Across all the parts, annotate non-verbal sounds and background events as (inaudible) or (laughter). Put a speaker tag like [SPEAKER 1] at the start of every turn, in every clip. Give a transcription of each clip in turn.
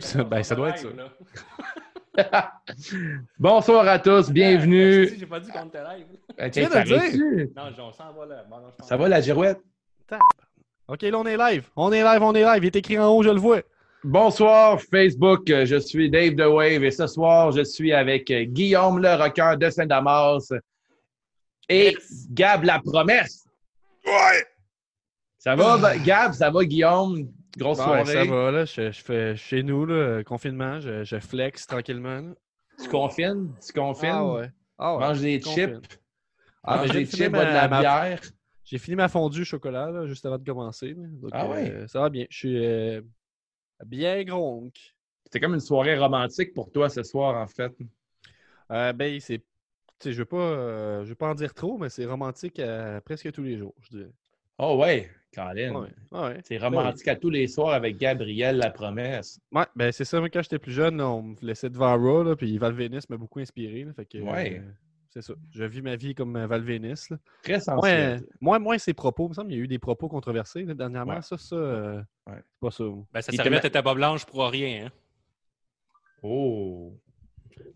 [SPEAKER 1] ça, ben, ça doit être ça.
[SPEAKER 2] Bonsoir à tous, bienvenue.
[SPEAKER 1] Ben,
[SPEAKER 2] Euh,
[SPEAKER 1] J'ai pas dit qu'on était live.
[SPEAKER 2] Hey,
[SPEAKER 3] Tu viens de
[SPEAKER 2] t'arrêtes-tu?
[SPEAKER 1] Non, on s'en va là. Bon, non, je
[SPEAKER 2] Ça va la girouette?
[SPEAKER 3] OK, là, on est live. On est live, on est live. Il est écrit en haut, je le vois.
[SPEAKER 2] Bonsoir Facebook, euh, je suis Dave The Wave et ce soir je suis avec euh, Guillaume le rocker de Saint-Damas et Gab la promesse.
[SPEAKER 3] Ouais!
[SPEAKER 2] Ça va ba- Gab, ça va Guillaume? Grosse soirée.
[SPEAKER 3] Ah. ça va, là. Je, je fais chez nous, là, confinement. Je, je flex tranquillement. là.
[SPEAKER 2] Tu confines? Tu confines?
[SPEAKER 3] Ah ouais. Ah ouais.
[SPEAKER 2] Mange des
[SPEAKER 3] Confine.
[SPEAKER 2] chips,
[SPEAKER 3] Ah,
[SPEAKER 2] mange
[SPEAKER 3] ben, j'ai
[SPEAKER 2] des
[SPEAKER 3] fini
[SPEAKER 2] chips,
[SPEAKER 3] ma-
[SPEAKER 2] bois de la
[SPEAKER 3] ma-
[SPEAKER 2] bière.
[SPEAKER 3] J'ai fini ma fondue au chocolat, là, juste avant de commencer. là. Donc,
[SPEAKER 2] Ah ouais?
[SPEAKER 3] euh, ça va bien. Je suis euh, bien gronk.
[SPEAKER 2] C'était comme une soirée romantique pour toi ce soir en fait.
[SPEAKER 3] Euh, ben, c'est... tu sais, Je ne veux, pas, euh, je veux pas en dire trop, mais c'est romantique à presque tous les jours, je dirais.
[SPEAKER 2] Oh ouais, Colin.
[SPEAKER 3] Ouais, ouais.
[SPEAKER 2] C'est romantique à tous les soirs avec Gabriel la promesse.
[SPEAKER 3] Ouais, ben c'est ça, moi quand j'étais plus jeune, là, on me laissait devant Raw, là, puis Val Venis m'a beaucoup inspiré. là, fait que,
[SPEAKER 2] Ouais.
[SPEAKER 3] euh, c'est ça. Je vis ma vie comme euh, Val Venis. là.
[SPEAKER 2] Très
[SPEAKER 3] Moins, euh,
[SPEAKER 2] sensuel.
[SPEAKER 3] moins, moins ses propos, il me semble qu'il y a eu des propos controversés là, dernièrement.
[SPEAKER 2] euh, Ouais.
[SPEAKER 3] Ça, ça, euh,
[SPEAKER 2] Ouais.
[SPEAKER 3] c'est pas ça. moi.
[SPEAKER 1] Ben, ça
[SPEAKER 2] Il
[SPEAKER 1] servait
[SPEAKER 2] était-
[SPEAKER 1] à pas blanche pour rien, hein.
[SPEAKER 2] Oh.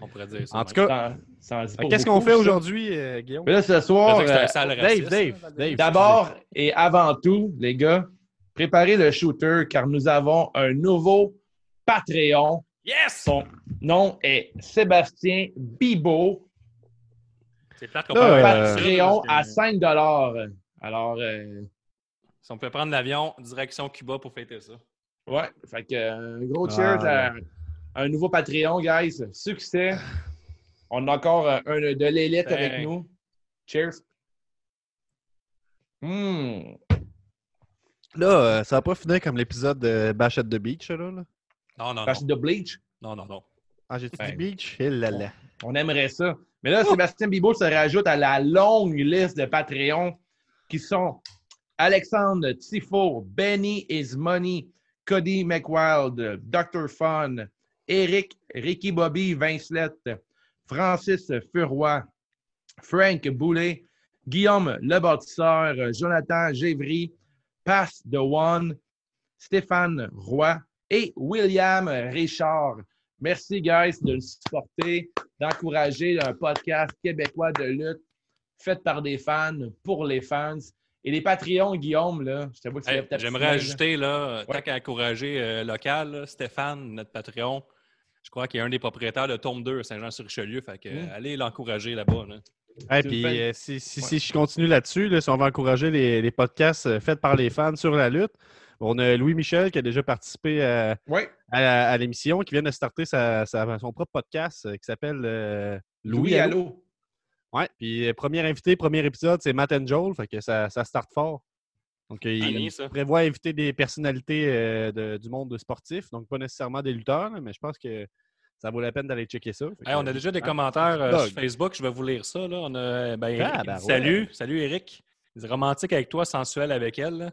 [SPEAKER 1] On pourrait dire ça.
[SPEAKER 3] En
[SPEAKER 1] même.
[SPEAKER 3] tout cas,
[SPEAKER 2] Sans- sans dire
[SPEAKER 3] fait que
[SPEAKER 2] pour
[SPEAKER 3] qu'est-ce qu'on
[SPEAKER 2] beaucoup,
[SPEAKER 3] fait
[SPEAKER 2] ça.
[SPEAKER 3] aujourd'hui, euh, Guillaume?
[SPEAKER 2] Mais là, ce
[SPEAKER 1] On
[SPEAKER 2] soir,
[SPEAKER 1] pourrait dire que c'est
[SPEAKER 2] euh,
[SPEAKER 1] un sale
[SPEAKER 3] Dave,
[SPEAKER 1] raciste,
[SPEAKER 3] Dave,
[SPEAKER 1] hein,
[SPEAKER 3] Dave.
[SPEAKER 2] d'abord et avant tout, les gars, préparez le shooter car nous avons un nouveau Patreon.
[SPEAKER 1] Yes!
[SPEAKER 2] Son nom est Sébastien Bibot.
[SPEAKER 1] C'est plate qu'on
[SPEAKER 3] Là,
[SPEAKER 1] peut
[SPEAKER 3] euh,
[SPEAKER 1] pas faire ça,
[SPEAKER 2] Patreon à
[SPEAKER 1] parce que-
[SPEAKER 2] 5 Alors, euh,
[SPEAKER 1] Si on peut prendre l'avion direction Cuba pour fêter ça.
[SPEAKER 2] ouais, fait que euh, un gros
[SPEAKER 3] Ah,
[SPEAKER 2] cheers à- à, un nouveau Patreon, guys. Succès. On a encore euh, un de l'élite
[SPEAKER 1] Ben.
[SPEAKER 2] avec nous. Cheers. Hmm.
[SPEAKER 3] Là, euh, ça va pas finir comme l'épisode de Bachette de Beach, là. là.
[SPEAKER 1] Non, non, non.
[SPEAKER 2] Parce que de bleach.
[SPEAKER 1] Non, non, non.
[SPEAKER 3] Ah, j'ai-tu
[SPEAKER 2] Ben.
[SPEAKER 3] dit Beach? Eh là là.
[SPEAKER 2] On aimerait ça. Mais là, Sébastien Bibot se rajoute à la longue liste de Patreons qui sont Alexandre Tifo, Benny Is Money, Cody McWild, Dr. Fun, Eric, Ricky Bobby Vincelette, Francis Furoy, Frank Boulet, Guillaume Le Bâtisseur, Jonathan Gévry, Pass The One, Stéphane Roy et William Richard. Merci, guys, de nous supporter, d'encourager un podcast québécois de lutte fait par des fans, pour les fans. Et les Patreons, Guillaume, là, je t'avoue que
[SPEAKER 1] Hey,
[SPEAKER 2] c'est peut-être
[SPEAKER 1] J'aimerais
[SPEAKER 2] mal, là.
[SPEAKER 1] ajouter, là,
[SPEAKER 2] Ouais.
[SPEAKER 1] tant qu'à encourager euh, local, là, Stéphane, notre Patreon, je crois qu'il est un des propriétaires de Tombe 2 à Saint-Jean-sur-Richelieu. Fait que, euh,
[SPEAKER 2] Mm.
[SPEAKER 1] allez l'encourager là-bas. là.
[SPEAKER 3] Hey,
[SPEAKER 2] Tu
[SPEAKER 3] puis,
[SPEAKER 1] ben
[SPEAKER 2] me fais-
[SPEAKER 3] euh, si, si,
[SPEAKER 2] Ouais.
[SPEAKER 3] si je continue là-dessus, là, si on va encourager les, les podcasts euh, faits par les fans sur la lutte, on a Louis Michel qui a déjà participé à,
[SPEAKER 2] Ouais.
[SPEAKER 3] à, la- à l'émission, qui vient de starter sa, sa- son propre podcast euh, qui s'appelle euh, Louis,
[SPEAKER 2] Louis,
[SPEAKER 3] Allô.
[SPEAKER 2] allô.
[SPEAKER 3] Ouais, puis euh, premier invité, premier épisode, c'est Matt and Joel, fait que ça, ça start fort. Donc, euh, il
[SPEAKER 1] Génie, ça.
[SPEAKER 3] prévoit inviter des personnalités euh, de- du monde sportif, donc pas nécessairement des lutteurs, là, mais je pense que ça vaut la peine d'aller checker ça. Fait
[SPEAKER 1] Hey,
[SPEAKER 3] que-
[SPEAKER 1] on a déjà des
[SPEAKER 3] Ah.
[SPEAKER 1] commentaires euh, sur
[SPEAKER 3] Dog.
[SPEAKER 1] Facebook, je vais vous lire ça. Là. On a, ben, Eric,
[SPEAKER 3] Ah,
[SPEAKER 1] il dit
[SPEAKER 3] ben ouais.
[SPEAKER 1] Salut, salut Eric. Il dit, romantique avec toi, sensuel avec elle. là.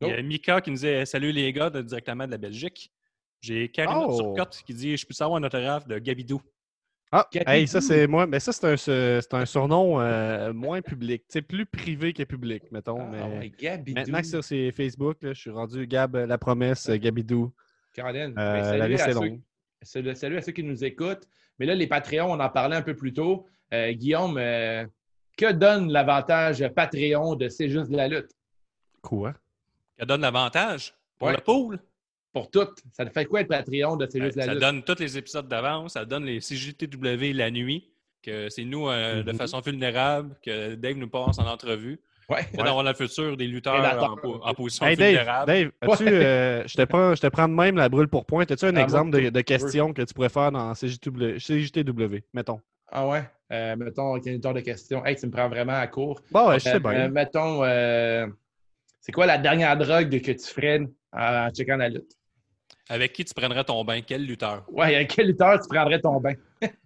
[SPEAKER 1] Il y a Mika qui nous dit eh, Salut les gars, de- directement de la Belgique. J'ai Karina
[SPEAKER 3] Oh.
[SPEAKER 1] Turcotte qui dit Je peux savoir un autographe de Gabidou.
[SPEAKER 3] Ah,
[SPEAKER 2] Cathy
[SPEAKER 3] hey, ça
[SPEAKER 2] Doo.
[SPEAKER 3] c'est moi. Mais ça, c'est un, ce- c'est un surnom euh, moins public. C'est plus privé que public, mettons. mais
[SPEAKER 2] Ah ouais, Gabidou.
[SPEAKER 3] maintenant que sur c'est Facebook, là, je suis rendu Gab euh, La Promesse, euh, Gabidou.
[SPEAKER 2] Caroline,
[SPEAKER 3] Euh,
[SPEAKER 2] ben,
[SPEAKER 3] la
[SPEAKER 2] salut,
[SPEAKER 3] liste
[SPEAKER 2] à
[SPEAKER 3] est
[SPEAKER 2] ceux,
[SPEAKER 3] longue.
[SPEAKER 2] salut- salut à ceux qui nous écoutent. Mais là, les Patreons, on en parlait un peu plus tôt. Euh, Guillaume, euh, que donne l'avantage Patreon de C'est juste de la lutte?
[SPEAKER 3] Quoi?
[SPEAKER 1] Ça donne l'avantage pour
[SPEAKER 2] Ouais.
[SPEAKER 1] le pool.
[SPEAKER 2] Pour toutes. Ça te fait quoi être Patreon de C'est
[SPEAKER 1] Ben,
[SPEAKER 2] juste de la
[SPEAKER 1] ça
[SPEAKER 2] lutte?
[SPEAKER 1] donne tous les épisodes d'avance, ça donne les CJTW la nuit, que c'est nous euh, de
[SPEAKER 3] Mhm.
[SPEAKER 1] façon vulnérable, que Dave nous passe en entrevue.
[SPEAKER 2] Ouais.
[SPEAKER 1] On Dans le futur des lutteurs
[SPEAKER 2] Prédateur.
[SPEAKER 1] en, po- en position
[SPEAKER 3] Hey Dave,
[SPEAKER 1] vulnérable.
[SPEAKER 3] Dave as-tu,
[SPEAKER 2] Ouais.
[SPEAKER 3] euh, je, te prends, je te prends de même la brûle pour point. As-tu un
[SPEAKER 2] Ah,
[SPEAKER 3] exemple
[SPEAKER 2] moi,
[SPEAKER 3] de, de
[SPEAKER 2] tu veux.
[SPEAKER 3] question que tu pourrais faire dans CJW, CJTW, mettons?
[SPEAKER 2] Ah ouais? Euh, mettons, qu'il y a une tour de questions. Hey, tu me prends vraiment à court.
[SPEAKER 3] Bon, ouais, je sais
[SPEAKER 2] Euh, euh,
[SPEAKER 3] bien.
[SPEAKER 2] mettons, euh, c'est quoi la dernière drogue que tu ferais en checkant la lutte?
[SPEAKER 1] Avec qui tu prendrais ton bain? Quel lutteur?
[SPEAKER 2] Ouais, à quelle heure tu prendrais ton bain?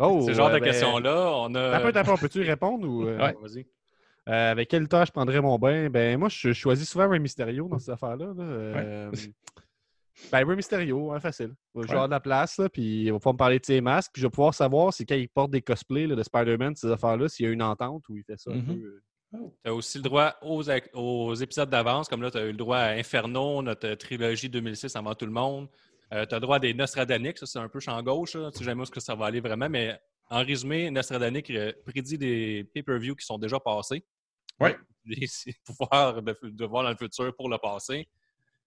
[SPEAKER 3] Oh,
[SPEAKER 1] Ce genre
[SPEAKER 3] euh,
[SPEAKER 1] de
[SPEAKER 3] ben,
[SPEAKER 1] questions-là, on a.
[SPEAKER 3] t'as peu, t'as peu, peux-tu répondre ou. euh,
[SPEAKER 2] Ouais.
[SPEAKER 1] Vas-y.
[SPEAKER 3] Euh, avec quel temps je prendrais mon bain? Ben, moi, je je choisis souvent Rey Mysterio dans ces affaires-là. là. Euh, ben, Rey Mysterio, hein, facile. Je vais
[SPEAKER 2] Ouais.
[SPEAKER 3] avoir de la place, là, puis on va pouvoir me parler de ses masques, puis je vais pouvoir savoir si quand il porte des cosplays là, de Spider-Man, ces affaires-là, s'il y a une entente ou il fait ça. un
[SPEAKER 2] Mhm.
[SPEAKER 3] peu, euh.
[SPEAKER 1] Tu as aussi le droit aux, ac- euh, aux épisodes d'avance, comme là, tu as eu le droit à Inferno, notre trilogie 2006 avant tout le monde. Euh, tu as droit à des Nostradaniques, ça c'est un peu champ gauche, là. tu sais jamais où est-ce que ça va aller vraiment, mais en résumé, Nostradanique euh, prédit des pay-per-views qui sont déjà passés.
[SPEAKER 2] Oui.
[SPEAKER 1] (laughs) Des pouvoirs de, de voir dans le futur pour le passé.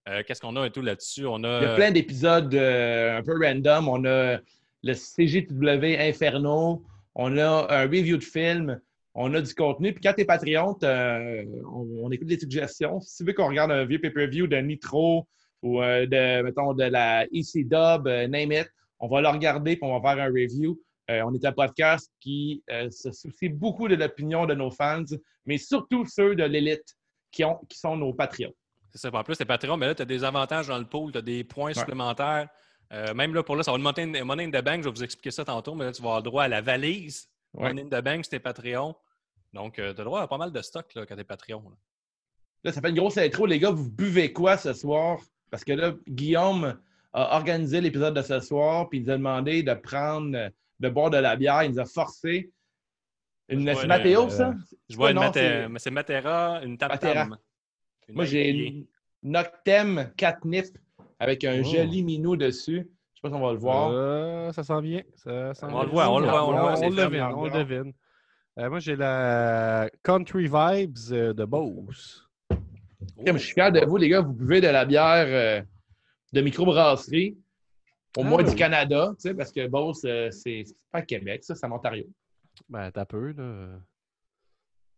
[SPEAKER 1] Euh, Qu'est-ce qu'on a et tout là-dessus? On a.
[SPEAKER 2] Il y a plein d'épisodes euh, un peu random. On a le CGW Inferno. On a un review de film. On a du contenu. Puis quand t'es Patreon, t'as- on, on écoute des suggestions. Si tu veux qu'on regarde un vieux pay-per-view de Nitro ou euh, de, mettons, de la ECW, euh, name it, on va le regarder puis on va faire un review. Euh, on est un podcast qui euh, se soucie beaucoup de l'opinion de nos fans, mais surtout ceux de l'élite qui, ont- qui sont nos Patreons.
[SPEAKER 1] C'est ça. En plus, t'es Patreon, mais là, tu as des avantages dans le pool, tu as des points supplémentaires. Euh, même là, pour là, ça va le monter in, Money in the Bank, je vais vous expliquer ça tantôt, mais là, tu vas avoir le droit à la valise
[SPEAKER 2] Ouais.
[SPEAKER 1] Money in the Bank, c'était Patreon. Donc, tu as le droit à pas mal de stock là, quand t'es Patreon. là.
[SPEAKER 2] Là, ça fait une grosse intro. Les gars, vous buvez quoi ce soir? Parce que là, Guillaume a organisé l'épisode de ce soir, puis il nous a demandé de prendre, de boire de la bière. Il nous a forcé. Une,
[SPEAKER 1] Ouais,
[SPEAKER 2] c'est
[SPEAKER 1] le-
[SPEAKER 2] Matteo,
[SPEAKER 1] le-
[SPEAKER 2] ça?
[SPEAKER 1] Je vois une euh,
[SPEAKER 2] non,
[SPEAKER 1] Mate-
[SPEAKER 2] c'est-
[SPEAKER 1] mais c'est Matera, une Tam
[SPEAKER 2] Matera.
[SPEAKER 1] Tam.
[SPEAKER 2] Moi, j'ai
[SPEAKER 1] IPA.
[SPEAKER 2] une Noctem Catnip avec un
[SPEAKER 1] Oh.
[SPEAKER 2] joli minou dessus. Je sais pas si on va le voir.
[SPEAKER 3] Euh, ça s'en vient. Ça s'en
[SPEAKER 1] On le
[SPEAKER 3] vient.
[SPEAKER 1] voit, on le voit, on le voit, c'est
[SPEAKER 3] On le
[SPEAKER 1] ferme,
[SPEAKER 3] devine,
[SPEAKER 2] on le
[SPEAKER 3] on le
[SPEAKER 2] verra.
[SPEAKER 3] devine. Euh, moi, j'ai la Country Vibes euh, de Bose.
[SPEAKER 2] Tiens, mais Je suis fier
[SPEAKER 1] oh.
[SPEAKER 2] de vous, les gars. Vous buvez de la bière euh, de microbrasserie, au
[SPEAKER 3] Ah,
[SPEAKER 2] moins du
[SPEAKER 1] Oh.
[SPEAKER 3] oui.
[SPEAKER 2] Canada, tu sais, parce que Beauce, euh, c'est c'est pas Québec, ça, c'est en Ontario.
[SPEAKER 3] Ben, t'as peu, là.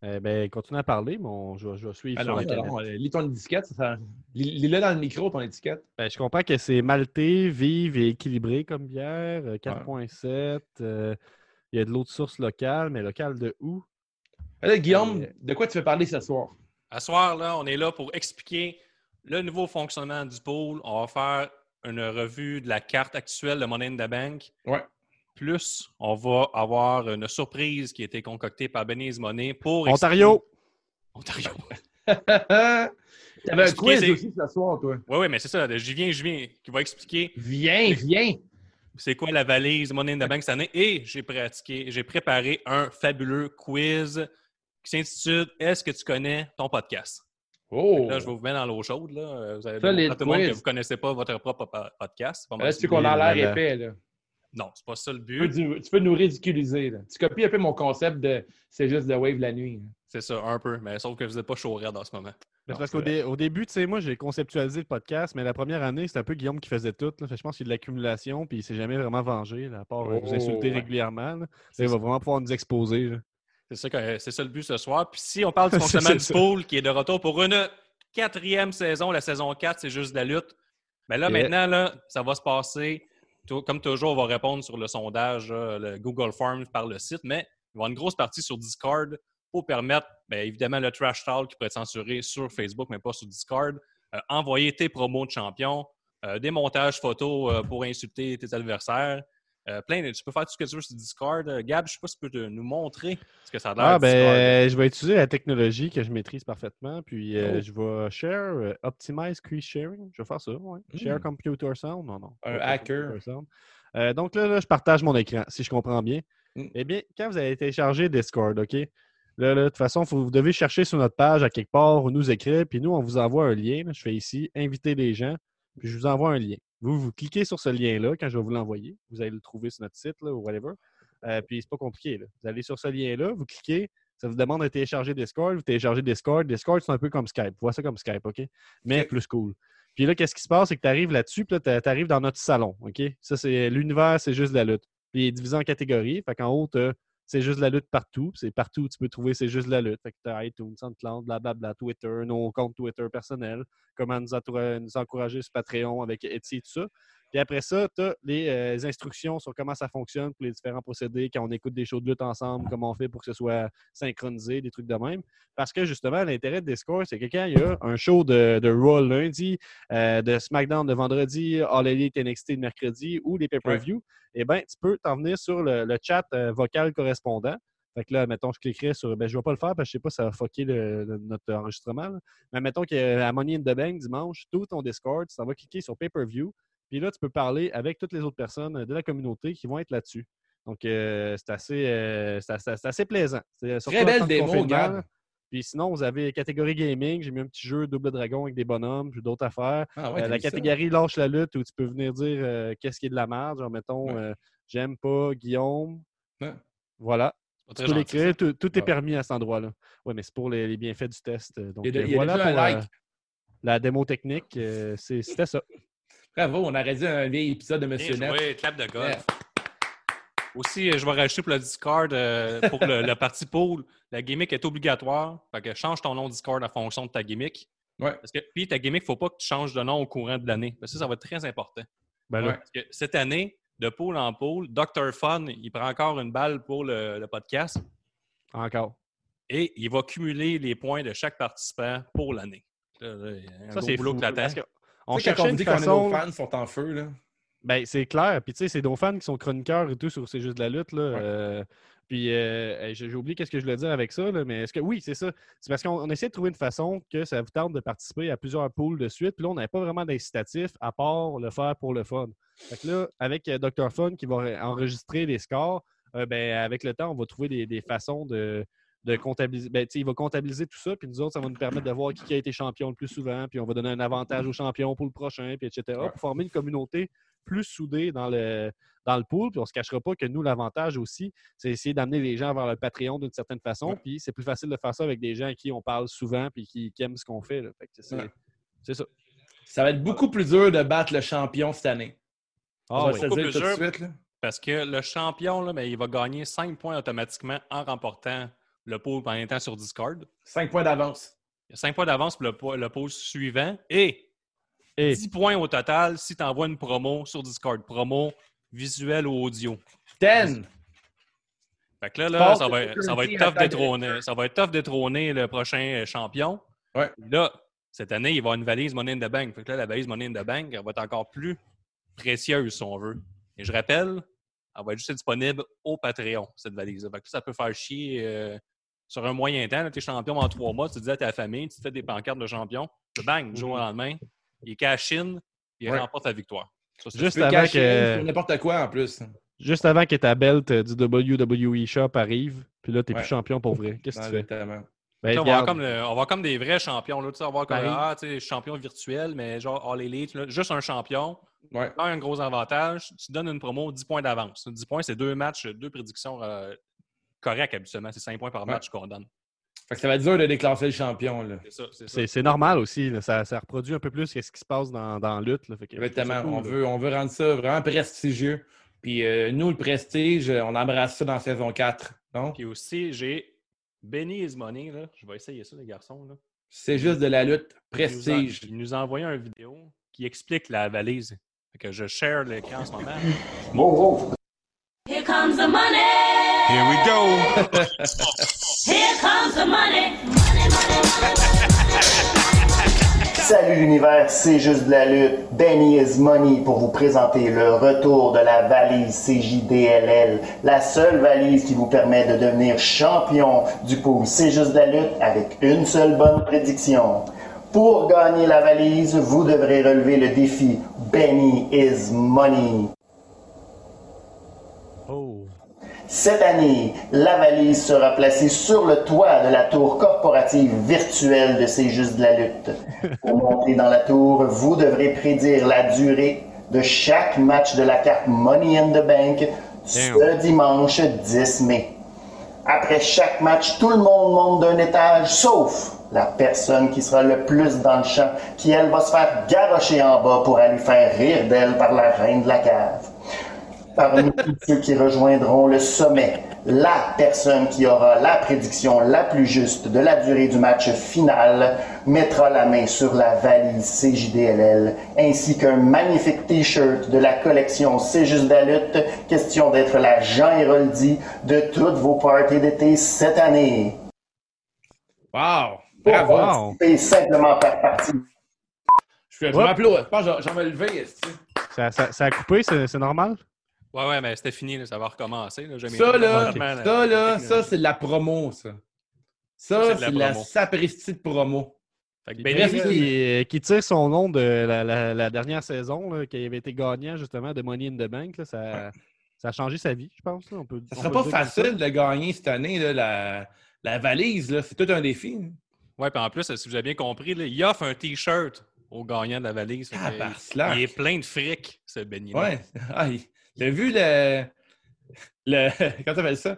[SPEAKER 3] Eh ben, continue à parler, mais on- je, vais- je vais suivre
[SPEAKER 2] Alors,
[SPEAKER 3] sur Internet.
[SPEAKER 2] Euh, lis ton étiquette. ça, ça- lis- Lis-le dans le micro, ton étiquette.
[SPEAKER 3] Ben, je comprends que c'est malté, vive et équilibré comme bière, euh, 4.7. euh, Il y a de l'eau de source locale, mais locale de où?
[SPEAKER 2] Là, Guillaume,
[SPEAKER 3] Euh,
[SPEAKER 2] de quoi tu veux parler ce soir?
[SPEAKER 1] À soir, là, on est là pour expliquer le nouveau fonctionnement du pool. On va faire une revue de la carte actuelle de Money in the Bank.
[SPEAKER 2] Ouais.
[SPEAKER 1] Plus, on va avoir une surprise qui a été concoctée par Benny's Money pour...
[SPEAKER 3] Ontario! Ben,
[SPEAKER 1] Ontario!
[SPEAKER 2] T'avais un
[SPEAKER 1] Expliquez,
[SPEAKER 2] quiz
[SPEAKER 1] c'est-
[SPEAKER 2] aussi ce soir, toi.
[SPEAKER 1] Oui, oui, mais c'est ça. J'y viens, j'y viens. Qui va expliquer
[SPEAKER 2] Viens, viens!
[SPEAKER 1] c'est quoi la valise Money in the Bank cette année. Et j'ai pratiqué, j'ai préparé un fabuleux quiz qui s'intitule « Est-ce que tu connais ton podcast? »
[SPEAKER 2] Oh!
[SPEAKER 1] Là, je vais vous mettre dans l'eau chaude. Là. Euh, Vous allez
[SPEAKER 2] Ça, les
[SPEAKER 1] montrer à tout le monde que
[SPEAKER 2] quiz.
[SPEAKER 1] vous ne connaissez pas votre propre pa- podcast. C'est pas mal
[SPEAKER 2] Là,
[SPEAKER 1] ça.
[SPEAKER 2] tu sais qu'on a
[SPEAKER 3] là,
[SPEAKER 2] l'air
[SPEAKER 3] là.
[SPEAKER 2] épais, là.
[SPEAKER 1] Non, c'est pas ça le
[SPEAKER 2] Tu peux,
[SPEAKER 1] but.
[SPEAKER 2] du- tu peux nous ridiculiser, là. Tu copies un peu mon concept de « c'est juste de wave la nuit ».
[SPEAKER 1] C'est ça, un peu. Mais sauf que vous n'êtes pas chaud raide en ce moment.
[SPEAKER 3] Mais
[SPEAKER 2] Non,
[SPEAKER 3] c'est parce
[SPEAKER 2] c'est
[SPEAKER 3] qu'au dé- au début, tu sais, moi, j'ai conceptualisé le podcast, mais la première année, c'était un peu Guillaume qui faisait tout. là. Fait que je pense qu'il y a de l'accumulation, puis il s'est jamais vraiment vengé, là, à part euh,
[SPEAKER 2] Oh,
[SPEAKER 3] vous insulter
[SPEAKER 2] ouais.
[SPEAKER 3] régulièrement. là.
[SPEAKER 1] C'est
[SPEAKER 3] il va
[SPEAKER 1] ça.
[SPEAKER 3] vraiment pouvoir nous exposer. là.
[SPEAKER 1] C'est ça, que- euh, c'est ça le but ce soir. Puis si on
[SPEAKER 2] (laughs)
[SPEAKER 1] parle du
[SPEAKER 3] C'est-
[SPEAKER 1] fonctionnement
[SPEAKER 3] c'est
[SPEAKER 1] du
[SPEAKER 3] ça.
[SPEAKER 1] pool qui est de retour pour une quatrième saison, la saison 4, c'est juste de la lutte. Mais là,
[SPEAKER 3] Et-
[SPEAKER 1] maintenant, là, ça va se passer. Tou- Comme toujours, on va répondre sur le sondage, là, le Google Forms par le site, mais il va y avoir une grosse partie sur Discord pour permettre, bien, évidemment, le trash talk qui pourrait être censuré sur Facebook, mais pas sur Discord. Euh, envoyer tes promos de champion, euh, des montages photos euh, pour insulter tes adversaires. Euh, plein de- tu peux faire tout ce que tu veux sur Discord. Euh, Gab, je sais pas si tu peux te- nous montrer ce que ça a l'air.
[SPEAKER 3] Ah,
[SPEAKER 1] Discord.
[SPEAKER 3] ben, je vais utiliser la technologie que je maîtrise parfaitement, puis euh,
[SPEAKER 2] Oh.
[SPEAKER 3] je vais share, euh, optimize screen sharing. Je vais faire ça, ouais.
[SPEAKER 2] Hmm.
[SPEAKER 3] Share computer sound, non, non.
[SPEAKER 2] Un
[SPEAKER 3] pas share
[SPEAKER 2] hacker.
[SPEAKER 3] computer sound. Euh, donc là, là, je partage mon écran, si je comprends bien.
[SPEAKER 2] Hmm.
[SPEAKER 3] Eh bien, quand vous allez télécharger Discord, OK? Là, là, de toute façon, faut- vous devez chercher sur notre page à quelque part, ou nous écrire, puis nous, on vous envoie un lien. là. je fais ici, inviter les gens, puis je vous envoie un lien. Vous, vous cliquez sur ce lien-là quand je vais vous l'envoyer. Vous allez le trouver sur notre site, là, ou whatever. Euh, puis c'est pas compliqué. là. Vous allez sur ce lien-là, vous cliquez, ça vous demande de télécharger Discord, vous téléchargez Discord. Discord, c'est un peu comme Skype. Vois ça comme Skype, OK? Mais
[SPEAKER 2] Ok.
[SPEAKER 3] plus cool. Puis là, qu'est-ce qui se passe? C'est que tu arrives là-dessus, puis là, tu arrives dans notre salon, OK? Ça, c'est l'univers, c'est juste de la lutte. Puis il est divisé en catégories. Fait qu'en haut, t'as c'est juste de la lutte partout. Puis c'est partout où tu peux trouver c'est juste de la lutte. Fait que tu as iTunes, SoundCloud, blablabla, Twitter, nos comptes Twitter personnels, comment nous, entoura- nous encourager sur Patreon avec Etsy et tout ça. Puis après ça, tu as les euh, instructions sur comment ça fonctionne pour les différents procédés, quand on écoute des shows de lutte ensemble, comment on fait pour que ce soit synchronisé, des trucs de même. Parce que justement, l'intérêt de Discord, c'est que quand il y a un show de, de Raw lundi, euh, de SmackDown de vendredi, All Elite NXT de mercredi ou les pay-per-view, eh bien, tu peux t'en venir sur le, le chat euh, vocal correspondant. Fait que là, mettons, je cliquerais sur. Ben, je ne vais pas le faire parce que je sais pas, ça va fucker le- le- notre enregistrement. là. Mais mettons qu'à Money in the Bank, dimanche, tout ton Discord, tu t'en vas cliquer sur pay-per-view. Puis là, tu peux parler avec toutes les autres personnes euh, de la communauté qui vont être là-dessus. Donc, euh, c'est assez, euh, c'est assez, c'est assez plaisant. C'est- surtout en
[SPEAKER 2] belle
[SPEAKER 3] temps de
[SPEAKER 2] démo,
[SPEAKER 3] confinement,
[SPEAKER 2] Gab.
[SPEAKER 3] là. Puis sinon, vous avez catégorie gaming. J'ai mis un petit jeu Double Dragon avec des bonhommes, j'ai d'autres affaires.
[SPEAKER 2] Ah ouais,
[SPEAKER 3] Euh,
[SPEAKER 2] t'as
[SPEAKER 3] la
[SPEAKER 2] mis ça?
[SPEAKER 3] catégorie lâche la lutte où tu peux venir dire euh, qu'est-ce qui est de la merde. Genre, mettons,
[SPEAKER 2] Ouais.
[SPEAKER 3] euh, j'aime pas Guillaume.
[SPEAKER 2] Ouais.
[SPEAKER 3] Voilà.
[SPEAKER 1] Pas
[SPEAKER 3] Tu
[SPEAKER 1] très
[SPEAKER 3] peux
[SPEAKER 1] gentil,
[SPEAKER 3] l'écrire. Tout, tout est
[SPEAKER 2] Ouais.
[SPEAKER 3] permis à cet endroit-là. Oui, mais c'est pour les, les bienfaits du test. euh, Donc,
[SPEAKER 2] Il y a de-
[SPEAKER 3] euh,
[SPEAKER 2] il y a
[SPEAKER 3] voilà
[SPEAKER 2] déjà
[SPEAKER 3] pour
[SPEAKER 2] un
[SPEAKER 3] euh,
[SPEAKER 2] like.
[SPEAKER 3] la démo technique. euh, c'est- C'était ça.
[SPEAKER 2] Bravo, on aurait dit un vieil épisode de
[SPEAKER 1] ça.
[SPEAKER 2] Monsieur
[SPEAKER 1] Bien
[SPEAKER 2] Net.
[SPEAKER 1] joué, clap de golf. Aussi, euh, je vais rajouter pour le Discord, euh, pour le, la partie pool, la gimmick est obligatoire. Fait que change ton nom Discord en fonction de ta gimmick.
[SPEAKER 2] Ouais.
[SPEAKER 1] Parce que, puis ta gimmick, faut pas que tu changes de nom au courant de l'année. Parce que ça, ça va être très important.
[SPEAKER 3] Ben là,
[SPEAKER 2] Ouais.
[SPEAKER 1] Parce que cette année, de pôle en pôle, Dr. Fun, il prend encore une balle pour le, le podcast
[SPEAKER 3] encore.
[SPEAKER 1] et il va cumuler les points de chaque participant pour l'année. Là, là, il y a un
[SPEAKER 3] Ça,
[SPEAKER 1] gros
[SPEAKER 3] c'est
[SPEAKER 1] boulot
[SPEAKER 3] fou.
[SPEAKER 1] qui l'attend.
[SPEAKER 3] parce que on
[SPEAKER 2] Tu sais,
[SPEAKER 3] cherchait
[SPEAKER 2] quand on
[SPEAKER 3] une
[SPEAKER 2] dit qu'on est
[SPEAKER 3] façon...
[SPEAKER 2] nos fans sont en feu, là.
[SPEAKER 3] Ben, c'est clair. Puis, tu sais, c'est nos fans qui sont chroniqueurs et tout sur C'est juste de la lutte. Là. Euh, puis, euh, hey, j'ai j'ai oublié qu'est-ce que je voulais dire avec ça. là, mais est-ce que oui, c'est ça. C'est parce qu'on on essaie de trouver une façon que ça vous tente de participer à plusieurs pools de suite. Puis là, on n'avait pas vraiment d'incitatif à part le faire pour le fun. Fait que là, avec euh, Dr. Fun qui va re- enregistrer les scores, euh, ben, avec le temps, on va trouver des, des façons de, de comptabiliser. Ben, tu sais, il va comptabiliser tout ça. Puis nous autres, ça va nous permettre de voir qui qui a été champion le plus souvent. Puis on va donner un avantage au champion pour le prochain, puis etc.
[SPEAKER 2] Ouais.
[SPEAKER 3] Pour former une communauté plus soudés dans le, dans le pool. Puis on ne se cachera pas que nous, l'avantage aussi, c'est essayer d'amener les gens vers le Patreon d'une certaine façon.
[SPEAKER 2] Ouais.
[SPEAKER 3] Puis c'est plus facile de faire ça avec des gens à qui on parle souvent puis qui, qui aiment ce qu'on fait. là. Fait que c'est
[SPEAKER 2] Ouais.
[SPEAKER 3] c'est ça.
[SPEAKER 2] Ça va être beaucoup plus dur de battre le champion cette année. on
[SPEAKER 3] Ah
[SPEAKER 2] va
[SPEAKER 3] oui.
[SPEAKER 2] se le
[SPEAKER 1] Beaucoup
[SPEAKER 2] dire tout de
[SPEAKER 1] plus
[SPEAKER 2] suite, là.
[SPEAKER 1] Parce que le champion, là, ben, il va gagner 5 points automatiquement en remportant le pôle en étant sur Discord.
[SPEAKER 2] Cinq points d'avance.
[SPEAKER 1] Il y a 5 points d'avance pour le, po- le pôle suivant et
[SPEAKER 3] Et
[SPEAKER 1] 10 points au total si tu envoies une promo sur Discord. Promo visuelle ou audio.
[SPEAKER 2] Ten!
[SPEAKER 1] Fait que là, là,
[SPEAKER 2] Sport,
[SPEAKER 1] ça, va,
[SPEAKER 2] culture,
[SPEAKER 1] ça va être
[SPEAKER 2] culture,
[SPEAKER 1] tough
[SPEAKER 2] attaque,
[SPEAKER 1] détrôner. Ça va être tough détrôner le prochain euh, champion.
[SPEAKER 2] Ouais.
[SPEAKER 1] Là, cette année, il va y avoir une valise Money in the Bank. Fait que là, la valise Money in the Bank, elle va être encore plus précieuse, si on veut. Et je rappelle, elle va être juste disponible au Patreon, cette valise Fait que ça peut faire chier euh, sur un moyen temps. Tu es champion en trois mois, tu dis à ta famille, tu te fais des pancartes de champion, bang, du jour au lendemain, il cash in, puis il
[SPEAKER 2] Mhm. Ouais.
[SPEAKER 1] remporte la victoire. Ça, c'est-
[SPEAKER 3] Juste
[SPEAKER 2] Tu peux
[SPEAKER 3] avant
[SPEAKER 2] cacher
[SPEAKER 3] que-
[SPEAKER 2] sur n'importe quoi en plus.
[SPEAKER 3] juste avant que ta belt euh, du WWE Shop arrive, puis là, tu n'es
[SPEAKER 2] Ouais.
[SPEAKER 3] plus champion pour vrai. Qu'est-ce que tu fais?
[SPEAKER 2] Exactement.
[SPEAKER 3] Ben,
[SPEAKER 1] Tu sais, on, va avoir
[SPEAKER 3] regarde,
[SPEAKER 1] comme le- on va avoir comme des vrais champions. Là, tu sais, on va avoir comme
[SPEAKER 3] Pareil.
[SPEAKER 1] ah, tu sais, champion virtuel, mais genre All Elite, là, juste un champion.
[SPEAKER 2] Ouais.
[SPEAKER 1] Là, un gros avantage, tu donnes une promo 10 points d'avance. 10 points, c'est deux matchs, deux prédictions euh, correctes habituellement. C'est 5 points par
[SPEAKER 2] Ouais.
[SPEAKER 1] match qu'on donne.
[SPEAKER 2] Fait que ça va être dur de déclasser le champion, là.
[SPEAKER 1] C'est ça, c'est ça.
[SPEAKER 3] c'est c'est normal aussi. là. Ça, ça reproduit un peu plus ce qui se passe dans, dans la lutte. là. Fait que-
[SPEAKER 2] Exactement.
[SPEAKER 3] c'est cool,
[SPEAKER 2] on,
[SPEAKER 3] là.
[SPEAKER 2] veut, on veut rendre ça vraiment prestigieux. Puis euh, nous, le prestige, euh, on embrasse ça dans saison 4. Non?
[SPEAKER 1] Puis aussi, j'ai Benny is Money. Là. Je vais essayer ça, les garçons. Là.
[SPEAKER 2] C'est juste de la lutte
[SPEAKER 1] Il nous a-
[SPEAKER 2] prestige.
[SPEAKER 1] Il nous a envoyé une vidéo qui explique la valise. Fait que je share l'écran en ce
[SPEAKER 2] (laughs)
[SPEAKER 1] moment.
[SPEAKER 4] Here comes the money. Here we go. (laughs) Here comes the money. Money, money, money.
[SPEAKER 5] Salut l'univers, c'est juste de la lutte. Benny is Money pour vous présenter le retour de la valise CJDLL, la seule valise qui vous permet de devenir champion du pool C'est juste de la lutte avec une seule bonne prédiction. Pour gagner la valise, vous devrez relever le défi Benny is Money.
[SPEAKER 3] Oh.
[SPEAKER 5] Cette année, la valise sera placée sur le toit de la tour corporative virtuelle de C'est juste de la lutte. Pour monter dans la tour, vous devrez prédire la durée de chaque match de la carte Money in the Bank ce dimanche 10 mai. Après chaque match, tout le monde monte d'un étage, sauf la personne qui sera le plus dans le champ, qui elle va se faire garrocher en bas pour aller faire rire d'elle par la reine de la cave. Parmi tous ceux qui rejoindront le sommet, la personne qui aura la prédiction la plus juste de la durée du match final mettra la main sur la valise CJDLL ainsi qu'un magnifique t-shirt de la collection C'est juste de la lutte, question d'être la Jean Héroldi de toutes vos parties d'été cette année.
[SPEAKER 2] Wow!
[SPEAKER 5] Pour
[SPEAKER 2] Bravo!
[SPEAKER 3] wow.
[SPEAKER 5] participer, simplement faire partie
[SPEAKER 2] Je suis- je
[SPEAKER 3] Hop.
[SPEAKER 2] m'applaudis. Je pense que j'en- j'en vais lever. est-ce que-
[SPEAKER 3] Ça, ça- ça a coupé, c'est c'est normal?
[SPEAKER 1] Ouais, ouais, mais c'était fini. là, ça va recommencer. Là, J'ai mis-
[SPEAKER 2] Ça, là,
[SPEAKER 1] complètement la-
[SPEAKER 2] ça,
[SPEAKER 1] la
[SPEAKER 2] là,
[SPEAKER 1] technologie.
[SPEAKER 2] ça, c'est de la promo, ça.
[SPEAKER 1] Ça, c'est
[SPEAKER 2] Ça,
[SPEAKER 1] de la
[SPEAKER 2] c'est de la
[SPEAKER 1] promo.
[SPEAKER 2] sapristie de promo.
[SPEAKER 1] Fait que
[SPEAKER 3] Puis
[SPEAKER 1] Benny,
[SPEAKER 2] Bref,
[SPEAKER 3] Benny
[SPEAKER 1] là,
[SPEAKER 2] c'est-
[SPEAKER 3] qui, euh, qui tire son nom de la, la- la dernière saison, là, qui avait été gagnant justement de Money in the Bank, là, ça, ça a changé sa vie, je pense. là. On peut,
[SPEAKER 2] Ça
[SPEAKER 3] on
[SPEAKER 2] sera
[SPEAKER 3] peut
[SPEAKER 2] pas
[SPEAKER 3] le dire comme
[SPEAKER 2] facile de gagner cette année, là, la, La valise, là, c'est tout un défi. hein.
[SPEAKER 1] Ouais, puis en plus, si vous avez bien compris, là, il offre un T-shirt au gagnant de la valise. Fait que
[SPEAKER 2] Tabarnak.
[SPEAKER 1] il est plein de fric, ce Benny.
[SPEAKER 2] Ouais. Ah, il- T'as vu le. le (laughs) comment t'appelles ça?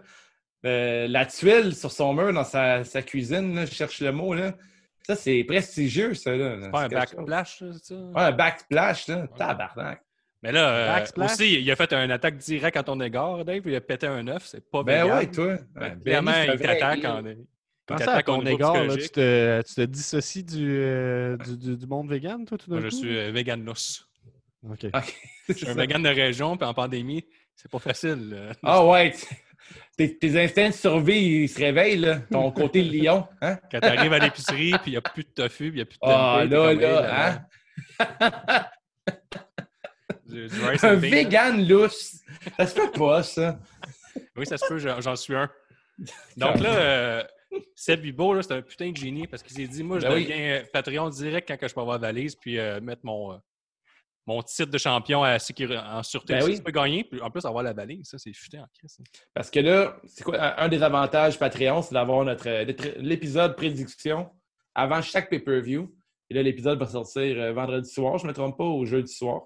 [SPEAKER 2] Euh, la tuile sur son mur dans sa, sa cuisine, là, je cherche le mot. Là. Ça, c'est prestigieux, ça. Là. C'est
[SPEAKER 1] Pas un
[SPEAKER 2] quelque chose.
[SPEAKER 1] backsplash, ça, c'est ça?
[SPEAKER 2] Ouais, un backsplash, là. Tabarnak.
[SPEAKER 1] Mais là, euh,
[SPEAKER 3] Backsplash.
[SPEAKER 1] aussi, il a fait une attaque directe à ton égard, Dave, puis il a pété un œuf, c'est pas
[SPEAKER 2] Ben
[SPEAKER 1] bien.
[SPEAKER 2] ouais, toi. Ben,
[SPEAKER 1] Clairement,
[SPEAKER 2] Benny, c'est un
[SPEAKER 1] il
[SPEAKER 2] vrai
[SPEAKER 1] t'attaque
[SPEAKER 2] heel. (laughs)
[SPEAKER 1] en. il
[SPEAKER 3] Pensez à
[SPEAKER 1] t'attaque au
[SPEAKER 3] ton
[SPEAKER 1] niveau
[SPEAKER 3] égard, là, tu,
[SPEAKER 1] psychologique.
[SPEAKER 3] te, tu te dissocies du, euh, du, du- du monde vegan, toi, tout d'un
[SPEAKER 1] Moi,
[SPEAKER 3] coup?
[SPEAKER 1] je suis euh, véganos.
[SPEAKER 3] OK.
[SPEAKER 1] Je suis un vegan de région, puis en pandémie, c'est pas facile. euh.
[SPEAKER 2] Ah ouais. tu- Tes, tes instincts de survie, ils se réveillent, là. Ton côté lion. Hein?
[SPEAKER 1] Quand t'arrives à l'épicerie, puis il n'y a plus de tofu, puis il n'y a plus de
[SPEAKER 2] Ah
[SPEAKER 1] tempeh, t'es
[SPEAKER 2] là,
[SPEAKER 1] comme, hey,
[SPEAKER 2] là, hein?
[SPEAKER 1] du- du rice
[SPEAKER 2] Un
[SPEAKER 1] and beans, là.
[SPEAKER 2] vegan lousse. Ça se fait pas, ça.
[SPEAKER 1] Oui, ça se peut, j'en j'en
[SPEAKER 2] (laughs)
[SPEAKER 1] suis un. Donc là, euh, Seb Bibo, là, c'est un putain de génie parce qu'il s'est dit Moi, je
[SPEAKER 2] Ben oui.
[SPEAKER 1] deviens euh, Patreon direct quand que je peux avoir la valise, puis euh, mettre mon, euh, mon titre de champion à sécurité, en sûreté.
[SPEAKER 2] Ben
[SPEAKER 1] Si
[SPEAKER 2] oui.
[SPEAKER 1] tu peux gagner, puis en plus avoir la valise, ça, c'est futé en hein. crise. ça.
[SPEAKER 2] Parce que là, c'est quoi un un des avantages Patreon, c'est d'avoir notre euh, notre- l'épisode prédiction avant chaque pay-per-view. Et là, l'épisode va sortir euh, vendredi soir, je ne me trompe pas, au jeudi soir.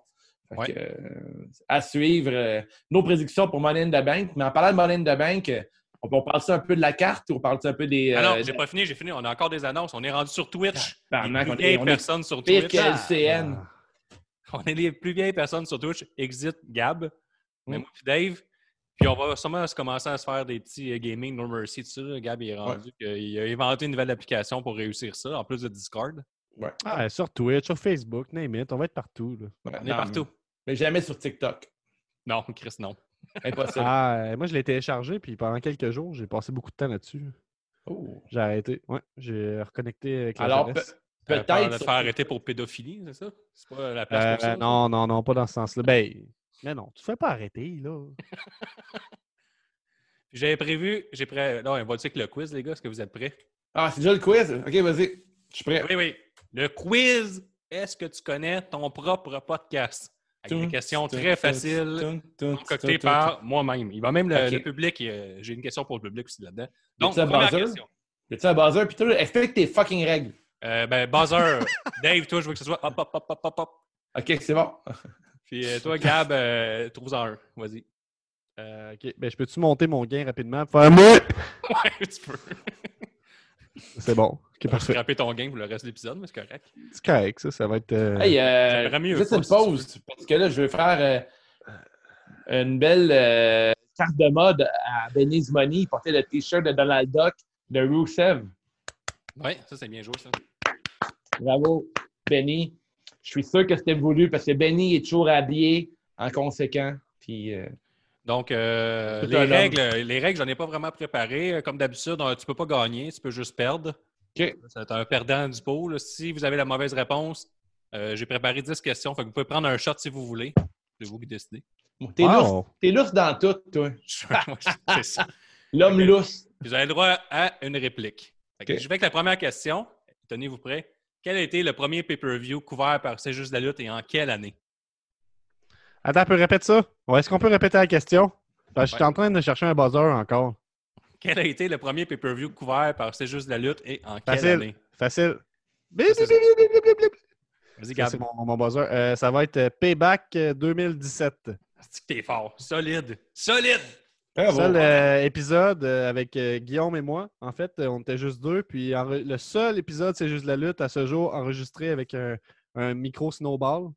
[SPEAKER 2] Fait
[SPEAKER 1] Ouais.
[SPEAKER 2] que, euh, à suivre euh, nos prédictions pour Money in the Bank. Mais en parlant de Money in the Bank, euh, on, on parle ça un peu de la carte ou on parle ça un peu des. euh,
[SPEAKER 1] Alors,
[SPEAKER 2] de-
[SPEAKER 1] Ah j'ai pas fini, j'ai fini. On a encore des annonces. On est rendu sur Twitch.
[SPEAKER 2] Ah, Tabarnak,
[SPEAKER 1] les plus
[SPEAKER 2] on est-
[SPEAKER 1] vieilles
[SPEAKER 2] on est
[SPEAKER 1] personnes sur
[SPEAKER 2] pire
[SPEAKER 1] Twitch.
[SPEAKER 2] que LCN.
[SPEAKER 1] On est les plus vieilles personnes sur Twitch. Exit Gab. Mais
[SPEAKER 2] Mm.
[SPEAKER 1] moi puis Dave. Puis on va sûrement se commencer à se faire des petits euh, gaming No Mercy, tout ça. là. Gab il est rendu qu'il a inventé une nouvelle application pour réussir ça, en plus de Discord.
[SPEAKER 3] Ah, sur Twitch, sur Facebook, name it, on va être partout. là.
[SPEAKER 2] Ouais,
[SPEAKER 1] Ah, On est
[SPEAKER 2] non,
[SPEAKER 1] partout.
[SPEAKER 2] Mais, mais jamais sur TikTok.
[SPEAKER 1] Non, Chris, non.
[SPEAKER 2] Impossible.
[SPEAKER 3] Ah, euh, moi, je l'ai téléchargé, puis pendant quelques jours, j'ai passé beaucoup de temps là-dessus.
[SPEAKER 2] Oh.
[SPEAKER 3] J'ai arrêté. Ouais, j'ai reconnecté avec la
[SPEAKER 2] Alors,
[SPEAKER 3] jeunesse.
[SPEAKER 1] T'avais
[SPEAKER 2] peut-être
[SPEAKER 1] peur de te
[SPEAKER 2] sur-
[SPEAKER 1] faire arrêter pour pédophilie, c'est ça? C'est pas la place
[SPEAKER 3] Euh,
[SPEAKER 1] pour ça?
[SPEAKER 3] non, non, non, pas dans ce sens-là. Ben, mais non, tu te fais pas arrêter, là.
[SPEAKER 1] Puis J'avais prévu, j'ai prêt. Non, on va avec le quiz, les gars, est-ce que vous êtes prêts?
[SPEAKER 2] Ah, c'est déjà le quiz. OK, vas-y. Je suis prêt.
[SPEAKER 1] Oui, oui. Le quiz, est-ce que tu connais ton propre podcast? Avec des questions très faciles, concoctées par moi-même. Il va même le,
[SPEAKER 2] Ok.
[SPEAKER 1] le public, euh, j'ai une question pour le public aussi là-dedans.
[SPEAKER 2] Y
[SPEAKER 1] Donc,
[SPEAKER 2] a-t-il un
[SPEAKER 1] première
[SPEAKER 2] buzzer?
[SPEAKER 1] question.
[SPEAKER 2] Y'a-tu un buzzer? Puis toi, là, explique tes fucking règles.
[SPEAKER 1] Euh, ben, buzzer, (laughs) Dave, toi, je veux que ce soit hop, hop, hop, hop, hop, hop.
[SPEAKER 2] OK, c'est bon.
[SPEAKER 1] Puis euh, toi, Gab, euh, trouve-en un. Vas-y. (laughs)
[SPEAKER 3] Euh, ok, ben, je peux-tu monter mon gain rapidement? pour Faire moi!
[SPEAKER 1] Ouais, tu peux.
[SPEAKER 3] C'est bon. Ok,
[SPEAKER 1] Je vais
[SPEAKER 3] parfait.
[SPEAKER 1] scraper ton game pour le reste de l'épisode, mais c'est correct.
[SPEAKER 3] C'est correct, ça, ça va être. euh,
[SPEAKER 2] Hey, euh,
[SPEAKER 1] J'aimerais mieux
[SPEAKER 2] juste
[SPEAKER 1] pas,
[SPEAKER 2] une
[SPEAKER 1] si tu
[SPEAKER 2] pause, parce que là, je veux faire euh, une belle euh, carte de mode à Benny's Money. Il portait le T-shirt de Donald Duck de Rusev.
[SPEAKER 1] Oui, ça, c'est bien joué, ça.
[SPEAKER 2] Bravo, Benny. Je suis sûr que c'était voulu, parce que Benny est toujours habillé en conséquent. Puis, euh,
[SPEAKER 1] Donc, euh,
[SPEAKER 2] Tout
[SPEAKER 1] les,
[SPEAKER 2] un homme.
[SPEAKER 1] règles, les règles, j'en ai pas vraiment préparé. Comme d'habitude, on- tu peux pas gagner, tu peux juste perdre.
[SPEAKER 2] OK.
[SPEAKER 1] C'est un perdant du pot. là. Si vous avez la mauvaise réponse, euh, j'ai préparé 10 questions. Fait que vous pouvez prendre un shot si vous voulez. C'est vous qui décidez.
[SPEAKER 2] t'es l'ours-
[SPEAKER 3] wow.
[SPEAKER 2] t'es l'ours dans tout, toi.
[SPEAKER 1] (laughs) Je- moi, je- c'est ça.
[SPEAKER 2] L'homme
[SPEAKER 1] Ok.
[SPEAKER 2] lousse.
[SPEAKER 1] Vous avez le droit à une réplique. Fait que
[SPEAKER 2] OK.
[SPEAKER 1] Je vais avec la première question. Tenez-vous prêts. Quel a été le premier pay-per-view couvert par C'est juste la lutte et en quelle année?
[SPEAKER 3] Attends, on peut répéter ça? Ouais, Est-ce qu'on peut répéter la question? Parce que je suis
[SPEAKER 1] Ouais.
[SPEAKER 3] en train de chercher un buzzer encore.
[SPEAKER 1] Quel a été le premier pay-per-view couvert par C'est juste la lutte et en quelle
[SPEAKER 3] Facile.
[SPEAKER 1] année?
[SPEAKER 3] Facile. Blip,
[SPEAKER 1] Facile.
[SPEAKER 3] blip, blip, blip, blip, blip.
[SPEAKER 1] Vas-y,
[SPEAKER 3] Ça,
[SPEAKER 1] Gab.
[SPEAKER 3] C'est mon, mon buzzer. Euh, ça va être euh, Payback euh, 2017.
[SPEAKER 1] Asti que T'es fort. Solide. Solide!
[SPEAKER 2] Bravo.
[SPEAKER 3] seul euh, épisode euh, avec euh, Guillaume et moi. En fait, euh, on était juste deux. Puis enre- le seul épisode, c'est juste la lutte à ce jour enregistré avec un, un micro snowball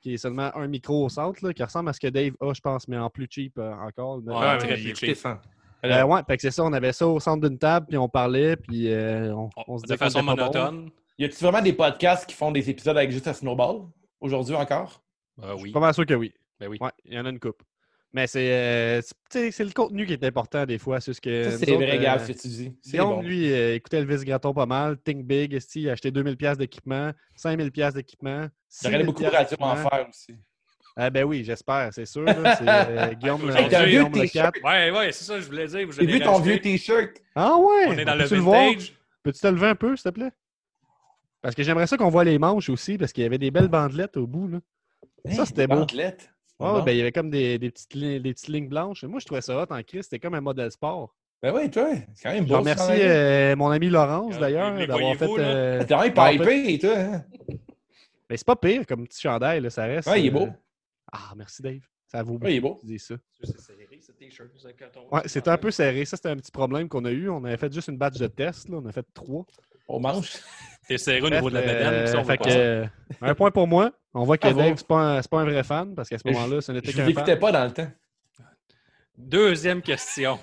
[SPEAKER 3] qui est seulement un micro au centre, là, qui ressemble à ce que Dave a, je pense, mais en plus cheap euh, encore.
[SPEAKER 1] Ouais,
[SPEAKER 2] Ah,
[SPEAKER 1] très
[SPEAKER 2] ouais,
[SPEAKER 1] pitché.
[SPEAKER 2] j'ai écouté ça.
[SPEAKER 3] Euh, ouais, fait que c'est ça, on avait ça au centre d'une table, puis on parlait, puis euh, on, on se
[SPEAKER 1] de
[SPEAKER 3] disait qu'on
[SPEAKER 1] façon
[SPEAKER 3] était pas bon.
[SPEAKER 1] monotone.
[SPEAKER 2] Y a-tu vraiment des podcasts qui font des épisodes avec juste un snowball aujourd'hui encore?
[SPEAKER 1] Ah oui.
[SPEAKER 3] Pas mal sûr que oui.
[SPEAKER 1] Ben oui.
[SPEAKER 3] Ouais, il y en a une coupe. Mais c'est euh, c'est- tu sais, c'est le contenu qui est important des fois. C'est ce que.
[SPEAKER 2] Ça,
[SPEAKER 3] nous
[SPEAKER 2] c'est
[SPEAKER 3] autres,
[SPEAKER 2] vrai,
[SPEAKER 3] euh,
[SPEAKER 2] Gab, ce que tu dis. C'est
[SPEAKER 3] Guillaume,
[SPEAKER 2] bon.
[SPEAKER 3] lui, euh, écoutait Elvis Gratton pas mal. Think Big, esti, il a acheté 2000 pièces d'équipement, 5000 pièces d'équipement.
[SPEAKER 2] J'ai regardé
[SPEAKER 3] 6000
[SPEAKER 2] beaucoup de
[SPEAKER 3] piastres
[SPEAKER 2] radio en
[SPEAKER 3] d'équipement.
[SPEAKER 2] faire aussi.
[SPEAKER 3] Ah ben oui, j'espère, c'est sûr. là, c'est,
[SPEAKER 1] (laughs)
[SPEAKER 3] euh, Guillaume,
[SPEAKER 1] Hey,
[SPEAKER 3] le-
[SPEAKER 1] t'as vu
[SPEAKER 3] Guillaume
[SPEAKER 2] tes
[SPEAKER 3] le 4.
[SPEAKER 1] Ouais, ouais, c'est ça que je voulais dire. Je
[SPEAKER 2] J'ai
[SPEAKER 1] l'ai
[SPEAKER 2] vu ton
[SPEAKER 1] rajouté.
[SPEAKER 2] vieux T-shirt.
[SPEAKER 3] Ah ouais!
[SPEAKER 1] On est dans le
[SPEAKER 3] Peux-tu voir?
[SPEAKER 1] vintage.
[SPEAKER 3] Peux-tu te lever un peu, s'il te plaît? Parce que j'aimerais ça qu'on voit les manches aussi, parce qu'il y avait des belles bandelettes au bout. Là. Ça, c'était beau. Oh,
[SPEAKER 2] Bandelette.
[SPEAKER 3] Ouais,
[SPEAKER 2] Bon.
[SPEAKER 3] ben, il y avait comme des, des petites, li- des petites lignes blanches. Moi, je trouvais ça hot en Christ. C'était comme un modèle sport.
[SPEAKER 2] Ben oui, toi, c'est quand même
[SPEAKER 3] Je
[SPEAKER 2] beau. hein.
[SPEAKER 3] remercie
[SPEAKER 2] ce travail-là.
[SPEAKER 3] euh, mon ami Laurence,
[SPEAKER 1] Euh,
[SPEAKER 3] d'ailleurs,
[SPEAKER 1] les
[SPEAKER 3] d'avoir fait.
[SPEAKER 1] voyez-vous, là?
[SPEAKER 3] euh,
[SPEAKER 2] T'es
[SPEAKER 3] d'avoir
[SPEAKER 2] vraiment
[SPEAKER 3] fait-
[SPEAKER 2] pipé, toi. Hein?
[SPEAKER 3] Mais c'est pas pire comme petit chandail, là, ça reste.
[SPEAKER 2] Ouais, il est beau.
[SPEAKER 3] euh, Ah, merci, Dave. Ça vaut beaucoup.
[SPEAKER 2] Ouais, il est beau.
[SPEAKER 3] que tu dises ça.
[SPEAKER 1] C'est serré, ce t-shirt. c'est coton.
[SPEAKER 3] Ouais, c'était un peu serré. Ça, c'était un petit problème qu'on a eu. On avait fait juste une batch de tests. là. On a fait trois.
[SPEAKER 2] On mange.
[SPEAKER 1] T'es serré au niveau de la
[SPEAKER 3] Bref,
[SPEAKER 1] bédaine.
[SPEAKER 3] euh,
[SPEAKER 1] puis ça, on va
[SPEAKER 3] fait
[SPEAKER 1] pas
[SPEAKER 3] que,
[SPEAKER 1] ça.
[SPEAKER 3] euh, un point pour moi. On voit que
[SPEAKER 2] Bravo.
[SPEAKER 3] Dave, c'est pas, un- c'est pas un vrai fan parce qu'à ce
[SPEAKER 2] Je-
[SPEAKER 3] moment-là, ce n'était
[SPEAKER 2] Je vous
[SPEAKER 3] qu'un fan.
[SPEAKER 2] écoutais pas dans le temps.
[SPEAKER 1] Deuxième
[SPEAKER 2] (laughs)
[SPEAKER 1] question.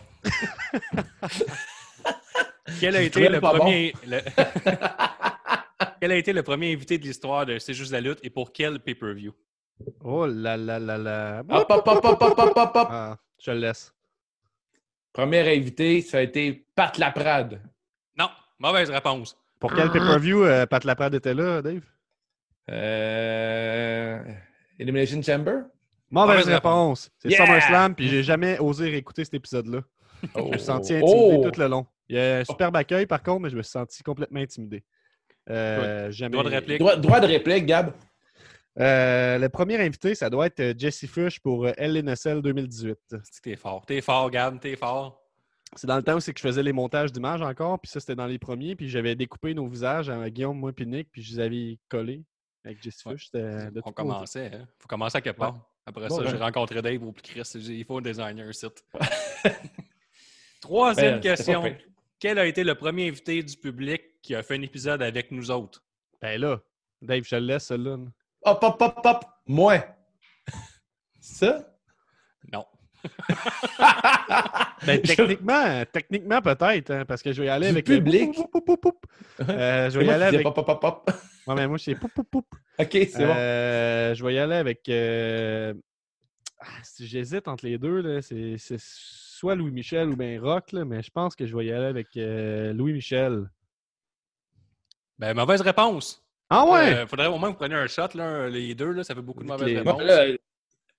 [SPEAKER 1] Quel a
[SPEAKER 2] Je
[SPEAKER 1] été
[SPEAKER 2] trouvais
[SPEAKER 1] le
[SPEAKER 2] pas bon.
[SPEAKER 1] premier. le- (laughs) Quel a été le premier invité de l'histoire de C'est juste la lutte et pour quel pay-per-view?
[SPEAKER 3] Oh là là là là.
[SPEAKER 2] Hop, hop, hop, hop, hop, hop, hop, hop.
[SPEAKER 3] Ah, je le laisse.
[SPEAKER 2] Premier invité, ça a été Pat Laprade.
[SPEAKER 1] Non, mauvaise réponse.
[SPEAKER 3] Pour quel pay-per-view euh, Pat Laprade était là, Dave?
[SPEAKER 2] Euh... Elimination Chamber?
[SPEAKER 1] Mauvaise
[SPEAKER 3] Mauvaise
[SPEAKER 1] réponse.
[SPEAKER 3] réponse. C'est
[SPEAKER 2] Yeah!
[SPEAKER 3] SummerSlam, puis j'ai jamais osé réécouter cet épisode-là. Je me suis senti intimidé
[SPEAKER 2] Oh!
[SPEAKER 3] tout le long. Il y a un superbe accueil, par contre, mais je me suis senti complètement intimidé. Euh, jamais...
[SPEAKER 1] Droit de réplique.
[SPEAKER 2] Droit, droit de réplique, Gab.
[SPEAKER 3] Euh, le premier invité, ça doit être euh, Jesse Fush pour euh, LNSL 2018.
[SPEAKER 1] C'est que T'es fort. T'es fort, Gab, t'es fort.
[SPEAKER 3] C'est dans le temps où c'est que je faisais les montages d'images encore, puis ça, c'était dans les premiers, puis j'avais découpé nos visages à Guillaume, moi, puis Nick, puis je les avais collés avec Jesse
[SPEAKER 1] Ouais.
[SPEAKER 3] Fush.
[SPEAKER 2] Euh,
[SPEAKER 3] C'était de
[SPEAKER 1] On
[SPEAKER 3] tout côté.
[SPEAKER 1] commençait, hein? Faut commencer à quelque part. Après
[SPEAKER 2] Bon, ben.
[SPEAKER 1] ça,
[SPEAKER 2] ouais.
[SPEAKER 1] j'ai rencontré Dave au plus Chris. j'ai dit, Il faut un designer site. (laughs) Troisième
[SPEAKER 2] Ben, c'était
[SPEAKER 1] question.
[SPEAKER 2] pas pire.
[SPEAKER 1] Quel a été le premier invité du public qui a fait un épisode avec nous autres?
[SPEAKER 3] Ben là, Dave, je te le laisse, celle-là.
[SPEAKER 2] Hop, hop, hop, hop. Moi. C'est ça?
[SPEAKER 1] Non.
[SPEAKER 3] Ben,
[SPEAKER 2] Je-
[SPEAKER 3] (laughs) techniquement, euh, techniquement peut-être, hein, parce que je vais y aller
[SPEAKER 2] Du
[SPEAKER 3] avec
[SPEAKER 2] public.
[SPEAKER 3] Le... Poup, poup, poup, poup. Euh, je
[SPEAKER 2] C'est
[SPEAKER 3] vais y
[SPEAKER 2] moi
[SPEAKER 3] aller
[SPEAKER 2] qui disais
[SPEAKER 3] avec.
[SPEAKER 2] Hop, hop, hop, hop.
[SPEAKER 3] Ouais, mais moi, je sais poup, poup, poup.
[SPEAKER 2] (laughs) OK, c'est bon.
[SPEAKER 3] Euh, Je vais y aller avec. euh, ah, si J'hésite entre les deux. là, C'est c'est soit Louis Michel ou bien Rock, là, mais je pense que je vais y aller avec euh, Louis Michel.
[SPEAKER 1] Ben, mauvaise réponse.
[SPEAKER 3] Ah ouais!
[SPEAKER 1] Euh, faudrait au moins que vous preniez un shot, là, les deux, là, ça fait beaucoup de mauvaises
[SPEAKER 3] les-
[SPEAKER 2] Bon,
[SPEAKER 1] réponses.
[SPEAKER 2] là,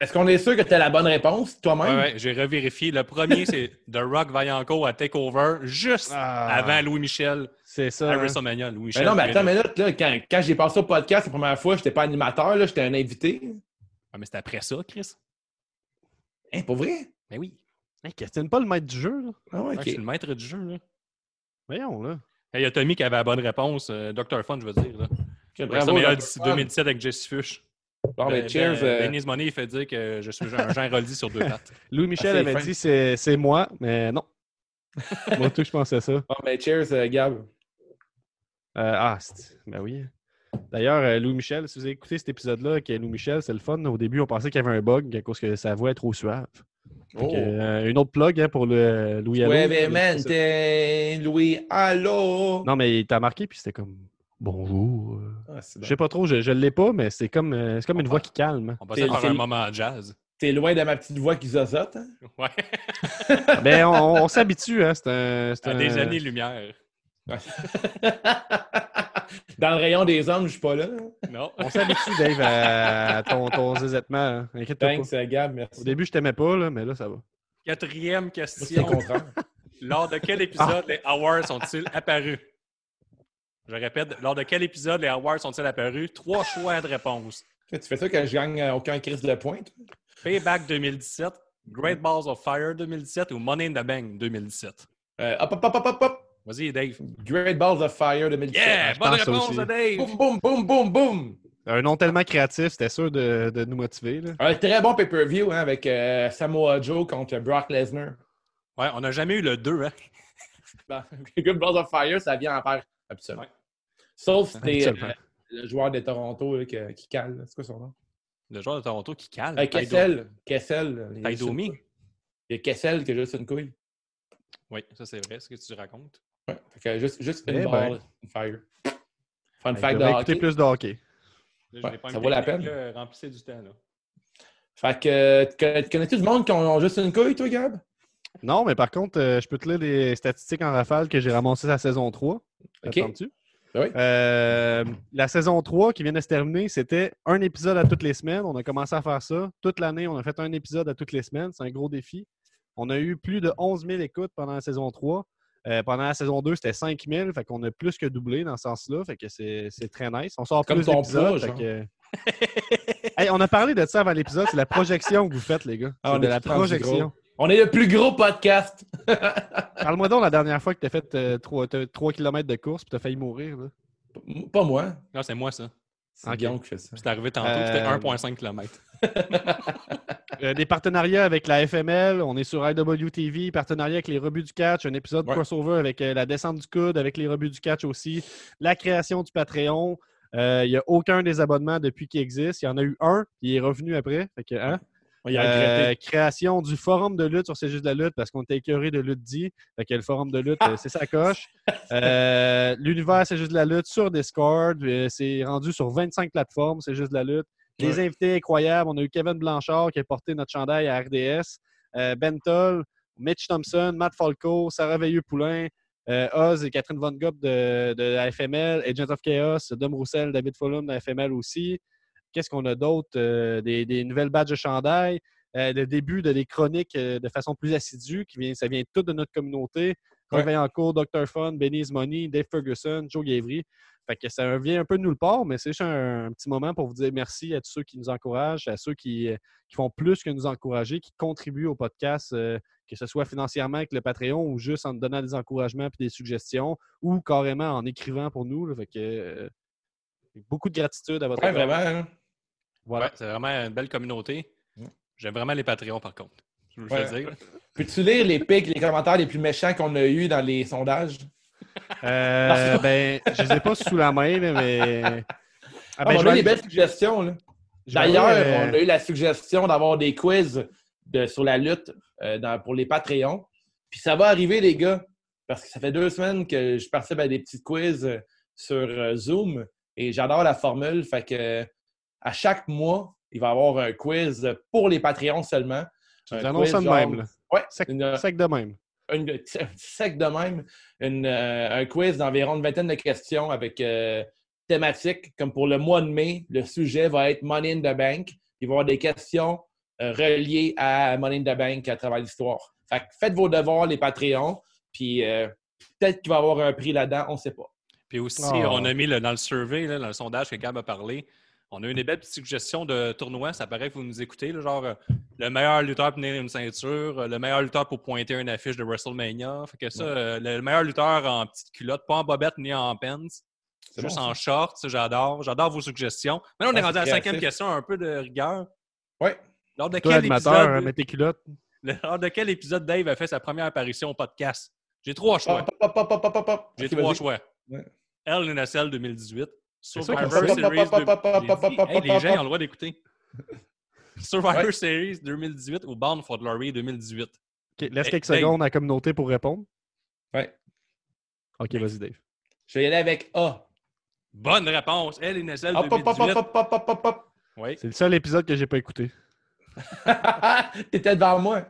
[SPEAKER 2] Est-ce qu'on est sûr que tu as la bonne réponse
[SPEAKER 1] Ouais,
[SPEAKER 2] toi-même?
[SPEAKER 1] ouais, j'ai revérifié. Le premier, c'est The Rock Vaillancourt à Takeover, juste
[SPEAKER 3] Ah,
[SPEAKER 1] avant Louis Michel
[SPEAKER 3] C'est ça.
[SPEAKER 1] à
[SPEAKER 3] hein.
[SPEAKER 1] WrestleMania. Louis
[SPEAKER 2] Mais
[SPEAKER 1] Michel.
[SPEAKER 2] Ah. Ben non, mais attends une
[SPEAKER 1] mais.
[SPEAKER 2] minute. Là, quand quand j'ai passé au podcast la première fois, j'étais pas animateur, là, j'étais un invité.
[SPEAKER 1] Ah, mais c'était après ça, Chris.
[SPEAKER 2] Hein, pour vrai?
[SPEAKER 1] Ben oui.
[SPEAKER 3] Hey, questionne pas le maître du jeu. là.
[SPEAKER 2] Ah, ouais,
[SPEAKER 1] Ouais, je suis
[SPEAKER 2] OK.
[SPEAKER 1] le maître du jeu, là.
[SPEAKER 3] Voyons, là.
[SPEAKER 1] Hey, Il y a Tommy qui avait la bonne réponse, euh, Dr. Fun, je veux dire. Là.
[SPEAKER 2] Ok, bravo,
[SPEAKER 1] WrestleMania
[SPEAKER 2] Dr.
[SPEAKER 1] 10-
[SPEAKER 2] Fun.
[SPEAKER 1] 2017 avec Jesse Fush.
[SPEAKER 2] Bon, ben,
[SPEAKER 1] Ben-
[SPEAKER 2] cheers.
[SPEAKER 1] ben-
[SPEAKER 2] euh,
[SPEAKER 1] Denise Money, il fait dire que je suis un Jean Roldi sur deux pattes.
[SPEAKER 3] Louis Michel
[SPEAKER 2] c'est
[SPEAKER 3] avait
[SPEAKER 2] fin.
[SPEAKER 3] dit c'est c'est moi, mais (laughs) non. Moi, tout, je pensais ça.
[SPEAKER 2] bon, ben, cheers, euh, Gab.
[SPEAKER 3] Euh, ah, c'est- ben oui. D'ailleurs, euh, Louis Michel, si vous avez écouté cet épisode-là, avec Louis Michel, c'est le fun. Au début, on pensait qu'il y avait un bug à cause que sa voix est trop suave. Fait que, euh, une autre plug hein, pour le euh, Louis Allo.
[SPEAKER 2] Oh. Ouais, mais man,
[SPEAKER 3] C'est ça.
[SPEAKER 2] t'es Louis, allô?
[SPEAKER 3] Non, mais il t'a marqué, puis c'était comme bonjour. euh.
[SPEAKER 2] Ah, c'est
[SPEAKER 3] Je
[SPEAKER 2] bon.
[SPEAKER 3] sais pas trop, je, je l'ai pas, mais c'est comme, euh, c'est comme une voix qui
[SPEAKER 2] (laughs)
[SPEAKER 3] calme.
[SPEAKER 1] On passait
[SPEAKER 2] C'est-
[SPEAKER 1] par
[SPEAKER 2] c'est-
[SPEAKER 1] un moment en jazz.
[SPEAKER 2] T'es loin de ma petite voix qui zozote. hein?
[SPEAKER 1] Ouais.
[SPEAKER 3] mais on, Ben, on s'habitue, hein, c'est un.
[SPEAKER 2] Euh,
[SPEAKER 3] c'est
[SPEAKER 1] À des
[SPEAKER 3] un-
[SPEAKER 1] années-lumière.
[SPEAKER 2] Dans le rayon des hommes, je suis pas là.
[SPEAKER 1] Non.
[SPEAKER 3] On s'habitue, Dave, à, à ton, ton zézettement, hein. Inquiète-toi pas.
[SPEAKER 2] Thanks, euh, Gab,
[SPEAKER 3] Au
[SPEAKER 2] merci.
[SPEAKER 3] début, je t'aimais pas, là, mais là, ça va.
[SPEAKER 1] Quatrième
[SPEAKER 2] C'est le
[SPEAKER 1] question.
[SPEAKER 2] contraire. (laughs)
[SPEAKER 1] Lors de
[SPEAKER 3] Ah.
[SPEAKER 1] quel épisode les Hours sont-ils apparus? Je répète, lors de quel épisode les Hours sont-ils apparus? Trois choix de réponse.
[SPEAKER 2] Tu fais ça que je gagne euh, aucun crise de pointe.
[SPEAKER 1] Payback 2017, Great Balls of Fire 2017 ou Money in the Bank 2017.
[SPEAKER 2] Euh, hop, hop, hop, hop, hop, hop.
[SPEAKER 1] Vas-y, Dave.
[SPEAKER 2] Great Balls of Fire 2017.
[SPEAKER 1] Yeah!
[SPEAKER 3] je
[SPEAKER 1] Bonne
[SPEAKER 3] pense ça
[SPEAKER 1] réponse,
[SPEAKER 3] aussi.
[SPEAKER 1] de Dave!
[SPEAKER 2] Boum, boum, boum, boum, boum.
[SPEAKER 3] Un nom tellement créatif, c'était sûr de, de nous motiver. Là.
[SPEAKER 2] Un très bon pay-per-view hein, avec euh, Samoa Joe contre Brock Lesnar.
[SPEAKER 1] Ouais, on n'a jamais eu le 2, hein?
[SPEAKER 2] Bon, (laughs) Good Balls of Fire, ça vient en paire. Absolument.
[SPEAKER 1] Ouais.
[SPEAKER 2] Sauf si t'es euh,
[SPEAKER 3] Absolument.
[SPEAKER 2] le joueur de Toronto là, que- qui cale. là. C'est quoi son nom?
[SPEAKER 1] Le joueur de Toronto qui calme.
[SPEAKER 2] Euh, Kessel. Kessel. les-
[SPEAKER 1] Taidomi.
[SPEAKER 2] Il y a Kessel qui a juste une couille.
[SPEAKER 1] Oui, ça c'est vrai, ce que tu racontes.
[SPEAKER 2] Ouais. Fait que juste, juste
[SPEAKER 3] Eh
[SPEAKER 2] une
[SPEAKER 3] ben.
[SPEAKER 2] balle, une fire. Fun
[SPEAKER 3] Fait que
[SPEAKER 2] fact de
[SPEAKER 3] devrait écouter
[SPEAKER 2] hockey.
[SPEAKER 3] plus de hockey.
[SPEAKER 1] Là, je
[SPEAKER 2] Ouais,
[SPEAKER 1] n'ai pas
[SPEAKER 2] ça
[SPEAKER 1] une
[SPEAKER 2] vaut la
[SPEAKER 1] technique,
[SPEAKER 2] peine.
[SPEAKER 1] là, remplissez du temps, là.
[SPEAKER 2] Fait que euh, tu connais- tu connais-tu du monde qui ont, ont juste une couille, toi, Gab?
[SPEAKER 3] Non, mais par contre, euh, je peux te lire des statistiques en rafale que j'ai ramassées la saison 3.
[SPEAKER 2] Ok.
[SPEAKER 3] Attends-tu?
[SPEAKER 2] Ben oui.
[SPEAKER 3] Euh, la saison 3 qui vient de se terminer, c'était un épisode à toutes les semaines. On a commencé à faire ça. Toute l'année, on a fait un épisode à toutes les semaines. C'est un gros défi. On a eu plus de 11 000 écoutes pendant la saison 3. Euh, pendant la saison 2, c'était 5 000. Fait qu'on a plus que doublé dans ce sens-là. Fait que c'est c'est très nice. On sort
[SPEAKER 2] Comme
[SPEAKER 3] plus
[SPEAKER 2] ton hein.
[SPEAKER 3] d'épisodes.
[SPEAKER 2] poids,
[SPEAKER 3] fait
[SPEAKER 2] genre.
[SPEAKER 3] que- Hey, on a parlé de ça avant l'épisode. C'est la projection que vous faites, les gars.
[SPEAKER 2] Ah,
[SPEAKER 3] C'est
[SPEAKER 2] on
[SPEAKER 3] de
[SPEAKER 2] est
[SPEAKER 3] la
[SPEAKER 2] tous rendus
[SPEAKER 3] projection.
[SPEAKER 2] On est le plus gros podcast.
[SPEAKER 3] Parle-moi donc la dernière fois que tu as fait euh, 3, km de course et tu as failli mourir. là.
[SPEAKER 2] Pas moi.
[SPEAKER 1] Non, c'est moi, ça.
[SPEAKER 2] C'est
[SPEAKER 3] Ok.
[SPEAKER 2] Guillaume qui fait ça.
[SPEAKER 1] C'est arrivé tantôt,
[SPEAKER 3] Euh,
[SPEAKER 1] c'était 1,5 km.
[SPEAKER 3] Euh, des partenariats avec la FML, on est sur IWTV, partenariat avec les rebuts du catch, un épisode
[SPEAKER 2] Ouais.
[SPEAKER 3] crossover avec euh, la descente du coude, avec les rebuts du catch aussi, la création du Patreon. Euh, Il n'y a aucun des abonnements depuis qu'il existe. Il y en a eu un, il est revenu après. Fait que, hein?
[SPEAKER 2] On y a regretté.
[SPEAKER 3] Euh, création du forum de lutte sur C'est juste de la lutte parce qu'on était écœuré de lutte dit. Fait que le forum de lutte, euh, c'est sa coche. Euh, L'univers, c'est juste de la lutte sur Discord. Euh, c'est rendu sur 25 plateformes, c'est juste de la lutte. Des invités incroyables. On a eu Kevin Blanchard qui a porté notre chandail à RDS. Euh, ben Toll, Mitch Thompson, Matt Falco, Sarah Veilleux-Poulain, euh, Oz et Catherine Von Gop de, de la FML, Agent of Chaos, Dom Roussel, David Follum de la FML aussi. Qu'est-ce qu'on a d'autre? Euh, des, des nouvelles badges de chandail, euh, le début de des chroniques euh, de façon plus assidue, qui vient, ça vient tout de notre communauté. Roy
[SPEAKER 2] Ouais.
[SPEAKER 3] Vaillancourt, Dr. Fun, Benny's Money, Dave Ferguson, Joe Gavry. Fait que ça vient un peu de nulle part, mais c'est juste un, un petit moment pour vous dire merci à tous ceux qui nous encouragent, à ceux qui, euh, qui font plus que nous encourager, qui contribuent au podcast, euh, que ce soit financièrement avec le Patreon ou juste en nous donnant des encouragements et des suggestions ou carrément en écrivant pour nous. là. fait que, euh, beaucoup de gratitude à votre
[SPEAKER 2] Ouais,
[SPEAKER 3] égard.
[SPEAKER 2] vraiment. hein.
[SPEAKER 3] Voilà.
[SPEAKER 1] Ouais, c'est vraiment une belle communauté.
[SPEAKER 2] Mm.
[SPEAKER 1] J'aime vraiment les Patreons, par contre. Je veux le
[SPEAKER 2] Ouais.
[SPEAKER 1] dire.
[SPEAKER 2] Peux-tu lire les pics, les commentaires les plus méchants qu'on a eu dans les sondages?
[SPEAKER 3] Euh, ben, je les ai pas sous la main, là, mais. Ah,
[SPEAKER 2] Ah,
[SPEAKER 3] ben, je
[SPEAKER 2] on a
[SPEAKER 3] vais-
[SPEAKER 2] eu des belles suggestions. là.
[SPEAKER 3] je vais
[SPEAKER 2] D'ailleurs,
[SPEAKER 3] aller, euh,
[SPEAKER 2] on a eu la suggestion d'avoir des quiz de- sur la lutte euh, dans- pour les Patreons. Puis ça va arriver, les gars, parce que ça fait deux semaines que je participe à des petits quiz euh, sur euh, Zoom et j'adore la formule. Fait que euh, à chaque mois, il va y avoir un quiz pour les Patreons seulement.
[SPEAKER 3] Tu
[SPEAKER 2] Un
[SPEAKER 3] nous annonces
[SPEAKER 2] quiz
[SPEAKER 3] ça de
[SPEAKER 2] genre-
[SPEAKER 3] même, là.
[SPEAKER 2] Ouais,
[SPEAKER 3] Sec,
[SPEAKER 2] une- euh,
[SPEAKER 3] sec de même.
[SPEAKER 2] une- (laughs) un petit sac de même, une, euh, un quiz d'environ une vingtaine de questions avec euh, thématiques. Comme pour le mois de mai, le sujet va être Money in the Bank. Il va y avoir des questions euh, reliées à Money in the Bank à travers l'histoire. Fait que faites vos devoirs, les Patreons, puis euh, peut-être qu'il va y avoir un prix là-dedans, on ne sait pas.
[SPEAKER 1] Puis aussi,
[SPEAKER 3] Oh.
[SPEAKER 2] Ah,
[SPEAKER 1] on a mis le- dans le survey, là, dans le sondage que Gab a parlé, on a eu des belles petites suggestions de tournois. Ça paraît que vous nous écoutez. là, genre, euh, le meilleur lutteur pour tenir une ceinture, euh, le meilleur lutteur pour pointer une affiche de WrestleMania. Fait que ça, euh, le meilleur lutteur en petite culotte, pas en bobette ni en pants.
[SPEAKER 2] C'est
[SPEAKER 1] juste
[SPEAKER 2] bon,
[SPEAKER 1] en short, ça, j'adore. J'adore vos suggestions. Maintenant, on
[SPEAKER 2] Ouais,
[SPEAKER 1] est rendu à la
[SPEAKER 2] c'est
[SPEAKER 1] cinquième
[SPEAKER 2] créatif.
[SPEAKER 1] question, un peu de rigueur.
[SPEAKER 2] Ouais.
[SPEAKER 1] Lors de,
[SPEAKER 3] Toi,
[SPEAKER 1] quel
[SPEAKER 3] animateur,
[SPEAKER 1] épisode,
[SPEAKER 3] hein, mets tes culottes.
[SPEAKER 1] lors de quel épisode Dave a fait sa première apparition au podcast? J'ai trois choix.
[SPEAKER 2] Pop, pop, pop, pop, pop, pop, pop.
[SPEAKER 1] J'ai
[SPEAKER 2] Ok,
[SPEAKER 1] trois
[SPEAKER 2] vas-y.
[SPEAKER 1] choix.
[SPEAKER 2] Ouais.
[SPEAKER 1] Hell in a Cell 2018. Survivor
[SPEAKER 2] sûr
[SPEAKER 1] Series.
[SPEAKER 2] que- Pop, pop, pop, pop, pop, pop, pop,
[SPEAKER 1] 2018. Hey, Les
[SPEAKER 2] pop,
[SPEAKER 1] gens ils
[SPEAKER 2] pop.
[SPEAKER 1] ont le droit
[SPEAKER 2] (laughs)
[SPEAKER 1] d'écouter. Survivor
[SPEAKER 2] Ouais.
[SPEAKER 1] Series 2018 ou Bound for Glory 2018.
[SPEAKER 3] Ok, laisse
[SPEAKER 1] Hey,
[SPEAKER 3] quelques
[SPEAKER 1] hey.
[SPEAKER 3] secondes à la communauté pour répondre.
[SPEAKER 2] Eh, Ouais.
[SPEAKER 3] Ok, vas-y, Dave.
[SPEAKER 2] Je vais y aller avec A.
[SPEAKER 1] Bonne réponse. Hell in a Cell
[SPEAKER 2] Hop, hop, hop,
[SPEAKER 1] 2018.
[SPEAKER 2] hop, hop, hop, hop, (laughs) hop.
[SPEAKER 1] Oui.
[SPEAKER 3] C'est le seul épisode que j'ai pas écouté.
[SPEAKER 2] T'étais devant moi.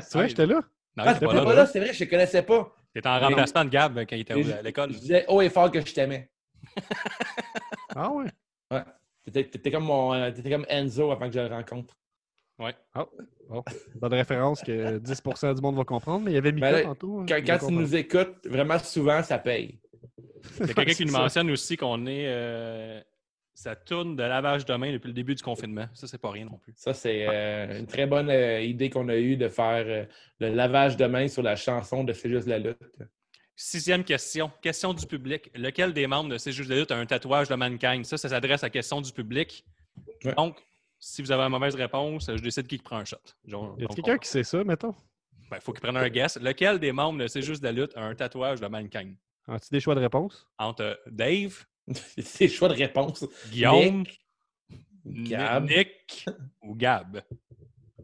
[SPEAKER 3] C'est vrai, j'étais là.
[SPEAKER 1] Non,
[SPEAKER 2] Ah,
[SPEAKER 1] t'es
[SPEAKER 2] t'étais
[SPEAKER 1] Ah, pas
[SPEAKER 2] pas
[SPEAKER 1] là.
[SPEAKER 2] là, c'est vrai, je ne connaissais pas.
[SPEAKER 1] T'étais en remplacement de Gab quand il était
[SPEAKER 2] Et
[SPEAKER 1] au- à
[SPEAKER 2] (laughs)
[SPEAKER 1] l'école.
[SPEAKER 2] Je disais haut et fort que je t'aimais.
[SPEAKER 3] Ah ouais.
[SPEAKER 2] T'étais t'étais comme, mon, euh, t'étais comme Enzo avant que je le rencontre.
[SPEAKER 3] Bonne référence que 10% du monde va comprendre, mais il y avait Mika
[SPEAKER 2] Ben là,
[SPEAKER 3] tantôt. hein,
[SPEAKER 2] Quand,
[SPEAKER 3] qui
[SPEAKER 2] quand
[SPEAKER 3] va
[SPEAKER 2] tu nous écoutes, vraiment souvent, ça paye.
[SPEAKER 1] Il y a quelqu'un qui nous
[SPEAKER 3] C'est ça.
[SPEAKER 1] mentionne aussi qu'on est. euh, Ça tourne de lavage de main depuis le début du confinement. Ça, c'est pas rien non plus.
[SPEAKER 2] Ça, c'est euh, une très bonne euh, idée qu'on a eue de faire euh, le lavage de main sur la chanson de C'est juste la lutte. (laughs)
[SPEAKER 1] Sixième question. Question du public. Lequel des membres de ces juges de lutte a un tatouage de mankind? Ça, ça s'adresse à la question du public.
[SPEAKER 2] Ouais.
[SPEAKER 1] Donc, si vous avez la mauvaise réponse, je décide qui prend un shot. Genre,
[SPEAKER 3] comprendre. Y a
[SPEAKER 1] donc,
[SPEAKER 3] quelqu'un
[SPEAKER 1] on-
[SPEAKER 3] qui sait ça, mettons?
[SPEAKER 1] ben, faut qu'il prenne un guess. Lequel des membres de ces juges de lutte a un tatouage de mankind?
[SPEAKER 3] As-tu des choix de réponse?
[SPEAKER 1] Entre Dave,
[SPEAKER 2] c'est le choix de réponse.
[SPEAKER 1] Guillaume, Ni-
[SPEAKER 2] Gab. (laughs)
[SPEAKER 1] Nick ou Gab?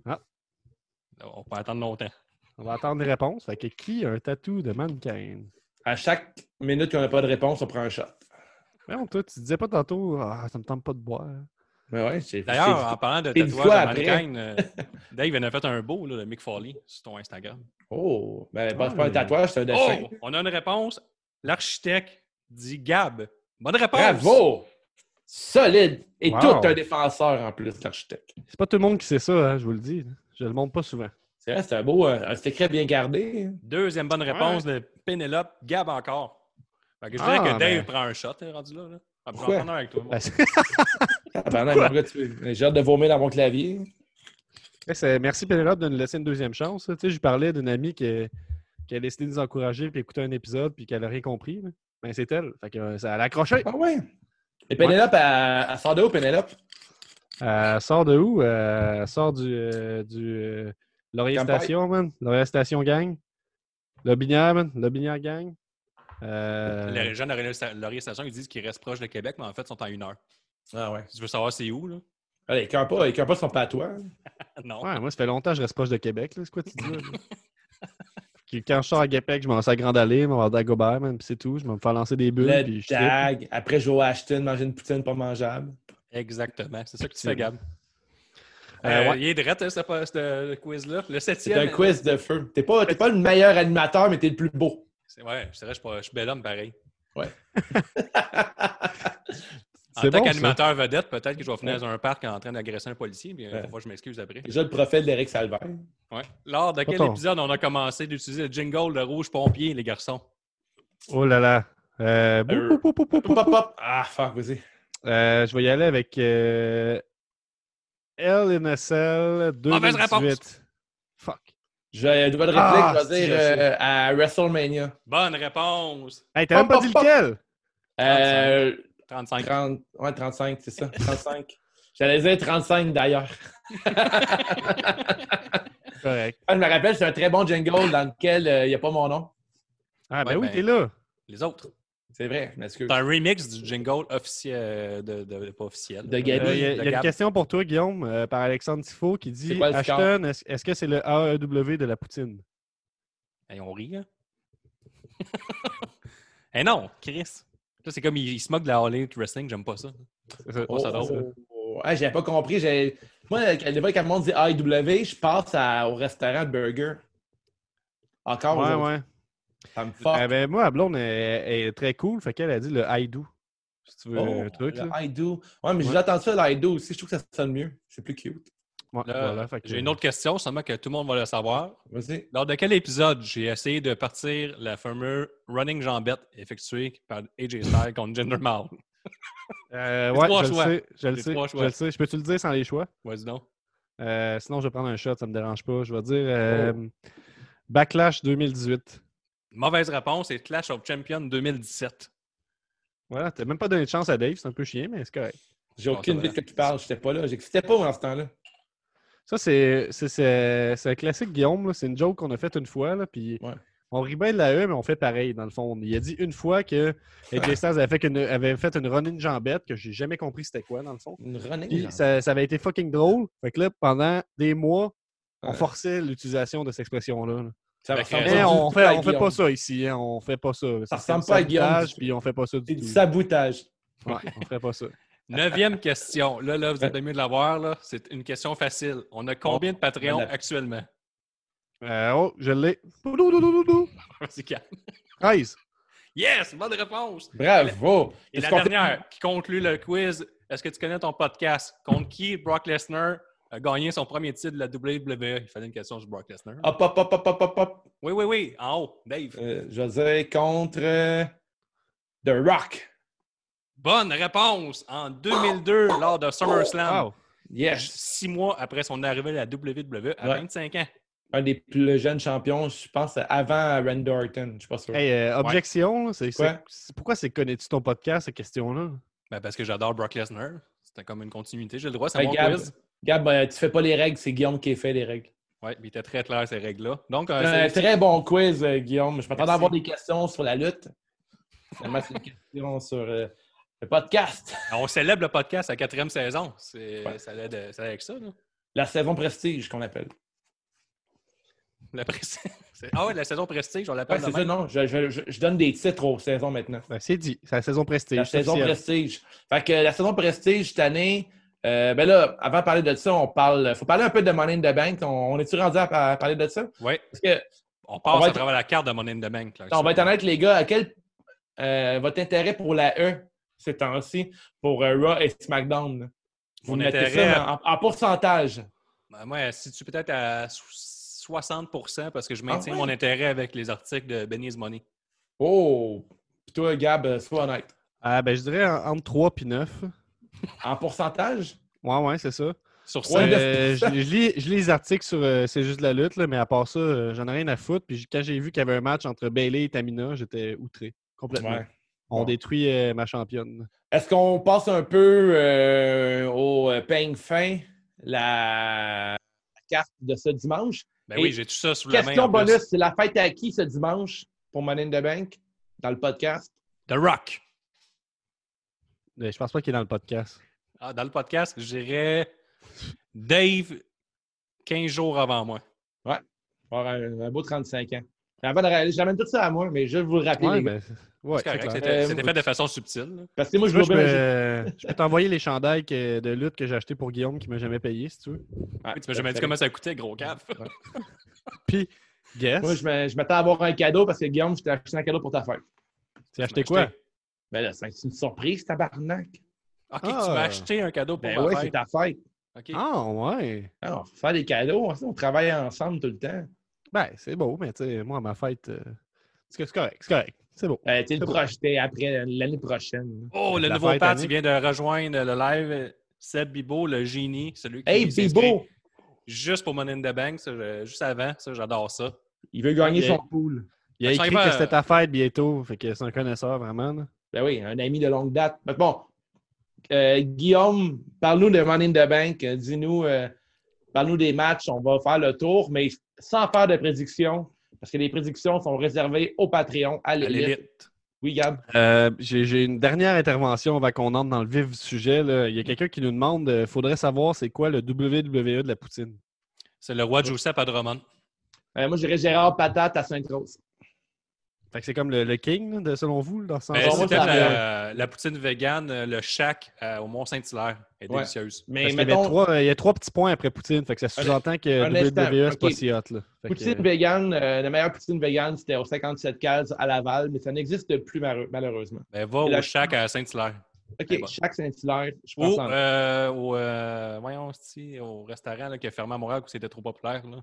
[SPEAKER 3] Ah.
[SPEAKER 1] On peut attendre longtemps.
[SPEAKER 3] On va attendre des réponses. Fait que qui a un tatou de mannequin?
[SPEAKER 2] À chaque minute qu'on n'a pas de réponse, on prend un shot.
[SPEAKER 3] Non, toi, tu disais pas tantôt, ah, ça me tente pas de boire.
[SPEAKER 2] Mais ouais, j'ai-
[SPEAKER 1] D'ailleurs,
[SPEAKER 2] j'ai-
[SPEAKER 1] en parlant de
[SPEAKER 2] c'est une fois
[SPEAKER 1] tatouage de
[SPEAKER 2] après.
[SPEAKER 1] mankind,
[SPEAKER 2] (laughs)
[SPEAKER 1] euh, Dave en a fait un beau, là, de Mick Foley, sur ton Instagram.
[SPEAKER 2] Oh, ben, ben, c'est pas
[SPEAKER 3] Ouais.
[SPEAKER 2] un tatouage, c'est un dessin.
[SPEAKER 1] Oh! On a une réponse. L'architecte dit Gab. Bonne réponse!
[SPEAKER 2] Bravo! Solide! Et
[SPEAKER 3] Wow.
[SPEAKER 2] tout un défenseur en plus, l'architecte.
[SPEAKER 3] C'est pas tout le monde qui sait ça, hein, je vous le dis. Je le montre pas souvent.
[SPEAKER 2] C'est vrai, c'est un beau, euh, un secret bien gardé. hein.
[SPEAKER 1] Deuxième bonne réponse de Pénélope. Gab encore. Fait que je
[SPEAKER 3] Ah,
[SPEAKER 1] dirais que Dave
[SPEAKER 3] ben.
[SPEAKER 1] prend un shot, hein, rendu là. là. Ah, prends
[SPEAKER 2] Pourquoi?
[SPEAKER 1] un avec toi.
[SPEAKER 3] (laughs) Ben, c'est-
[SPEAKER 2] Tabarnak, mon gars, tu- J'ai hâte de vomir dans mon clavier.
[SPEAKER 3] Eh, c'est- Merci Pénélope de nous laisser une deuxième chance. là. Tu sais, je parlais d'une amie qui, a- qui a décidé de nous encourager, puis écouter un épisode, puis qu'elle n'a rien compris. là. Ben, c'est elle. Fait que, euh, ça
[SPEAKER 2] (laughs)
[SPEAKER 3] l'a accroché.
[SPEAKER 2] Ah ouais. Et Pénélope, à, à sort de où, Pénélope?
[SPEAKER 3] Euh, elle sort de où? Euh, elle sort du, euh, du euh, Laurier
[SPEAKER 2] Campagne.
[SPEAKER 3] Station, man. Laurier Station Gang. Le Binière, man. Le Binière Gang. Euh,
[SPEAKER 1] Les jeunes à Laurier Station, ils disent qu'ils restent proches de Québec, mais en fait, ils sont à une heure.
[SPEAKER 2] Ah ouais.
[SPEAKER 1] Si tu veux savoir c'est où, là? (laughs)
[SPEAKER 2] Allez, écœure pas, écœure pas son patois.
[SPEAKER 1] Non.
[SPEAKER 3] ouais, moi, ça fait longtemps que je reste proche de Québec. là. C'est quoi que tu dis? là? Puis quand je sors à Québec, je m'en vais à Grande Allée, je m'en vais à Dagobert, man, puis c'est tout. Je vais me faire lancer des bulles. puis
[SPEAKER 2] Le
[SPEAKER 3] je trippe.
[SPEAKER 2] tag. Après, je vais au Ashton manger une poutine pas mangeable.
[SPEAKER 1] Exactement. C'est ça que tu fais, Gab.
[SPEAKER 3] Euh,
[SPEAKER 1] Euh,
[SPEAKER 3] ouais.
[SPEAKER 1] Il est direct, hein, ce, pas- ce- le quiz-là. Le
[SPEAKER 2] C'est un
[SPEAKER 1] septième.
[SPEAKER 2] quiz de feu. T'es pas, t'es pas le meilleur animateur, mais t'es le plus beau.
[SPEAKER 1] C'est- Ouais, je dirais, je suis pas- je suis bel homme pareil. En
[SPEAKER 3] C'est
[SPEAKER 1] tant
[SPEAKER 3] bon, ça.
[SPEAKER 1] qu'animateur vedette, peut-être que je vais finir dans un parc en train d'agresser un policier, mais il faut que je m'excuse après.
[SPEAKER 2] Déjà le prophète d'Éric Salvaire.
[SPEAKER 1] Ouais. Lors de quel
[SPEAKER 3] Attends.
[SPEAKER 1] épisode on a commencé d'utiliser le jingle de Rouge Pompier, les garçons?
[SPEAKER 3] Oh là là. Euh, bou-
[SPEAKER 2] Euh.
[SPEAKER 3] bou- bou- bou- bou- bou-
[SPEAKER 2] Pop, pop, pop. Ah, fuck, vas-y.
[SPEAKER 3] Euh, je vais y aller avec euh, LNSL 2018.
[SPEAKER 1] Mauvaise
[SPEAKER 3] Fuck.
[SPEAKER 2] Je vais une bonne réplique,
[SPEAKER 3] Ah,
[SPEAKER 2] je vais
[SPEAKER 3] si,
[SPEAKER 2] dire
[SPEAKER 3] je sais.
[SPEAKER 2] euh, à WrestleMania.
[SPEAKER 1] Bonne réponse!
[SPEAKER 3] Hey, t'as même pas
[SPEAKER 2] Pop,
[SPEAKER 3] dit
[SPEAKER 2] pop,
[SPEAKER 3] lequel?
[SPEAKER 2] Euh,
[SPEAKER 1] 35.
[SPEAKER 2] 30, ouais, 35, c'est ça. 35. J'allais dire 35 d'ailleurs.
[SPEAKER 3] Correct.
[SPEAKER 2] Ah, je me rappelle, c'est un très bon jingle dans lequel euh, il n'y a pas mon nom.
[SPEAKER 3] Ah, ben
[SPEAKER 1] Ouais,
[SPEAKER 3] oui,
[SPEAKER 1] ben.
[SPEAKER 3] t'es là.
[SPEAKER 1] Les autres.
[SPEAKER 2] C'est vrai, je m'excuse.
[SPEAKER 1] C'est un remix du jingle officiel. De, de- pas officiel.
[SPEAKER 2] De
[SPEAKER 3] Il
[SPEAKER 2] Gabi.
[SPEAKER 1] Euh,
[SPEAKER 3] y a,
[SPEAKER 1] de
[SPEAKER 3] il y a une
[SPEAKER 1] Gab.
[SPEAKER 3] question pour toi, Guillaume, euh, par Alexandre Tifo, qui dit
[SPEAKER 2] C'est quoi le score?
[SPEAKER 3] Ashton, est-ce est-ce que c'est le AEW de la Poutine?
[SPEAKER 1] Hey, on rit, hein? (laughs) Eh non, Chris. Ça, c'est comme il, il se moque de la All Elite Wrestling, j'aime pas ça.
[SPEAKER 2] Oh,
[SPEAKER 1] ça drôle,
[SPEAKER 2] oh, oh. Ah, j'avais pas compris. j'ai- Moi, euh, quand des fois, quand le monde dit IW, je passe à- au restaurant de burger. Encore
[SPEAKER 3] Ah, Ouais,
[SPEAKER 2] aujourd'hui.
[SPEAKER 3] ouais.
[SPEAKER 2] Ça me fuck.
[SPEAKER 1] Ah.
[SPEAKER 3] Eh ben, moi, la blonde elle- elle est très cool, fait qu'elle a dit le I do. Si tu veux
[SPEAKER 2] Oh,
[SPEAKER 3] un truc,
[SPEAKER 2] le
[SPEAKER 3] là.
[SPEAKER 2] I do. Ouais, mais
[SPEAKER 3] Ouais.
[SPEAKER 2] j'attends ça, le I do aussi. Je trouve que ça sonne mieux. C'est plus cute.
[SPEAKER 3] Ouais,
[SPEAKER 1] Là,
[SPEAKER 3] voilà, fait que-
[SPEAKER 1] J'ai une autre question, seulement que tout le monde va le savoir.
[SPEAKER 2] Vas-y.
[SPEAKER 1] Lors de quel épisode j'ai essayé de partir la fameuse running jambette effectuée par AJ Styles contre Jinder Mahal?
[SPEAKER 3] Euh,
[SPEAKER 1] Les
[SPEAKER 3] ouais,
[SPEAKER 1] trois
[SPEAKER 3] je le
[SPEAKER 1] choix.
[SPEAKER 3] sais, je le
[SPEAKER 1] Les
[SPEAKER 3] sais,
[SPEAKER 1] trois
[SPEAKER 3] je
[SPEAKER 1] choix.
[SPEAKER 3] le sais. Je peux-tu le dire sans les choix?
[SPEAKER 1] Vas-y donc.
[SPEAKER 3] Euh, sinon, je vais prendre un shot, ça me dérange pas. Je vais dire
[SPEAKER 1] Oh.
[SPEAKER 3] euh, Backlash 2018.
[SPEAKER 1] Mauvaise réponse, c'est Clash of Champions 2017.
[SPEAKER 3] Voilà, t'as même pas donné de chance à Dave, c'est un peu chiant, mais c'est correct.
[SPEAKER 2] J'ai
[SPEAKER 1] Ah,
[SPEAKER 2] aucune
[SPEAKER 1] c'est
[SPEAKER 2] idée de quoi tu parles. J'étais pas là. J'existais pas dans ce temps-là.
[SPEAKER 3] Ça, c'est c'est- c'est- c'est un classique, Guillaume. là. C'est une joke qu'on a faite une fois. Là, puis
[SPEAKER 2] Ouais.
[SPEAKER 3] On rit bien de la E, mais on fait pareil, dans le fond. Il a dit une fois que AJ Styles avait fait, qu'une- avait fait une running jambette, que j'ai jamais compris c'était quoi, dans le fond.
[SPEAKER 2] Une running.
[SPEAKER 3] Puis
[SPEAKER 2] genre.
[SPEAKER 3] ça, ça avait été fucking drôle. Fait que là, pendant des mois, on
[SPEAKER 2] Ouais.
[SPEAKER 3] forçait l'utilisation de cette expression-là. là.
[SPEAKER 2] Ça
[SPEAKER 1] Fait
[SPEAKER 2] ressemble
[SPEAKER 1] que-
[SPEAKER 2] pas
[SPEAKER 3] Mais
[SPEAKER 2] du
[SPEAKER 3] on
[SPEAKER 2] tout
[SPEAKER 3] fait,
[SPEAKER 2] à
[SPEAKER 3] on fait
[SPEAKER 2] Guillaume.
[SPEAKER 3] pas ça ici, hein, on fait pas ça.
[SPEAKER 2] Ça
[SPEAKER 3] serait
[SPEAKER 2] ressemble
[SPEAKER 3] du
[SPEAKER 2] pas à Guillaume
[SPEAKER 3] sabotage,
[SPEAKER 2] du tout.
[SPEAKER 3] Puis on fait pas ça
[SPEAKER 2] C'est
[SPEAKER 3] du
[SPEAKER 2] du
[SPEAKER 3] tout.
[SPEAKER 2] sabotage.
[SPEAKER 3] Ouais, on ferait pas ça.
[SPEAKER 1] Neuvième
[SPEAKER 2] (laughs)
[SPEAKER 1] question. Là, là, vous êtes bien mieux de l'avoir. là. C'est une question facile. On a combien de Patreons
[SPEAKER 2] Madame.
[SPEAKER 1] actuellement? (laughs)
[SPEAKER 3] Euh, oh, je l'ai. Pouloulouloulou.
[SPEAKER 1] Vas-y, Kat.
[SPEAKER 3] 13.
[SPEAKER 1] Yes! Bonne réponse!
[SPEAKER 2] Bravo!
[SPEAKER 1] Et
[SPEAKER 2] Est-ce
[SPEAKER 1] la
[SPEAKER 2] qu'on fait-
[SPEAKER 1] dernière qui conclut le quiz. Est-ce que tu connais ton podcast? Contre qui Brock Lesnar a gagné son premier titre de la WWE? Il fallait une question sur Brock Lesnar.
[SPEAKER 2] Hop, hop, hop, hop, hop, hop, hop.
[SPEAKER 1] Oui, oui, oui. En haut, Dave.
[SPEAKER 2] Euh, je vais dire contre euh, The Rock.
[SPEAKER 1] Bonne réponse! En 2002, lors de
[SPEAKER 2] Ah.
[SPEAKER 1] SummerSlam,
[SPEAKER 3] Wow.
[SPEAKER 2] Yes!
[SPEAKER 1] six mois après son arrivée à la WWE, à
[SPEAKER 2] Ouais.
[SPEAKER 1] 25 ans.
[SPEAKER 2] Un des plus jeunes champions, je pense, avant Randy Orton. Je suis pas sûr.
[SPEAKER 3] Hey, euh, objection, là, c'est, c'est-
[SPEAKER 2] Ouais.
[SPEAKER 3] c'est- pourquoi c'est connais-tu ton podcast, cette question-là?
[SPEAKER 1] Ben, parce que j'adore Brock Lesnar. C'était comme une continuité. J'ai le droit, c'est
[SPEAKER 2] Hey,
[SPEAKER 1] mon
[SPEAKER 2] Gab,
[SPEAKER 1] quiz.
[SPEAKER 2] Gab, euh, tu fais pas les règles, c'est Guillaume qui fait les règles.
[SPEAKER 1] Oui, il était très clair, ces règles-là. Donc, euh,
[SPEAKER 2] Un
[SPEAKER 1] c'est-
[SPEAKER 2] très bon quiz, euh, Guillaume. Je m'attendais
[SPEAKER 1] Merci.
[SPEAKER 2] à avoir des questions sur la lutte. Finalement, c'est une question sur euh, le podcast.
[SPEAKER 1] on célèbre le podcast à la quatrième saison. C'est
[SPEAKER 2] Ouais.
[SPEAKER 1] ça allait de- ça allait avec ça. Là.
[SPEAKER 2] La saison prestige qu'on appelle.
[SPEAKER 1] La pré- (laughs) c'est- Ah ouais, la saison prestige, on
[SPEAKER 2] Ouais,
[SPEAKER 1] l'appelle
[SPEAKER 2] c'est
[SPEAKER 1] de
[SPEAKER 2] ça,
[SPEAKER 1] même.
[SPEAKER 2] non? Je, je- je- je donne des titres aux saisons maintenant.
[SPEAKER 3] Ben, c'est dit, c'est la saison prestige.
[SPEAKER 2] La
[SPEAKER 3] c'est euh,
[SPEAKER 2] saison
[SPEAKER 3] officiel.
[SPEAKER 2] prestige. Fait que la saison prestige cette année, euh, ben là, avant de parler de ça, on parle. faut parler un peu de Money in the Bank. On, on est-tu rendu à, à parler de ça?
[SPEAKER 1] Ouais,
[SPEAKER 2] Parce que
[SPEAKER 1] on passe
[SPEAKER 2] On va
[SPEAKER 1] à
[SPEAKER 2] être-
[SPEAKER 1] travers la carte de Money in the Bank. là.
[SPEAKER 2] on va être honnête, les gars, à quel euh, votre intérêt pour la E ces temps-ci pour euh, Raw et SmackDown? là? Vous
[SPEAKER 1] Mon
[SPEAKER 2] mettez
[SPEAKER 1] intérêt-
[SPEAKER 2] ça en- en pourcentage.
[SPEAKER 1] Ben, moi, si tu peut-être à so- 60 parce que je maintiens
[SPEAKER 2] Ah ouais?
[SPEAKER 1] mon intérêt avec les articles de Benny's Money.
[SPEAKER 2] Oh! Puis toi, Gab, euh, sois honnête.
[SPEAKER 3] Ah, ben, je dirais en- entre 3 et 9.
[SPEAKER 2] En pourcentage?
[SPEAKER 3] Ouais, ouais, c'est ça.
[SPEAKER 1] Sur
[SPEAKER 2] Ouais,
[SPEAKER 1] scène.
[SPEAKER 2] de-
[SPEAKER 3] Euh, je, je lis, je lis les articles sur euh, C'est juste la lutte, là, mais à part ça, euh, j'en ai rien à foutre. Puis j- quand j'ai vu qu'il y avait un match entre Bailey et Tamina, j'étais outré. Complètement.
[SPEAKER 2] Ouais.
[SPEAKER 3] On
[SPEAKER 2] Bon.
[SPEAKER 3] détruit euh, ma championne.
[SPEAKER 2] Est-ce qu'on passe un peu euh, au euh, peigne fin, la carte de ce dimanche?
[SPEAKER 1] Ben oui,
[SPEAKER 2] Et
[SPEAKER 1] j'ai tout ça sous la main.
[SPEAKER 2] Question
[SPEAKER 1] en plus.
[SPEAKER 2] bonus, c'est la fête à qui ce dimanche pour Money in the Bank dans le podcast?
[SPEAKER 1] The Rock.
[SPEAKER 3] Mais je pense pas qu'il est dans le podcast.
[SPEAKER 1] Ah, dans le podcast, je dirais Dave 15 jours avant moi.
[SPEAKER 2] Pour un, un beau 35 ans. Mais Avant de réaliser, j'amène tout ça à moi, mais je vais vous le rappeler.
[SPEAKER 3] Ouais,
[SPEAKER 2] Ah, les gars.
[SPEAKER 3] ben, ouais,
[SPEAKER 1] C'est correct,
[SPEAKER 3] c'est clair.
[SPEAKER 1] C'était
[SPEAKER 2] Euh,
[SPEAKER 1] c'était fait de façon subtile. là.
[SPEAKER 2] Parce que moi, je
[SPEAKER 3] Toi,
[SPEAKER 2] veux
[SPEAKER 3] je, peux, je peux t'envoyer les chandails que- de lutte que j'ai acheté pour Guillaume qui m'a jamais payé, si tu veux. Ah,
[SPEAKER 1] Tu m'as jamais dit comment ça coûtait, gros cave.
[SPEAKER 3] Puis, guess,
[SPEAKER 2] Moi, je m'a- je m'attends à avoir un cadeau parce que Guillaume, je t'ai acheté un cadeau pour ta fête.
[SPEAKER 3] t'as acheté quoi?
[SPEAKER 2] Ben là, c'est une surprise, tabarnak.
[SPEAKER 1] (laughs) Ok, tu
[SPEAKER 3] Ah.
[SPEAKER 1] m'as acheté un cadeau pour
[SPEAKER 2] Ben
[SPEAKER 1] ma
[SPEAKER 2] ouais, c'est
[SPEAKER 1] fête.
[SPEAKER 2] ta fête.
[SPEAKER 1] Ok.
[SPEAKER 3] Ah, ouais.
[SPEAKER 2] Alors, faut faire des cadeaux, hein, on travaille ensemble tout le temps.
[SPEAKER 3] Ben, c'est beau, mais tu sais, moi, à ma fête, euh, c'est c'est correct, c'est correct. C'est beau.
[SPEAKER 2] Euh, tu sais, le
[SPEAKER 3] C'est bon.
[SPEAKER 2] projeté après l'année prochaine.
[SPEAKER 1] Oh, le
[SPEAKER 3] La
[SPEAKER 1] nouveau
[SPEAKER 3] fête,
[SPEAKER 1] Pat,
[SPEAKER 3] Annick.
[SPEAKER 1] il vient de rejoindre le live. Seb Bibo, le génie, celui qui
[SPEAKER 2] Hey,
[SPEAKER 1] s'est
[SPEAKER 2] Bibo!
[SPEAKER 1] inscrit juste pour Money in the Bank, ça, je- juste avant, ça, j'adore ça.
[SPEAKER 2] Il veut gagner
[SPEAKER 3] Ok.
[SPEAKER 2] son pool.
[SPEAKER 3] Il a
[SPEAKER 1] Ça
[SPEAKER 3] écrit
[SPEAKER 1] arrive
[SPEAKER 3] que
[SPEAKER 1] à-
[SPEAKER 3] c'était ta fête bientôt, fait que c'est un connaisseur, vraiment. là.
[SPEAKER 2] Ben oui, un ami de longue date. Mais bon, euh, Guillaume, parle-nous de Money in the Bank. Euh, Dis-nous, euh, parle-nous des matchs. On va faire le tour, mais sans faire de prédictions, parce que les prédictions sont réservées au Patreon, à
[SPEAKER 1] À
[SPEAKER 2] l'élite.
[SPEAKER 1] l'élite.
[SPEAKER 2] Oui, Gab.
[SPEAKER 3] Euh, J'ai j'ai une dernière intervention avant qu'on entre dans le vif du sujet. là. Il y a quelqu'un qui nous demande euh, faudrait savoir c'est quoi le WWE de la Poutine.
[SPEAKER 1] C'est le roi Joseph à Drummond.
[SPEAKER 2] Euh, moi, j'irais Gérard Patate à Sainte-Rose.
[SPEAKER 3] Fait que c'est comme le, le king, là, de- selon vous, dans ce sens
[SPEAKER 1] Ben,
[SPEAKER 2] bon, moi,
[SPEAKER 1] c'était
[SPEAKER 2] ça-
[SPEAKER 1] la, la poutine vegan, euh, le shack euh, au Mont-Saint-Hilaire. Elle est
[SPEAKER 2] Ouais.
[SPEAKER 1] délicieuse.
[SPEAKER 2] Mais
[SPEAKER 3] Parce qu'il y avait
[SPEAKER 2] ben, mettons,
[SPEAKER 3] trois- euh, il y a trois petits points après Poutine, fait que ça sous-entend que
[SPEAKER 2] un instant,
[SPEAKER 3] WWE, c'est pas
[SPEAKER 2] ok.
[SPEAKER 3] si hot. là. Fait que,
[SPEAKER 2] poutine
[SPEAKER 3] euh,
[SPEAKER 2] vegan, euh, la meilleure poutine vegan, c'était au 57 cases à Laval, mais ça n'existe plus mar- malheureusement.
[SPEAKER 1] Ben, va
[SPEAKER 2] La-
[SPEAKER 1] au shack à Saint-Hilaire.
[SPEAKER 2] OK,
[SPEAKER 1] Eh ben.
[SPEAKER 2] chaque Saint-Hilaire, je
[SPEAKER 3] Oh,
[SPEAKER 2] pense
[SPEAKER 1] Ou
[SPEAKER 2] en-
[SPEAKER 1] euh, au, euh, voyons, c'est-tu, au restaurant là, qui a fermé à Montréal où c'était trop populaire. là.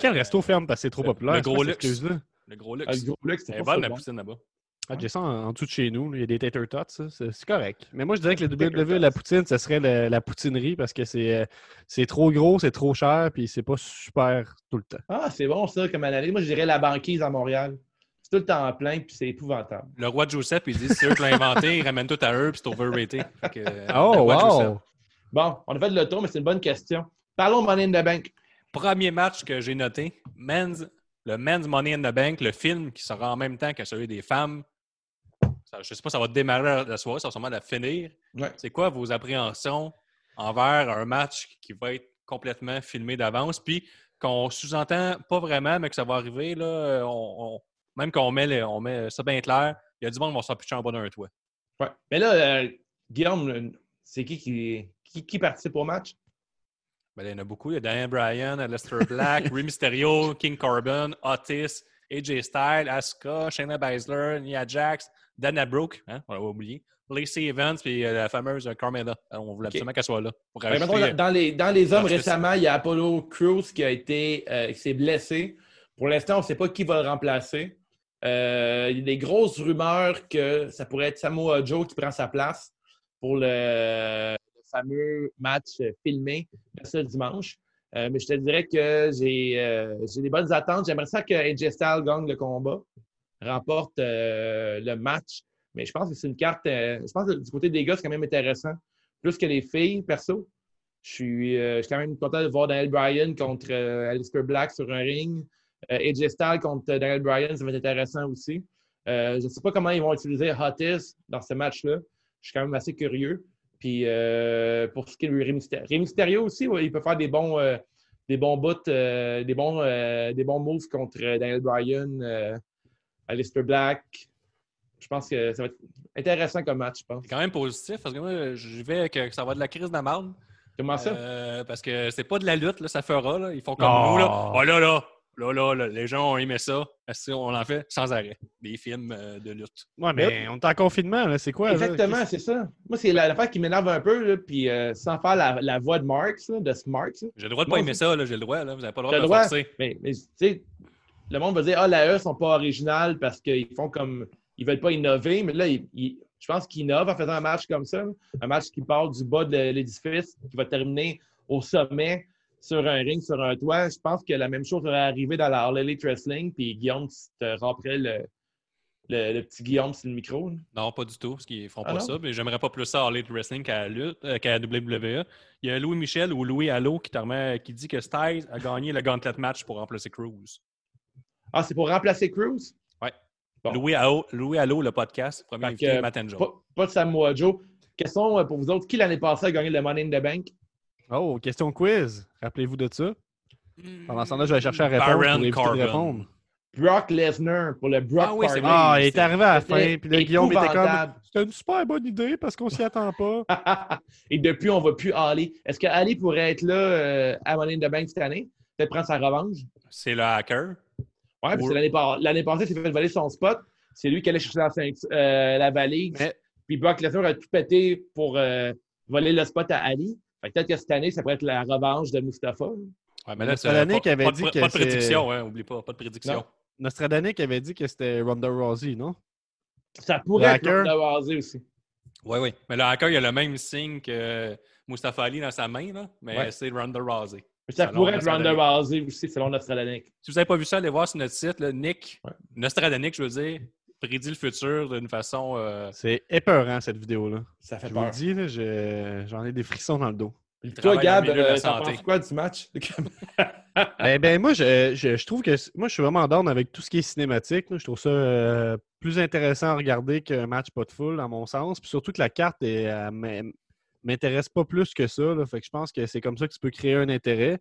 [SPEAKER 3] Quel
[SPEAKER 1] Euh,
[SPEAKER 3] resto ferme parce que c'est trop
[SPEAKER 1] le-
[SPEAKER 3] populaire?
[SPEAKER 1] le
[SPEAKER 3] c'est
[SPEAKER 1] gros
[SPEAKER 3] quoi cette
[SPEAKER 1] luxe.
[SPEAKER 3] excuse-là?
[SPEAKER 1] Le gros
[SPEAKER 2] Ah, le
[SPEAKER 1] luxe.
[SPEAKER 2] gros luxe,
[SPEAKER 1] Elle
[SPEAKER 2] c'est
[SPEAKER 1] est
[SPEAKER 2] pas
[SPEAKER 1] bonne,
[SPEAKER 2] si
[SPEAKER 1] la
[SPEAKER 2] bon.
[SPEAKER 1] poutine là-bas.
[SPEAKER 3] Ah, j'ai ça en, en dessous de chez nous. là. Il y a des tater tots. ça. C'est c'est correct. Mais moi, je dirais que le WWE, la poutine, ce serait le- la poutinerie parce que c'est euh, c'est trop gros, c'est trop cher, puis c'est pas super
[SPEAKER 2] (laughs)
[SPEAKER 3] tout le temps.
[SPEAKER 2] Ah, c'est bon ça comme analyse. Moi, je dirais la banquise à Montréal. C'est tout le temps plein, puis c'est épouvantable.
[SPEAKER 1] Le roi Joseph, ils disent c'est eux qui l'ont inventé, (laughs) ils ramènent tout à eux, puis c'est overrated. Fait que, euh, le
[SPEAKER 3] Oh,
[SPEAKER 1] roi Joseph.
[SPEAKER 3] wow!
[SPEAKER 2] Bon, on a fait le tour, mais c'est une bonne question. Parlons de Money in the Bank.
[SPEAKER 1] Premier match que j'ai noté, Men's, le Men's Money in the Bank, le film qui sera en même temps que celui des femmes. Ça, je ne sais pas, ça va démarrer la soirée, ça va sûrement la finir.
[SPEAKER 2] Ouais.
[SPEAKER 1] C'est quoi vos appréhensions envers un match qui va être complètement filmé d'avance, puis qu'on sous-entend pas vraiment, mais que ça va arriver, là, euh, on- on- même qu'on met, les- on met ça bien clair, il y a du monde qui va se faire pitcher en bas d'un toit.
[SPEAKER 2] Ouais. Mais là, euh, Guillaume, euh, c'est qui qui, qui qui participe au match?
[SPEAKER 1] Ben, il y en a beaucoup. Il y a Daniel Bryan, Lester
[SPEAKER 2] (laughs)
[SPEAKER 1] Black, Rey Mysterio, King Corbin, Otis, AJ Styles, Asuka, Shayna Baszler, Nia Jax, Dana Brooke, hein, on l'a oublié, Lacey Evans, puis euh, la fameuse euh, Carmella. Alors, On voulait
[SPEAKER 2] Ok.
[SPEAKER 1] absolument qu'elle soit là. Pour
[SPEAKER 2] Ben,
[SPEAKER 1] rajouter,
[SPEAKER 2] mettons,
[SPEAKER 1] euh,
[SPEAKER 2] dans, les, dans les hommes
[SPEAKER 1] parce que
[SPEAKER 2] récemment, il y a Apollo Crews qui a été euh, qui s'est blessé. Pour l'instant, on ne sait pas qui va le remplacer. Euh, il y a des grosses rumeurs que ça pourrait être Samoa Joe qui prend sa place pour le, le fameux match euh, filmé de ce dimanche. Euh, mais je te dirais que j'ai euh, j'ai des bonnes attentes. J'aimerais ça que AJ Styles gagne le combat, remporte euh, le match. Mais je pense que c'est une carte. euh, je pense que du côté des gars, c'est quand même intéressant. Plus que les filles, perso. Je suis, euh, je suis quand même content de voir Daniel Bryan contre euh, Alistair Black sur un ring. Euh, AJ Styles contre euh, Daniel Bryan, ça va être intéressant aussi. Euh, je ne sais pas comment ils vont utiliser Hottis dans ce match-là. Je suis quand même assez curieux. Puis euh, pour ce qui est de Rey Mysterio, Rey Mysterio aussi, ouais, il peut faire des bons, euh, des bons bouts, euh, des, bons, euh, des bons moves contre euh, Daniel Bryan, euh, Alistair Black. Je pense que ça va être intéressant comme match, je pense.
[SPEAKER 1] c'est quand même positif parce que moi, je vais que ça va être de la crise de la marde.
[SPEAKER 2] Comment Ah, ça? Ah.
[SPEAKER 1] Euh, parce que c'est pas de la lutte, là, ça fera. Là. Ils font comme
[SPEAKER 3] Oh.
[SPEAKER 1] nous. Là. Oh là là, là là, là, les gens ont aimé ça. Est-ce qu'on en fait sans arrêt? Des films euh, de lutte.
[SPEAKER 3] Ouais, mais on est en confinement, là. C'est quoi? là?
[SPEAKER 2] Exactement, c'est ça. Moi, c'est la- l'affaire qui m'énerve un peu, là, puis euh, sans faire la, la voix de Marx, là, de Smarx. là.
[SPEAKER 1] J'ai le droit de pas
[SPEAKER 2] Moi,
[SPEAKER 1] aimer ça, là, j'ai le droit. Là. Vous n'avez pas le droit
[SPEAKER 2] T'as
[SPEAKER 1] de me
[SPEAKER 2] le droit.
[SPEAKER 1] forcer.
[SPEAKER 2] Mais, mais, tu sais, le monde va dire Ah, la E, sont pas originales parce qu'ils font comme. Ils veulent pas innover, mais là, ils- ils- je pense qu'il innove en faisant un match comme ça. Un match qui part du bas de l'édifice, qui va terminer au sommet sur un ring, sur un toit. Je pense que la même chose aurait arrivé dans la All Elite Wrestling. Puis Guillaume, tu te rapperais le, le, le petit Guillaume sur le micro. là.
[SPEAKER 1] Non, pas du tout, parce qu'ils feront
[SPEAKER 2] Ah
[SPEAKER 1] pas
[SPEAKER 2] non?
[SPEAKER 1] ça. Mais j'aimerais pas plus ça à Elite Wrestling qu'à la, lutte- euh, qu'à la WWE. Il y a Louis Michel ou Louis Allo qui, te remet- qui dit que Styles a gagné le Gauntlet match pour remplacer Cruz.
[SPEAKER 2] Ah, c'est pour remplacer Cruz? Bon.
[SPEAKER 1] Louis, Allo, Louis Allo, le podcast, premier
[SPEAKER 2] Fait
[SPEAKER 1] invité,
[SPEAKER 2] que-
[SPEAKER 1] Matt and Joe.
[SPEAKER 2] Pas, pas de Samoa Joe. Question euh, pour vous autres. Qui l'année passée a gagné le Money in the Bank?
[SPEAKER 3] Oh, question quiz. Rappelez-vous de ça. Pendant ce temps-là, je vais chercher à répondre
[SPEAKER 1] Baron
[SPEAKER 3] pour éviter
[SPEAKER 1] Corbin.
[SPEAKER 3] de répondre.
[SPEAKER 2] Brock Lesnar pour le Brock
[SPEAKER 1] Ah oui, c'est
[SPEAKER 2] Party.
[SPEAKER 3] Ah, il est arrivé à la fin,
[SPEAKER 2] C'était
[SPEAKER 3] puis là, Guillaume était comme...
[SPEAKER 2] épouvantable.
[SPEAKER 3] C'était une super bonne idée parce qu'on s'y attend pas.
[SPEAKER 2] (laughs)
[SPEAKER 3] (laughs)
[SPEAKER 2] Et depuis, on ne va plus aller. Est-ce que Ali pourrait être là euh, à Money in the Bank cette année? Peut-être prendre sa revanche?
[SPEAKER 1] C'est le hacker.
[SPEAKER 2] Ouais, parce que l'année par- l'année passée, il s'est fait voler son spot. C'est lui qui allait chercher la, ceintu- euh, la valise.
[SPEAKER 3] Mais-
[SPEAKER 2] Puis Brock Lesnar a tout pété pour euh, voler le spot à Ali. Fait que Peut-être que cette année, ça pourrait être la revanche de Mustafa.
[SPEAKER 1] Ouais, mais là,
[SPEAKER 3] C'est l'année
[SPEAKER 1] euh, pas-
[SPEAKER 3] qu'il avait
[SPEAKER 1] pas de-
[SPEAKER 3] dit
[SPEAKER 1] pas
[SPEAKER 3] que
[SPEAKER 1] de
[SPEAKER 3] c'est-
[SPEAKER 1] prédiction, hein, oublie pas, pas de prédiction.
[SPEAKER 2] Non.
[SPEAKER 3] Nostradamus avait dit que c'était Ronda Rousey, non?
[SPEAKER 2] Ça pourrait
[SPEAKER 3] Blacker.
[SPEAKER 2] être le Rousey aussi.
[SPEAKER 1] Oui, oui. Mais le hacker, il a le même signe que Mustafa Ali dans sa main, là, mais
[SPEAKER 2] Ouais.
[SPEAKER 1] c'est Ronda Rousey.
[SPEAKER 2] Ça
[SPEAKER 1] Selon
[SPEAKER 2] pourrait être Ronda
[SPEAKER 1] Nostradamus.
[SPEAKER 2] Rousey aussi, selon Nostradamus.
[SPEAKER 1] Si vous n'avez pas vu ça, allez voir sur notre site, là, Nick, Nostradamus, je veux dire, prédit le futur d'une façon. euh,
[SPEAKER 3] C'est épeurant, cette vidéo-là.
[SPEAKER 2] Ça fait
[SPEAKER 3] Je vous le dis, là, je- j'en ai des frissons dans le dos.
[SPEAKER 1] il
[SPEAKER 2] Toi,
[SPEAKER 1] travaille dans
[SPEAKER 2] Gab,
[SPEAKER 1] le milieu de la
[SPEAKER 2] euh, t'en
[SPEAKER 1] santé.
[SPEAKER 2] penses quoi du match? (laughs)
[SPEAKER 3] (laughs) Eh ben moi, je, je- je trouve que c- moi, je suis vraiment down avec tout ce qui est cinématique. là. Je trouve ça euh, plus intéressant à regarder qu'un match pas de foule, à mon sens. Puis surtout que la carte est, elle m'in- m'intéresse pas plus que ça. là. Fait que je pense que c'est comme ça que tu peux créer un intérêt.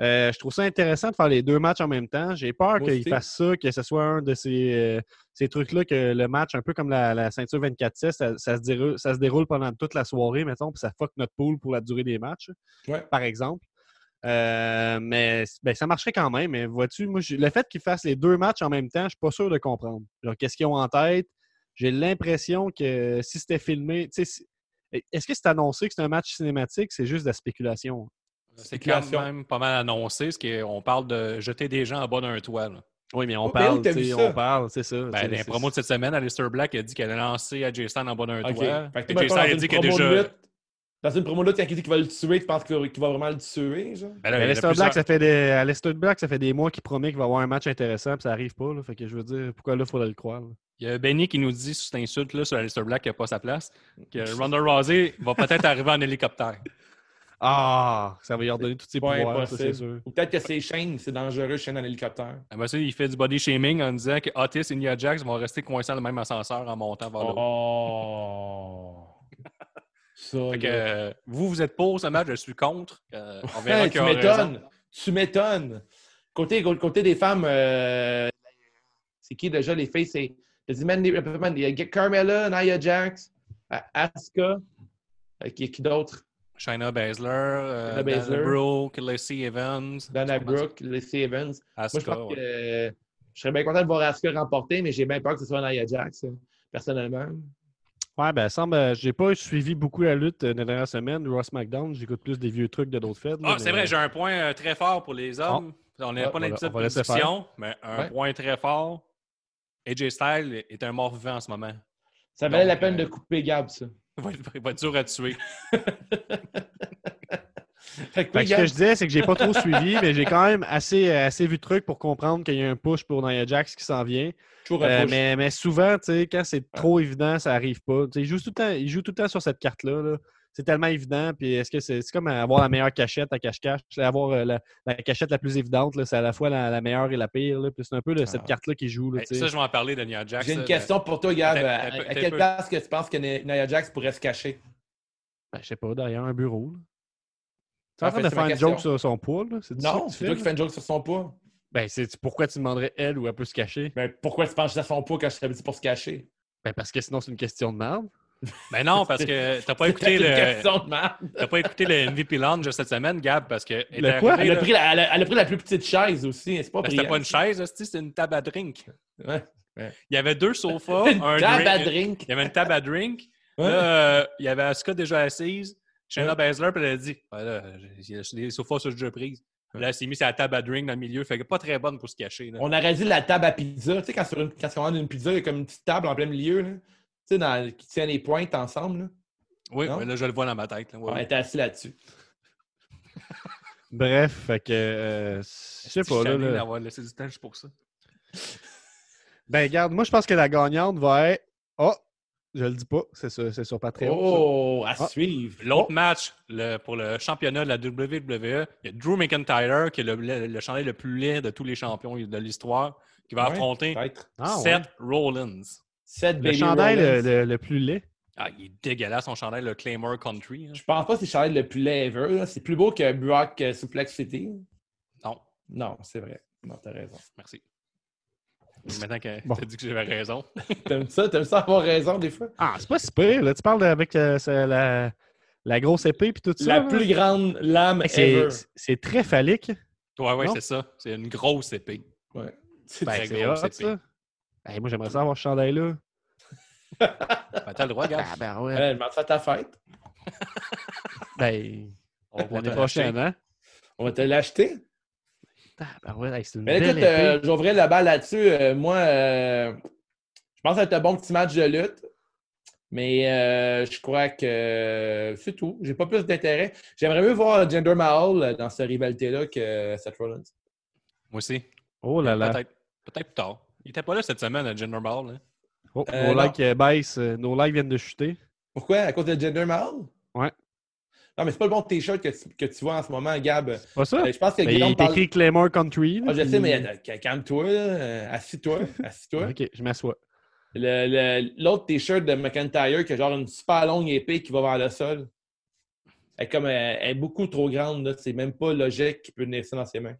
[SPEAKER 3] Euh, je trouve ça intéressant de faire les deux matchs en même temps. J'ai peur
[SPEAKER 2] Moi
[SPEAKER 3] qu'ils
[SPEAKER 2] aussi.
[SPEAKER 3] fassent ça, que ce soit un de ces, euh, ces trucs-là, que le match, un peu comme la, la ceinture 24-7, ça, ça se déroule, ça se déroule pendant toute la soirée, mettons, puis ça fuck notre pool pour la durée des matchs,
[SPEAKER 2] Ouais.
[SPEAKER 3] par exemple. Euh, mais ben, ça marcherait quand même. Mais vois-tu, moi, j'ai- le fait qu'ils fassent les deux matchs en même temps, je suis pas sûr de comprendre. Genre, qu'est-ce qu'ils ont en tête? J'ai l'impression que si c'était filmé, tu sais, si- est-ce que c'est annoncé que c'est un match cinématique? C'est juste de la spéculation.
[SPEAKER 1] C'est quand
[SPEAKER 2] Spéculation.
[SPEAKER 1] même pas mal annoncé, ce qu'on parle de jeter des gens en bas d'un toit. Là.
[SPEAKER 3] Oui, mais on
[SPEAKER 2] Oh, mais où
[SPEAKER 3] parle,
[SPEAKER 2] t'as
[SPEAKER 3] tu
[SPEAKER 2] vu
[SPEAKER 3] sais,
[SPEAKER 2] ça?
[SPEAKER 3] on parle, c'est ça.
[SPEAKER 1] Ben,
[SPEAKER 3] c'est-
[SPEAKER 1] dans les
[SPEAKER 3] c'est-
[SPEAKER 1] promos de cette semaine, Alistair Black a dit qu'elle a lancé à Jason en bas d'un
[SPEAKER 2] Ok.
[SPEAKER 1] toit.
[SPEAKER 2] Fait que
[SPEAKER 1] Et
[SPEAKER 2] toi, hein? mettons,
[SPEAKER 1] Jason
[SPEAKER 2] dans
[SPEAKER 1] a
[SPEAKER 2] une
[SPEAKER 1] dit que
[SPEAKER 2] promo de
[SPEAKER 1] déjà.
[SPEAKER 2] lutte- Dans une promo de lutte, il y a qui dit qu'il va le tuer. Tu penses qu'il va- qu'il va vraiment le tuer? Genre?
[SPEAKER 1] Ben là, il y en a
[SPEAKER 3] Aleister
[SPEAKER 1] plusieurs.
[SPEAKER 3] Black, ça fait des... Aleister Black, ça fait des mois qu'il promet qu'il va avoir un match intéressant, puis ça arrive pas. Là. Fait que je veux dire, pourquoi là, il faudrait le croire? là?
[SPEAKER 1] Il y a Benny qui nous dit sous cette insulte là, sur Alistair Black qui n'a pas sa place
[SPEAKER 2] Mm.
[SPEAKER 1] que Ronda Rousey va peut-être arriver en hélicoptère.
[SPEAKER 3] Ah! Ça va lui redonner tous ses
[SPEAKER 2] pas
[SPEAKER 3] pouvoirs, ça,
[SPEAKER 2] impossible.
[SPEAKER 3] c'est sûr.
[SPEAKER 2] Ou peut-être que c'est Shane, c'est dangereux, Shane en hélicoptère.
[SPEAKER 1] Après ça, il fait du body shaming en disant que Otis et Nia Jax vont rester coincés dans le même ascenseur en montant vers le haut.
[SPEAKER 2] Oh! Ça,
[SPEAKER 1] (laughs) Fait que,
[SPEAKER 2] là.
[SPEAKER 1] euh, vous, vous êtes pour ce match, je suis contre. Euh, on verra
[SPEAKER 2] Hey,
[SPEAKER 1] qui
[SPEAKER 2] (laughs) tu
[SPEAKER 1] aura raison.
[SPEAKER 2] m'étonnes! Tu m'étonnes! Côté, côté des femmes, euh, c'est qui déjà les filles? C'est les Mandy, euh, Mandy, euh, Carmella, Nia Jax, euh, Asuka, euh, qui, qui d'autre?
[SPEAKER 1] Shayna Baszler, euh,
[SPEAKER 2] Shayna Baszler.
[SPEAKER 1] Dana Brooke, Lacey Evans,
[SPEAKER 2] Dana Brooke, Lacey Evans. Moi, je
[SPEAKER 1] Asuka.
[SPEAKER 2] pense
[SPEAKER 1] ouais.
[SPEAKER 2] que euh, je serais bien content de voir Asuka remporter, mais j'ai bien peur que ce soit Nia Jax, euh, personnellement.
[SPEAKER 3] Ouais, ben, semble. euh, J'ai pas suivi beaucoup la lutte euh, dans la dernière semaine. Ross McDonald, j'écoute plus des vieux trucs de d'autres fêtes. là,
[SPEAKER 1] Ah, c'est
[SPEAKER 3] mais-
[SPEAKER 1] vrai, j'ai un point euh, très fort pour les hommes. On n'est
[SPEAKER 3] Ah,
[SPEAKER 1] pas dans
[SPEAKER 3] voilà,
[SPEAKER 1] l'épisode
[SPEAKER 3] on va
[SPEAKER 1] de
[SPEAKER 3] laisser
[SPEAKER 1] discussion, mais un
[SPEAKER 2] Ouais.
[SPEAKER 1] point très fort. AJ Styles est un mort vivant en ce moment. (laughs)
[SPEAKER 2] Ça valait
[SPEAKER 1] Donc,
[SPEAKER 2] la peine
[SPEAKER 1] euh,
[SPEAKER 2] de couper Gab, ça.
[SPEAKER 1] Il va, il va être dur à tuer.
[SPEAKER 2] Fait que,
[SPEAKER 3] Fait
[SPEAKER 2] oui,
[SPEAKER 3] que ce
[SPEAKER 2] Gab,
[SPEAKER 3] que je disais, c'est que j'ai pas trop suivi, mais j'ai quand même assez, euh, assez vu de trucs pour comprendre qu'il y a un push pour Nia Jax qui s'en vient.
[SPEAKER 2] toujours
[SPEAKER 3] Euh,
[SPEAKER 2] un push.
[SPEAKER 3] mais, mais souvent, tu sais, quand c'est trop évident, ça arrive pas. Tu sais, Ils jouent tout le temps, ils jouent tout le temps sur cette carte-là. là. C'est tellement évident. Puis est-ce que c'est c'est comme avoir la meilleure cachette à cache-cache? C'est Avoir euh, la, la cachette la plus évidente, là, c'est à la fois la, la meilleure et la pire. là. Puis c'est un peu là, cette
[SPEAKER 2] Ah.
[SPEAKER 3] carte-là qui joue. là,
[SPEAKER 1] Hey,
[SPEAKER 3] tu sais.
[SPEAKER 1] Ben, ça, je vais en parler Euh, de Nia Jax.
[SPEAKER 2] J'ai une
[SPEAKER 1] là,
[SPEAKER 2] question pour toi, Gab.
[SPEAKER 1] Attends,
[SPEAKER 2] À,
[SPEAKER 1] attends,
[SPEAKER 2] à
[SPEAKER 1] attends
[SPEAKER 2] quelle
[SPEAKER 1] peu.
[SPEAKER 2] place que tu penses que Ni- Nia Jax pourrait se cacher?
[SPEAKER 3] Ben, je sais pas, derrière un bureau. là. Tu es en
[SPEAKER 2] Ah,
[SPEAKER 3] train
[SPEAKER 2] fait,
[SPEAKER 3] de
[SPEAKER 2] c'est ma
[SPEAKER 3] faire une
[SPEAKER 2] question.
[SPEAKER 3] joke sur son poids, là? C'est ça que
[SPEAKER 2] Non,
[SPEAKER 3] tu
[SPEAKER 2] c'est
[SPEAKER 3] fais,
[SPEAKER 2] toi qui
[SPEAKER 3] là?
[SPEAKER 2] fais une joke sur son poids.
[SPEAKER 3] Ben, c'est pourquoi tu demanderais elle ou elle peut se cacher?
[SPEAKER 2] Mais Ben, pourquoi tu penches à son poids quand je t'avais dit pour se cacher?
[SPEAKER 3] Ben, parce que sinon, c'est une question de merde.
[SPEAKER 1] Ben non, parce
[SPEAKER 2] (laughs)
[SPEAKER 1] que t'as pas écouté
[SPEAKER 2] C'est une
[SPEAKER 1] le
[SPEAKER 2] question de merde.
[SPEAKER 1] t'as pas écouté le MVP Lounge cette semaine, Gab, parce que elle
[SPEAKER 3] Ben, Le
[SPEAKER 1] est
[SPEAKER 3] quoi?
[SPEAKER 1] arrivée,
[SPEAKER 2] Elle a,
[SPEAKER 1] là,
[SPEAKER 2] pris la, elle, a, elle a pris la plus petite chaise aussi. hein, C'est pas
[SPEAKER 1] ben,
[SPEAKER 2] pris.
[SPEAKER 1] c'était pas une chaise, hostie, c'était une table à drink.
[SPEAKER 2] Ouais.
[SPEAKER 1] Il y avait deux sofas,
[SPEAKER 2] (laughs) Une
[SPEAKER 1] un
[SPEAKER 2] table à
[SPEAKER 1] drink-
[SPEAKER 2] drink.
[SPEAKER 1] Il y avait une table à drink.
[SPEAKER 2] Ouais.
[SPEAKER 1] Là, euh, il y avait Asuka déjà assise. Shayna
[SPEAKER 2] Ouais.
[SPEAKER 1] Baszler, puis elle a dit Ouais, là, j'ai- j'ai des sofas sur déjà prise. Puis Là, elle s'est mise à la table à drink dans le milieu. Fait que pas très bonne pour se cacher. là.
[SPEAKER 2] On aurait dit la table à pizza. Tu sais, quand, sur une, quand on commande une pizza, il y a comme une petite table en plein milieu. là. sais, dans- qui tient les pointes ensemble. Là.
[SPEAKER 1] Oui,
[SPEAKER 2] Non?
[SPEAKER 1] oui, là, je le vois dans ma tête. là. Ouais,
[SPEAKER 2] On
[SPEAKER 1] ouais.
[SPEAKER 2] était assis là-dessus.
[SPEAKER 3] Bref, fait que. euh, je sais
[SPEAKER 1] Est-ce que je
[SPEAKER 3] pas, là. Oh.
[SPEAKER 1] suis tanné
[SPEAKER 3] là.
[SPEAKER 1] d'avoir laissé du temps juste pour ça.
[SPEAKER 3] Ben, regarde, moi, je pense que la gagnante va être. Oh! Je le dis pas, c'est sur, c'est sur Patreon.
[SPEAKER 2] Oh, à
[SPEAKER 3] Ah.
[SPEAKER 2] suivre.
[SPEAKER 1] L'autre match le- pour le championnat de la WWE, il y a Drew McIntyre, qui est le, le, le chandail le plus laid de tous les champions de l'histoire, qui va
[SPEAKER 2] Ouais,
[SPEAKER 1] affronter
[SPEAKER 2] Peut-être.
[SPEAKER 3] Ah, ouais.
[SPEAKER 1] Seth Rollins.
[SPEAKER 2] 7
[SPEAKER 3] Le
[SPEAKER 2] Baby
[SPEAKER 3] chandail le,
[SPEAKER 2] Rollins.
[SPEAKER 3] le- le plus laid.
[SPEAKER 1] Ah, il est dégueulasse, son chandail, le Claymore Country. hein.
[SPEAKER 2] Je pense pas que c'est le chandail le plus laid ever. là. C'est plus beau que Brock euh, Suplex City.
[SPEAKER 1] Non,
[SPEAKER 2] Non, c'est vrai. Non, t'as raison.
[SPEAKER 1] merci. Maintenant que
[SPEAKER 3] Bon.
[SPEAKER 1] tu as dit que j'avais raison.
[SPEAKER 2] T'aimes ça? T'aimes ça avoir raison des fois?
[SPEAKER 3] Ah, c'est pas si pire, là. Tu parles avec euh, ça, la, la grosse épée puis tout ça.
[SPEAKER 2] La
[SPEAKER 3] là.
[SPEAKER 2] plus grande lame
[SPEAKER 3] Hey,
[SPEAKER 2] ever.
[SPEAKER 3] c'est- C'est très phallique.
[SPEAKER 1] Ouais, ouais,
[SPEAKER 3] Non?
[SPEAKER 1] c'est ça. C'est une grosse épée.
[SPEAKER 2] Ouais.
[SPEAKER 1] Ben,
[SPEAKER 3] C'est
[SPEAKER 1] grosse
[SPEAKER 3] hot,
[SPEAKER 1] épée.
[SPEAKER 3] ça. Hey, moi, j'aimerais ça avoir ce chandail-là.
[SPEAKER 1] Ben, t'as le droit,
[SPEAKER 3] (laughs)
[SPEAKER 1] gars.
[SPEAKER 3] ben ouais.
[SPEAKER 2] Elle m'a fait ta fête.
[SPEAKER 3] Ben,
[SPEAKER 1] On va te
[SPEAKER 3] l'année
[SPEAKER 1] lâcher.
[SPEAKER 3] prochaine, hein?
[SPEAKER 2] On va te l'acheter.
[SPEAKER 3] Ben ouais, hey, c'est une
[SPEAKER 2] Mais
[SPEAKER 3] belle
[SPEAKER 2] écoute,
[SPEAKER 3] épée.
[SPEAKER 2] euh, j'ouvrais la balle là-dessus. Euh, moi, euh, je pense que c'est un bon petit match de lutte. Mais euh, je crois que euh, c'est tout. J'ai pas plus d'intérêt. J'aimerais mieux voir Jinder Mahal euh, dans cette rivalité-là que euh, Seth Rollins.
[SPEAKER 1] Moi aussi.
[SPEAKER 3] Oh là là.
[SPEAKER 1] Peut-être peut-être plus tard. Il était pas là cette semaine à Jinder Mahal. hein.
[SPEAKER 3] Oh,
[SPEAKER 2] Euh,
[SPEAKER 3] nos
[SPEAKER 2] non.
[SPEAKER 3] likes euh, baissent. euh, Nos likes viennent de chuter.
[SPEAKER 2] Pourquoi? À cause de Jinder Mahal?
[SPEAKER 3] Ouais.
[SPEAKER 2] Non, mais c'est pas le bon t-shirt que, tu- que tu vois en ce moment, Gab. Euh,
[SPEAKER 3] C'est Pas ça?
[SPEAKER 2] je pense que
[SPEAKER 3] Ben, il
[SPEAKER 2] Guillaume
[SPEAKER 3] est
[SPEAKER 2] parle...
[SPEAKER 3] écrit Mm. Claymore Country. là,
[SPEAKER 2] Ah, je
[SPEAKER 3] puis-
[SPEAKER 2] sais, mais euh, calme-toi. là. Euh, Assis-toi. Assis-toi.
[SPEAKER 3] Ok, je m'assois.
[SPEAKER 2] Le- le- L'autre t-shirt de McIntyre qui a genre une super longue épée qui va vers le sol. Elle est, comme, elle, elle est beaucoup trop grande. là. C'est même pas logique qu'il peut tenir ça dans ses mains.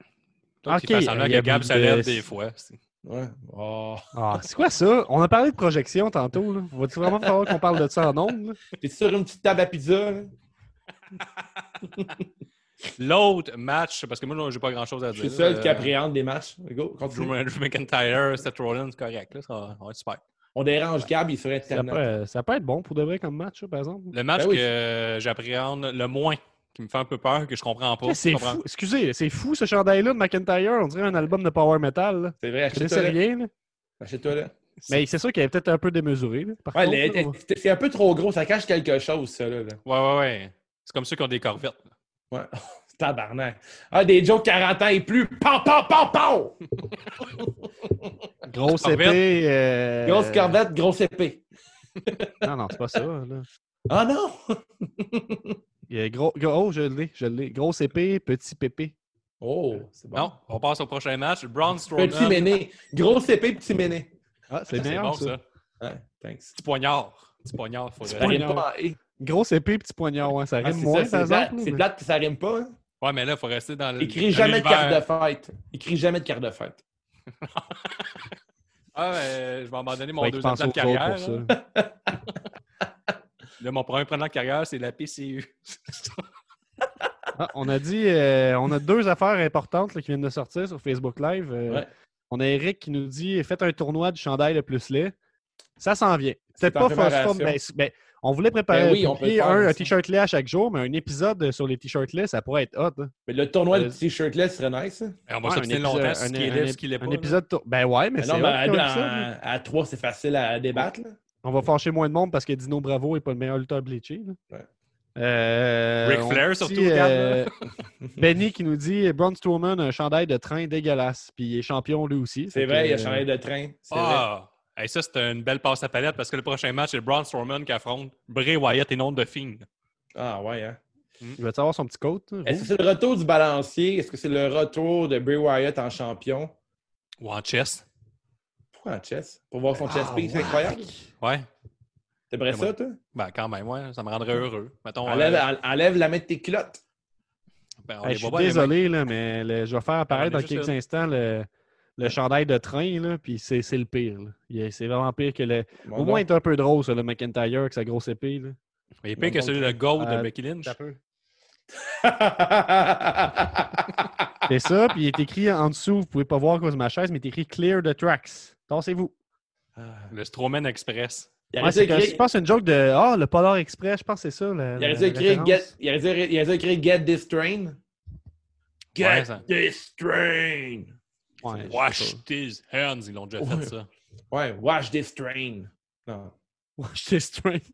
[SPEAKER 1] Toi,
[SPEAKER 3] Ok, euh,
[SPEAKER 1] tu fais semblant
[SPEAKER 3] il y
[SPEAKER 1] que
[SPEAKER 3] a
[SPEAKER 1] Gab
[SPEAKER 3] beaucoup
[SPEAKER 1] se
[SPEAKER 3] de-
[SPEAKER 1] lève des fois. C'est-
[SPEAKER 2] Ouais. Oh.
[SPEAKER 3] Ah, c'est quoi ça? On a parlé de projection tantôt. Là. Va-t-il vraiment falloir qu'on parle de ça en
[SPEAKER 2] (laughs)
[SPEAKER 3] nombre?
[SPEAKER 2] T'es sur une petite table à pizza. là?
[SPEAKER 1] L'autre match, parce que moi, non, j'ai pas grand-chose à
[SPEAKER 2] Je
[SPEAKER 1] dire.
[SPEAKER 2] suis le seul
[SPEAKER 1] là.
[SPEAKER 2] qui appréhende les matchs. Go, continue.
[SPEAKER 1] Drew, Drew McIntyre, Seth Rollins, correct. Là, ça va- ça va être super.
[SPEAKER 2] On dérange Gab, il est sur
[SPEAKER 3] Ça peut,
[SPEAKER 2] Internet.
[SPEAKER 3] euh, ça peut être bon pour de vrai comme match, ça, par exemple.
[SPEAKER 1] Le match
[SPEAKER 2] Ben oui.
[SPEAKER 1] que j'appréhende le moins, qui me fait un peu peur, que je comprends pas.
[SPEAKER 3] Qu'est-ce que
[SPEAKER 1] je
[SPEAKER 3] C'est
[SPEAKER 1] comprends-
[SPEAKER 3] fou. Excusez, c'est fou ce chandail-là de McIntyre. On dirait un album de power metal. Là.
[SPEAKER 2] C'est vrai,
[SPEAKER 3] Je connaissais
[SPEAKER 2] achète-toi là.
[SPEAKER 3] rien. là.
[SPEAKER 2] Achète-toi là.
[SPEAKER 3] Mais c'est sûr qu'il est peut-être un peu démesuré. là, par
[SPEAKER 2] Ouais,
[SPEAKER 3] contre,
[SPEAKER 2] les-
[SPEAKER 3] là, on va-
[SPEAKER 2] t'es- c'est un peu trop gros. Ça cache quelque chose, ça. Là, là.
[SPEAKER 1] Ouais, ouais, ouais. C'est comme ceux qui ont des corvettes. là.
[SPEAKER 2] Ouais. Tabarnak. Ah, des jokes 40 ans et plus. Pow, pow, pow, pow!
[SPEAKER 3] Grosse
[SPEAKER 1] Corvette.
[SPEAKER 3] épée. euh,
[SPEAKER 2] Grosse corvette, grosse épée.
[SPEAKER 3] Non, non, c'est pas ça. là.
[SPEAKER 2] Ah non!
[SPEAKER 3] Il y a gros... gros- Oh, je l'ai, je l'ai. Grosse épée, petit pépé.
[SPEAKER 2] Oh, c'est bon.
[SPEAKER 1] Non, on passe au prochain match. Braun Strowman.
[SPEAKER 2] Petit méné. Grosse épée, petit méné.
[SPEAKER 3] Ah, c'est
[SPEAKER 1] C'est
[SPEAKER 3] meilleur,
[SPEAKER 1] bon,
[SPEAKER 3] ça.
[SPEAKER 1] ça.
[SPEAKER 2] Ouais, thanks.
[SPEAKER 1] Petit poignard. Petit poignard. Faut le-
[SPEAKER 3] poignard.
[SPEAKER 2] rime pas en « et
[SPEAKER 3] Grosse épée, petit poignard. ouais, Ça
[SPEAKER 2] Ah,
[SPEAKER 3] rime
[SPEAKER 2] c'est ça,
[SPEAKER 3] moins,
[SPEAKER 2] c'est
[SPEAKER 3] eh. par
[SPEAKER 2] plate-
[SPEAKER 3] exemple, Euh,
[SPEAKER 2] c'est
[SPEAKER 3] mais-
[SPEAKER 2] plate que ça rime pas. Hein?
[SPEAKER 1] Ouais, mais là, il faut rester dans le.
[SPEAKER 2] Écris
[SPEAKER 1] dans
[SPEAKER 2] jamais de
[SPEAKER 1] l'univers.
[SPEAKER 2] carte de fête. Écris jamais de carte de fête.
[SPEAKER 1] Ah, ben, je vais abandonner mon
[SPEAKER 3] Faudrait qu'ils
[SPEAKER 1] deuxième
[SPEAKER 3] pensent
[SPEAKER 1] plan de
[SPEAKER 3] aux autres
[SPEAKER 1] carrière.
[SPEAKER 3] pour ça.
[SPEAKER 1] là. Là, mon premier plan de carrière, c'est la PCU.
[SPEAKER 3] Ah, on a dit, euh, on a deux affaires importantes là, qui viennent de sortir sur Facebook Live. Euh,
[SPEAKER 2] Ouais.
[SPEAKER 3] On a Eric qui nous dit Faites un tournoi du chandail le plus laid. Ça s'en vient.
[SPEAKER 2] C'est
[SPEAKER 3] C'est
[SPEAKER 2] en
[SPEAKER 3] pas
[SPEAKER 2] préparation.
[SPEAKER 3] force mais, mais on voulait préparer
[SPEAKER 2] Ben oui, on peut
[SPEAKER 3] publier
[SPEAKER 2] le faire,
[SPEAKER 3] un, un
[SPEAKER 2] ça.
[SPEAKER 3] t-shirt laid à chaque jour, mais un épisode sur les t-shirts laids, ça pourrait être hot. hein.
[SPEAKER 2] Mais le tournoi de
[SPEAKER 3] Euh,
[SPEAKER 2] t-shirt là serait nice. hein.
[SPEAKER 1] Et on va
[SPEAKER 3] Ouais,
[SPEAKER 1] s'obstiner
[SPEAKER 3] un
[SPEAKER 1] longtemps
[SPEAKER 3] épisode-
[SPEAKER 1] sur ce
[SPEAKER 3] un-
[SPEAKER 1] qui est
[SPEAKER 3] un-
[SPEAKER 1] laid, ce qui l'est pas.
[SPEAKER 3] Un
[SPEAKER 1] là.
[SPEAKER 3] épisode. tour- Ben ouais, mais
[SPEAKER 2] Mais
[SPEAKER 3] c'est
[SPEAKER 2] non, hein.
[SPEAKER 3] hot
[SPEAKER 2] mais à,
[SPEAKER 3] comme
[SPEAKER 2] deux,
[SPEAKER 3] épisode, là.
[SPEAKER 2] en- à trois, c'est facile à débattre. là.
[SPEAKER 3] On va fâcher moins de monde parce que Dino Bravo est pas le meilleur lutteur bleaché. là.
[SPEAKER 2] Ouais.
[SPEAKER 3] Euh,
[SPEAKER 1] Ric
[SPEAKER 3] on
[SPEAKER 1] Flair,
[SPEAKER 3] dit, euh,
[SPEAKER 1] surtout, regarde, là.
[SPEAKER 3] (laughs) Benny qui nous dit Braun Strowman, un chandail de train dégueulasse. Puis il est champion lui aussi.
[SPEAKER 2] C'est
[SPEAKER 3] Fait
[SPEAKER 2] vrai,
[SPEAKER 3] que,
[SPEAKER 2] il a changé de train. C'est vrai.
[SPEAKER 1] Ah! Hey, ça, c'est une belle passe à palette parce que le prochain match, c'est Braun Strowman qui affronte Bray Wyatt et non de Fiend.
[SPEAKER 2] Ah ouais, hein.
[SPEAKER 3] Il va savoir son petit coat. là,
[SPEAKER 2] Est-ce
[SPEAKER 3] rouge?
[SPEAKER 2] que c'est le retour du balancier? Est-ce que c'est le retour de Bray Wyatt en champion?
[SPEAKER 1] Ou en chess.
[SPEAKER 2] Pourquoi en chess? Pour voir son
[SPEAKER 3] Ah,
[SPEAKER 2] chess piece, c'est
[SPEAKER 3] ouais.
[SPEAKER 2] incroyable.
[SPEAKER 1] Ouais.
[SPEAKER 2] T'aimerais
[SPEAKER 1] Ouais.
[SPEAKER 2] ça, toi?
[SPEAKER 1] Ben, quand même, ouais, ça me rendrait heureux. Mettons,
[SPEAKER 2] Enlève,
[SPEAKER 1] euh,
[SPEAKER 2] en- enlève la main de tes culottes.
[SPEAKER 1] ben, on
[SPEAKER 3] Hey,
[SPEAKER 1] les
[SPEAKER 3] je
[SPEAKER 1] voit
[SPEAKER 3] suis
[SPEAKER 1] pas, les mecs.
[SPEAKER 3] désolé, là, mais le- je vais faire apparaître
[SPEAKER 1] on est
[SPEAKER 3] dans quelques
[SPEAKER 1] juste là.
[SPEAKER 3] instants le, le chandail de train, là, puis c'est c'est le pire. là. Il est- C'est vraiment pire que le.
[SPEAKER 2] Bon,
[SPEAKER 3] Au moins, il
[SPEAKER 2] (laughs)
[SPEAKER 3] est un peu drôle, ça, le McIntyre, avec sa grosse épée. là.
[SPEAKER 1] Mais il est pire que celui de Gold de
[SPEAKER 3] Euh,
[SPEAKER 1] Becky Lynch.
[SPEAKER 2] donc.
[SPEAKER 3] C'est ça, puis il est écrit en dessous, vous pouvez pas voir à cause de ma chaise, mais il est écrit Clear the tracks. Tassez-vous.
[SPEAKER 1] Le Strowman Express.
[SPEAKER 2] Il
[SPEAKER 3] Ouais,
[SPEAKER 2] aurait dû
[SPEAKER 3] c'est que-
[SPEAKER 2] écrire-
[SPEAKER 3] je pense que c'est une joke de Ah, le Polar Express, je pense que c'est ça. la-
[SPEAKER 2] il aurait
[SPEAKER 3] la
[SPEAKER 2] dû écrire
[SPEAKER 3] référence.
[SPEAKER 2] Get- il aurait dû- il aurait dû écrire Get This Train.
[SPEAKER 1] Ouais, ça-
[SPEAKER 2] This Train.
[SPEAKER 3] Ouais, je sais (laughs)
[SPEAKER 1] Wash these hands, ils l'ont déjà
[SPEAKER 2] Ouais.
[SPEAKER 1] fait ça.
[SPEAKER 2] (laughs) Ouais, Watch This Train. Non.
[SPEAKER 3] J'étais straight.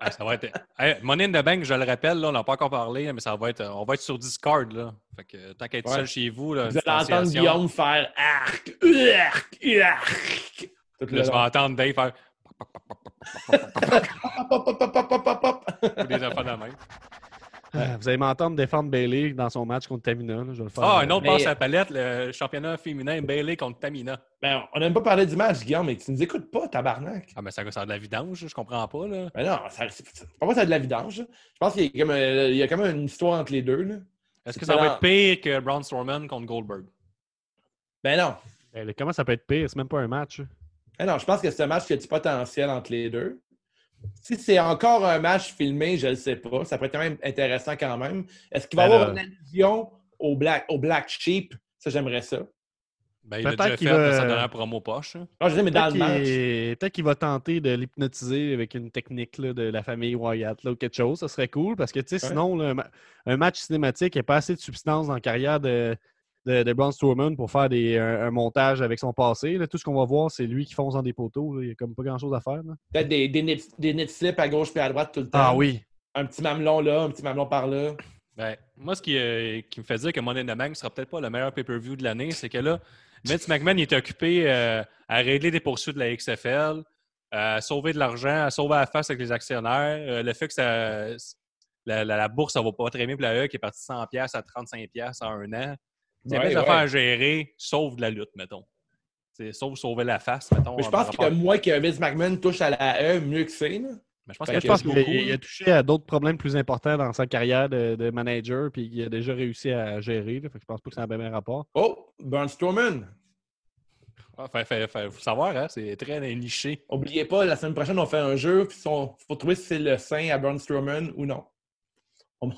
[SPEAKER 1] Ah, ça va être. Hey, Money in the Bank, je le rappelle, là, on n'a pas encore parlé, mais ça va être. On va être sur Discord. Là. Fait que euh, tant qu'à être
[SPEAKER 2] Ouais.
[SPEAKER 1] seul chez vous, là,
[SPEAKER 6] Vous allez entendre
[SPEAKER 1] distanciation.
[SPEAKER 6] Guillaume faire arc, arc, arc.
[SPEAKER 2] Tout le
[SPEAKER 1] Là, je vais
[SPEAKER 2] long.
[SPEAKER 1] entendre Dave faire
[SPEAKER 2] Pop, pop, pop, pop, pop, pop, pop.
[SPEAKER 1] des affaires de même.
[SPEAKER 3] Ah, Vous allez m'entendre défendre Bailey dans son match contre Tamina. là, je vais le faire.
[SPEAKER 1] Ah, un autre
[SPEAKER 6] Mais-
[SPEAKER 1] passe à la palette, le championnat féminin Bailey contre Tamina.
[SPEAKER 2] Ben, on n'a même pas parlé du match, Guillaume, mais tu nous écoutes pas, tabarnak.
[SPEAKER 1] Ah, mais ça, ça a de la vidange, je comprends pas. Là.
[SPEAKER 2] Ben non, ça, c'est- c'est- pour moi, ça a de la vidange. Je pense qu'il y a comme, euh, il y a quand même une histoire entre les deux. Là.
[SPEAKER 1] Est-ce
[SPEAKER 2] C'est
[SPEAKER 1] que ça va
[SPEAKER 2] excellent.
[SPEAKER 1] être pire que Braun Strowman contre Goldberg?
[SPEAKER 2] Ben non.
[SPEAKER 3] Eh, le- Comment ça peut être pire? C'est même pas un match.
[SPEAKER 2] Ben non, je pense que c'est un match qui a du potentiel entre les deux. Si c'est encore un match filmé, je ne sais pas. Ça pourrait être quand même intéressant quand même. Est-ce qu'il va y
[SPEAKER 3] Ben
[SPEAKER 2] avoir
[SPEAKER 3] là-
[SPEAKER 2] une allusion au Black, au black Sheep? Ça, j'aimerais ça.
[SPEAKER 1] Ben, il l'a
[SPEAKER 3] Peut-être
[SPEAKER 1] déjà fait
[SPEAKER 3] qu'il
[SPEAKER 1] dans
[SPEAKER 3] va-
[SPEAKER 1] sa dernière promo poche. hein.
[SPEAKER 2] Non, je
[SPEAKER 3] (laughs)
[SPEAKER 2] dirais, mais dans
[SPEAKER 3] Peut-être
[SPEAKER 2] le match.
[SPEAKER 3] qu'il peut-être qu'il va tenter de l'hypnotiser avec une technique là, de la famille Wyatt là, ou quelque chose. Ça serait cool parce que tu sais,
[SPEAKER 2] Ouais.
[SPEAKER 3] sinon, là, un, ma- un match cinématique, il n'y a pas assez de substance dans la carrière de, de, de Braun Strowman pour faire des, un, un montage avec son passé. là. Tout ce qu'on va voir, c'est lui qui fonce dans des poteaux. là. Il n'y a comme pas grand-chose à faire. là. Euh,
[SPEAKER 2] Peut-être des, des, nip, des nip slips à gauche puis à droite tout le temps.
[SPEAKER 1] Ah
[SPEAKER 3] oui.
[SPEAKER 2] Un petit mamelon là, un petit mamelon par là.
[SPEAKER 1] Ben, moi, ce qui, euh, qui me fait dire que Money in the Bank sera peut-être pas le meilleur pay-per-view de l'année, c'est que là, Vince McMahon il est occupé euh, à régler des poursuites de la XFL, euh, à sauver de l'argent, à sauver la face avec les actionnaires. euh, le fait que ça, la, la- la bourse, ça va pas très bien pour la E qui est partie de 100$ piastres à 35$ piastres en un an. Il y a
[SPEAKER 2] Ouais,
[SPEAKER 1] des
[SPEAKER 2] ouais.
[SPEAKER 1] affaires à gérer, sauf de la lutte, mettons. C'est- sauf sauver la face, mettons.
[SPEAKER 2] Mais je
[SPEAKER 1] en
[SPEAKER 2] pense
[SPEAKER 1] rapport-
[SPEAKER 2] que moi qui Vince McMahon touche à la E, mieux que c'est. là.
[SPEAKER 1] Mais je pense
[SPEAKER 2] Ben,
[SPEAKER 1] qu'il
[SPEAKER 3] je pense
[SPEAKER 1] touche
[SPEAKER 3] qu'il
[SPEAKER 1] beaucoup.
[SPEAKER 3] a, il a touché à d'autres problèmes plus importants dans sa carrière de, de manager, puis il a déjà réussi à gérer. là. Fait que je pense pas que c'est un bien rapport.
[SPEAKER 2] Oh, Braun Strowman.
[SPEAKER 1] Ah, fait- fait- fait- faut savoir, hein, c'est très niché.
[SPEAKER 2] Oubliez pas, la semaine prochaine, on fait un jeu. Puis on- faut trouver si c'est le saint à Braun Strowman ou non.
[SPEAKER 1] En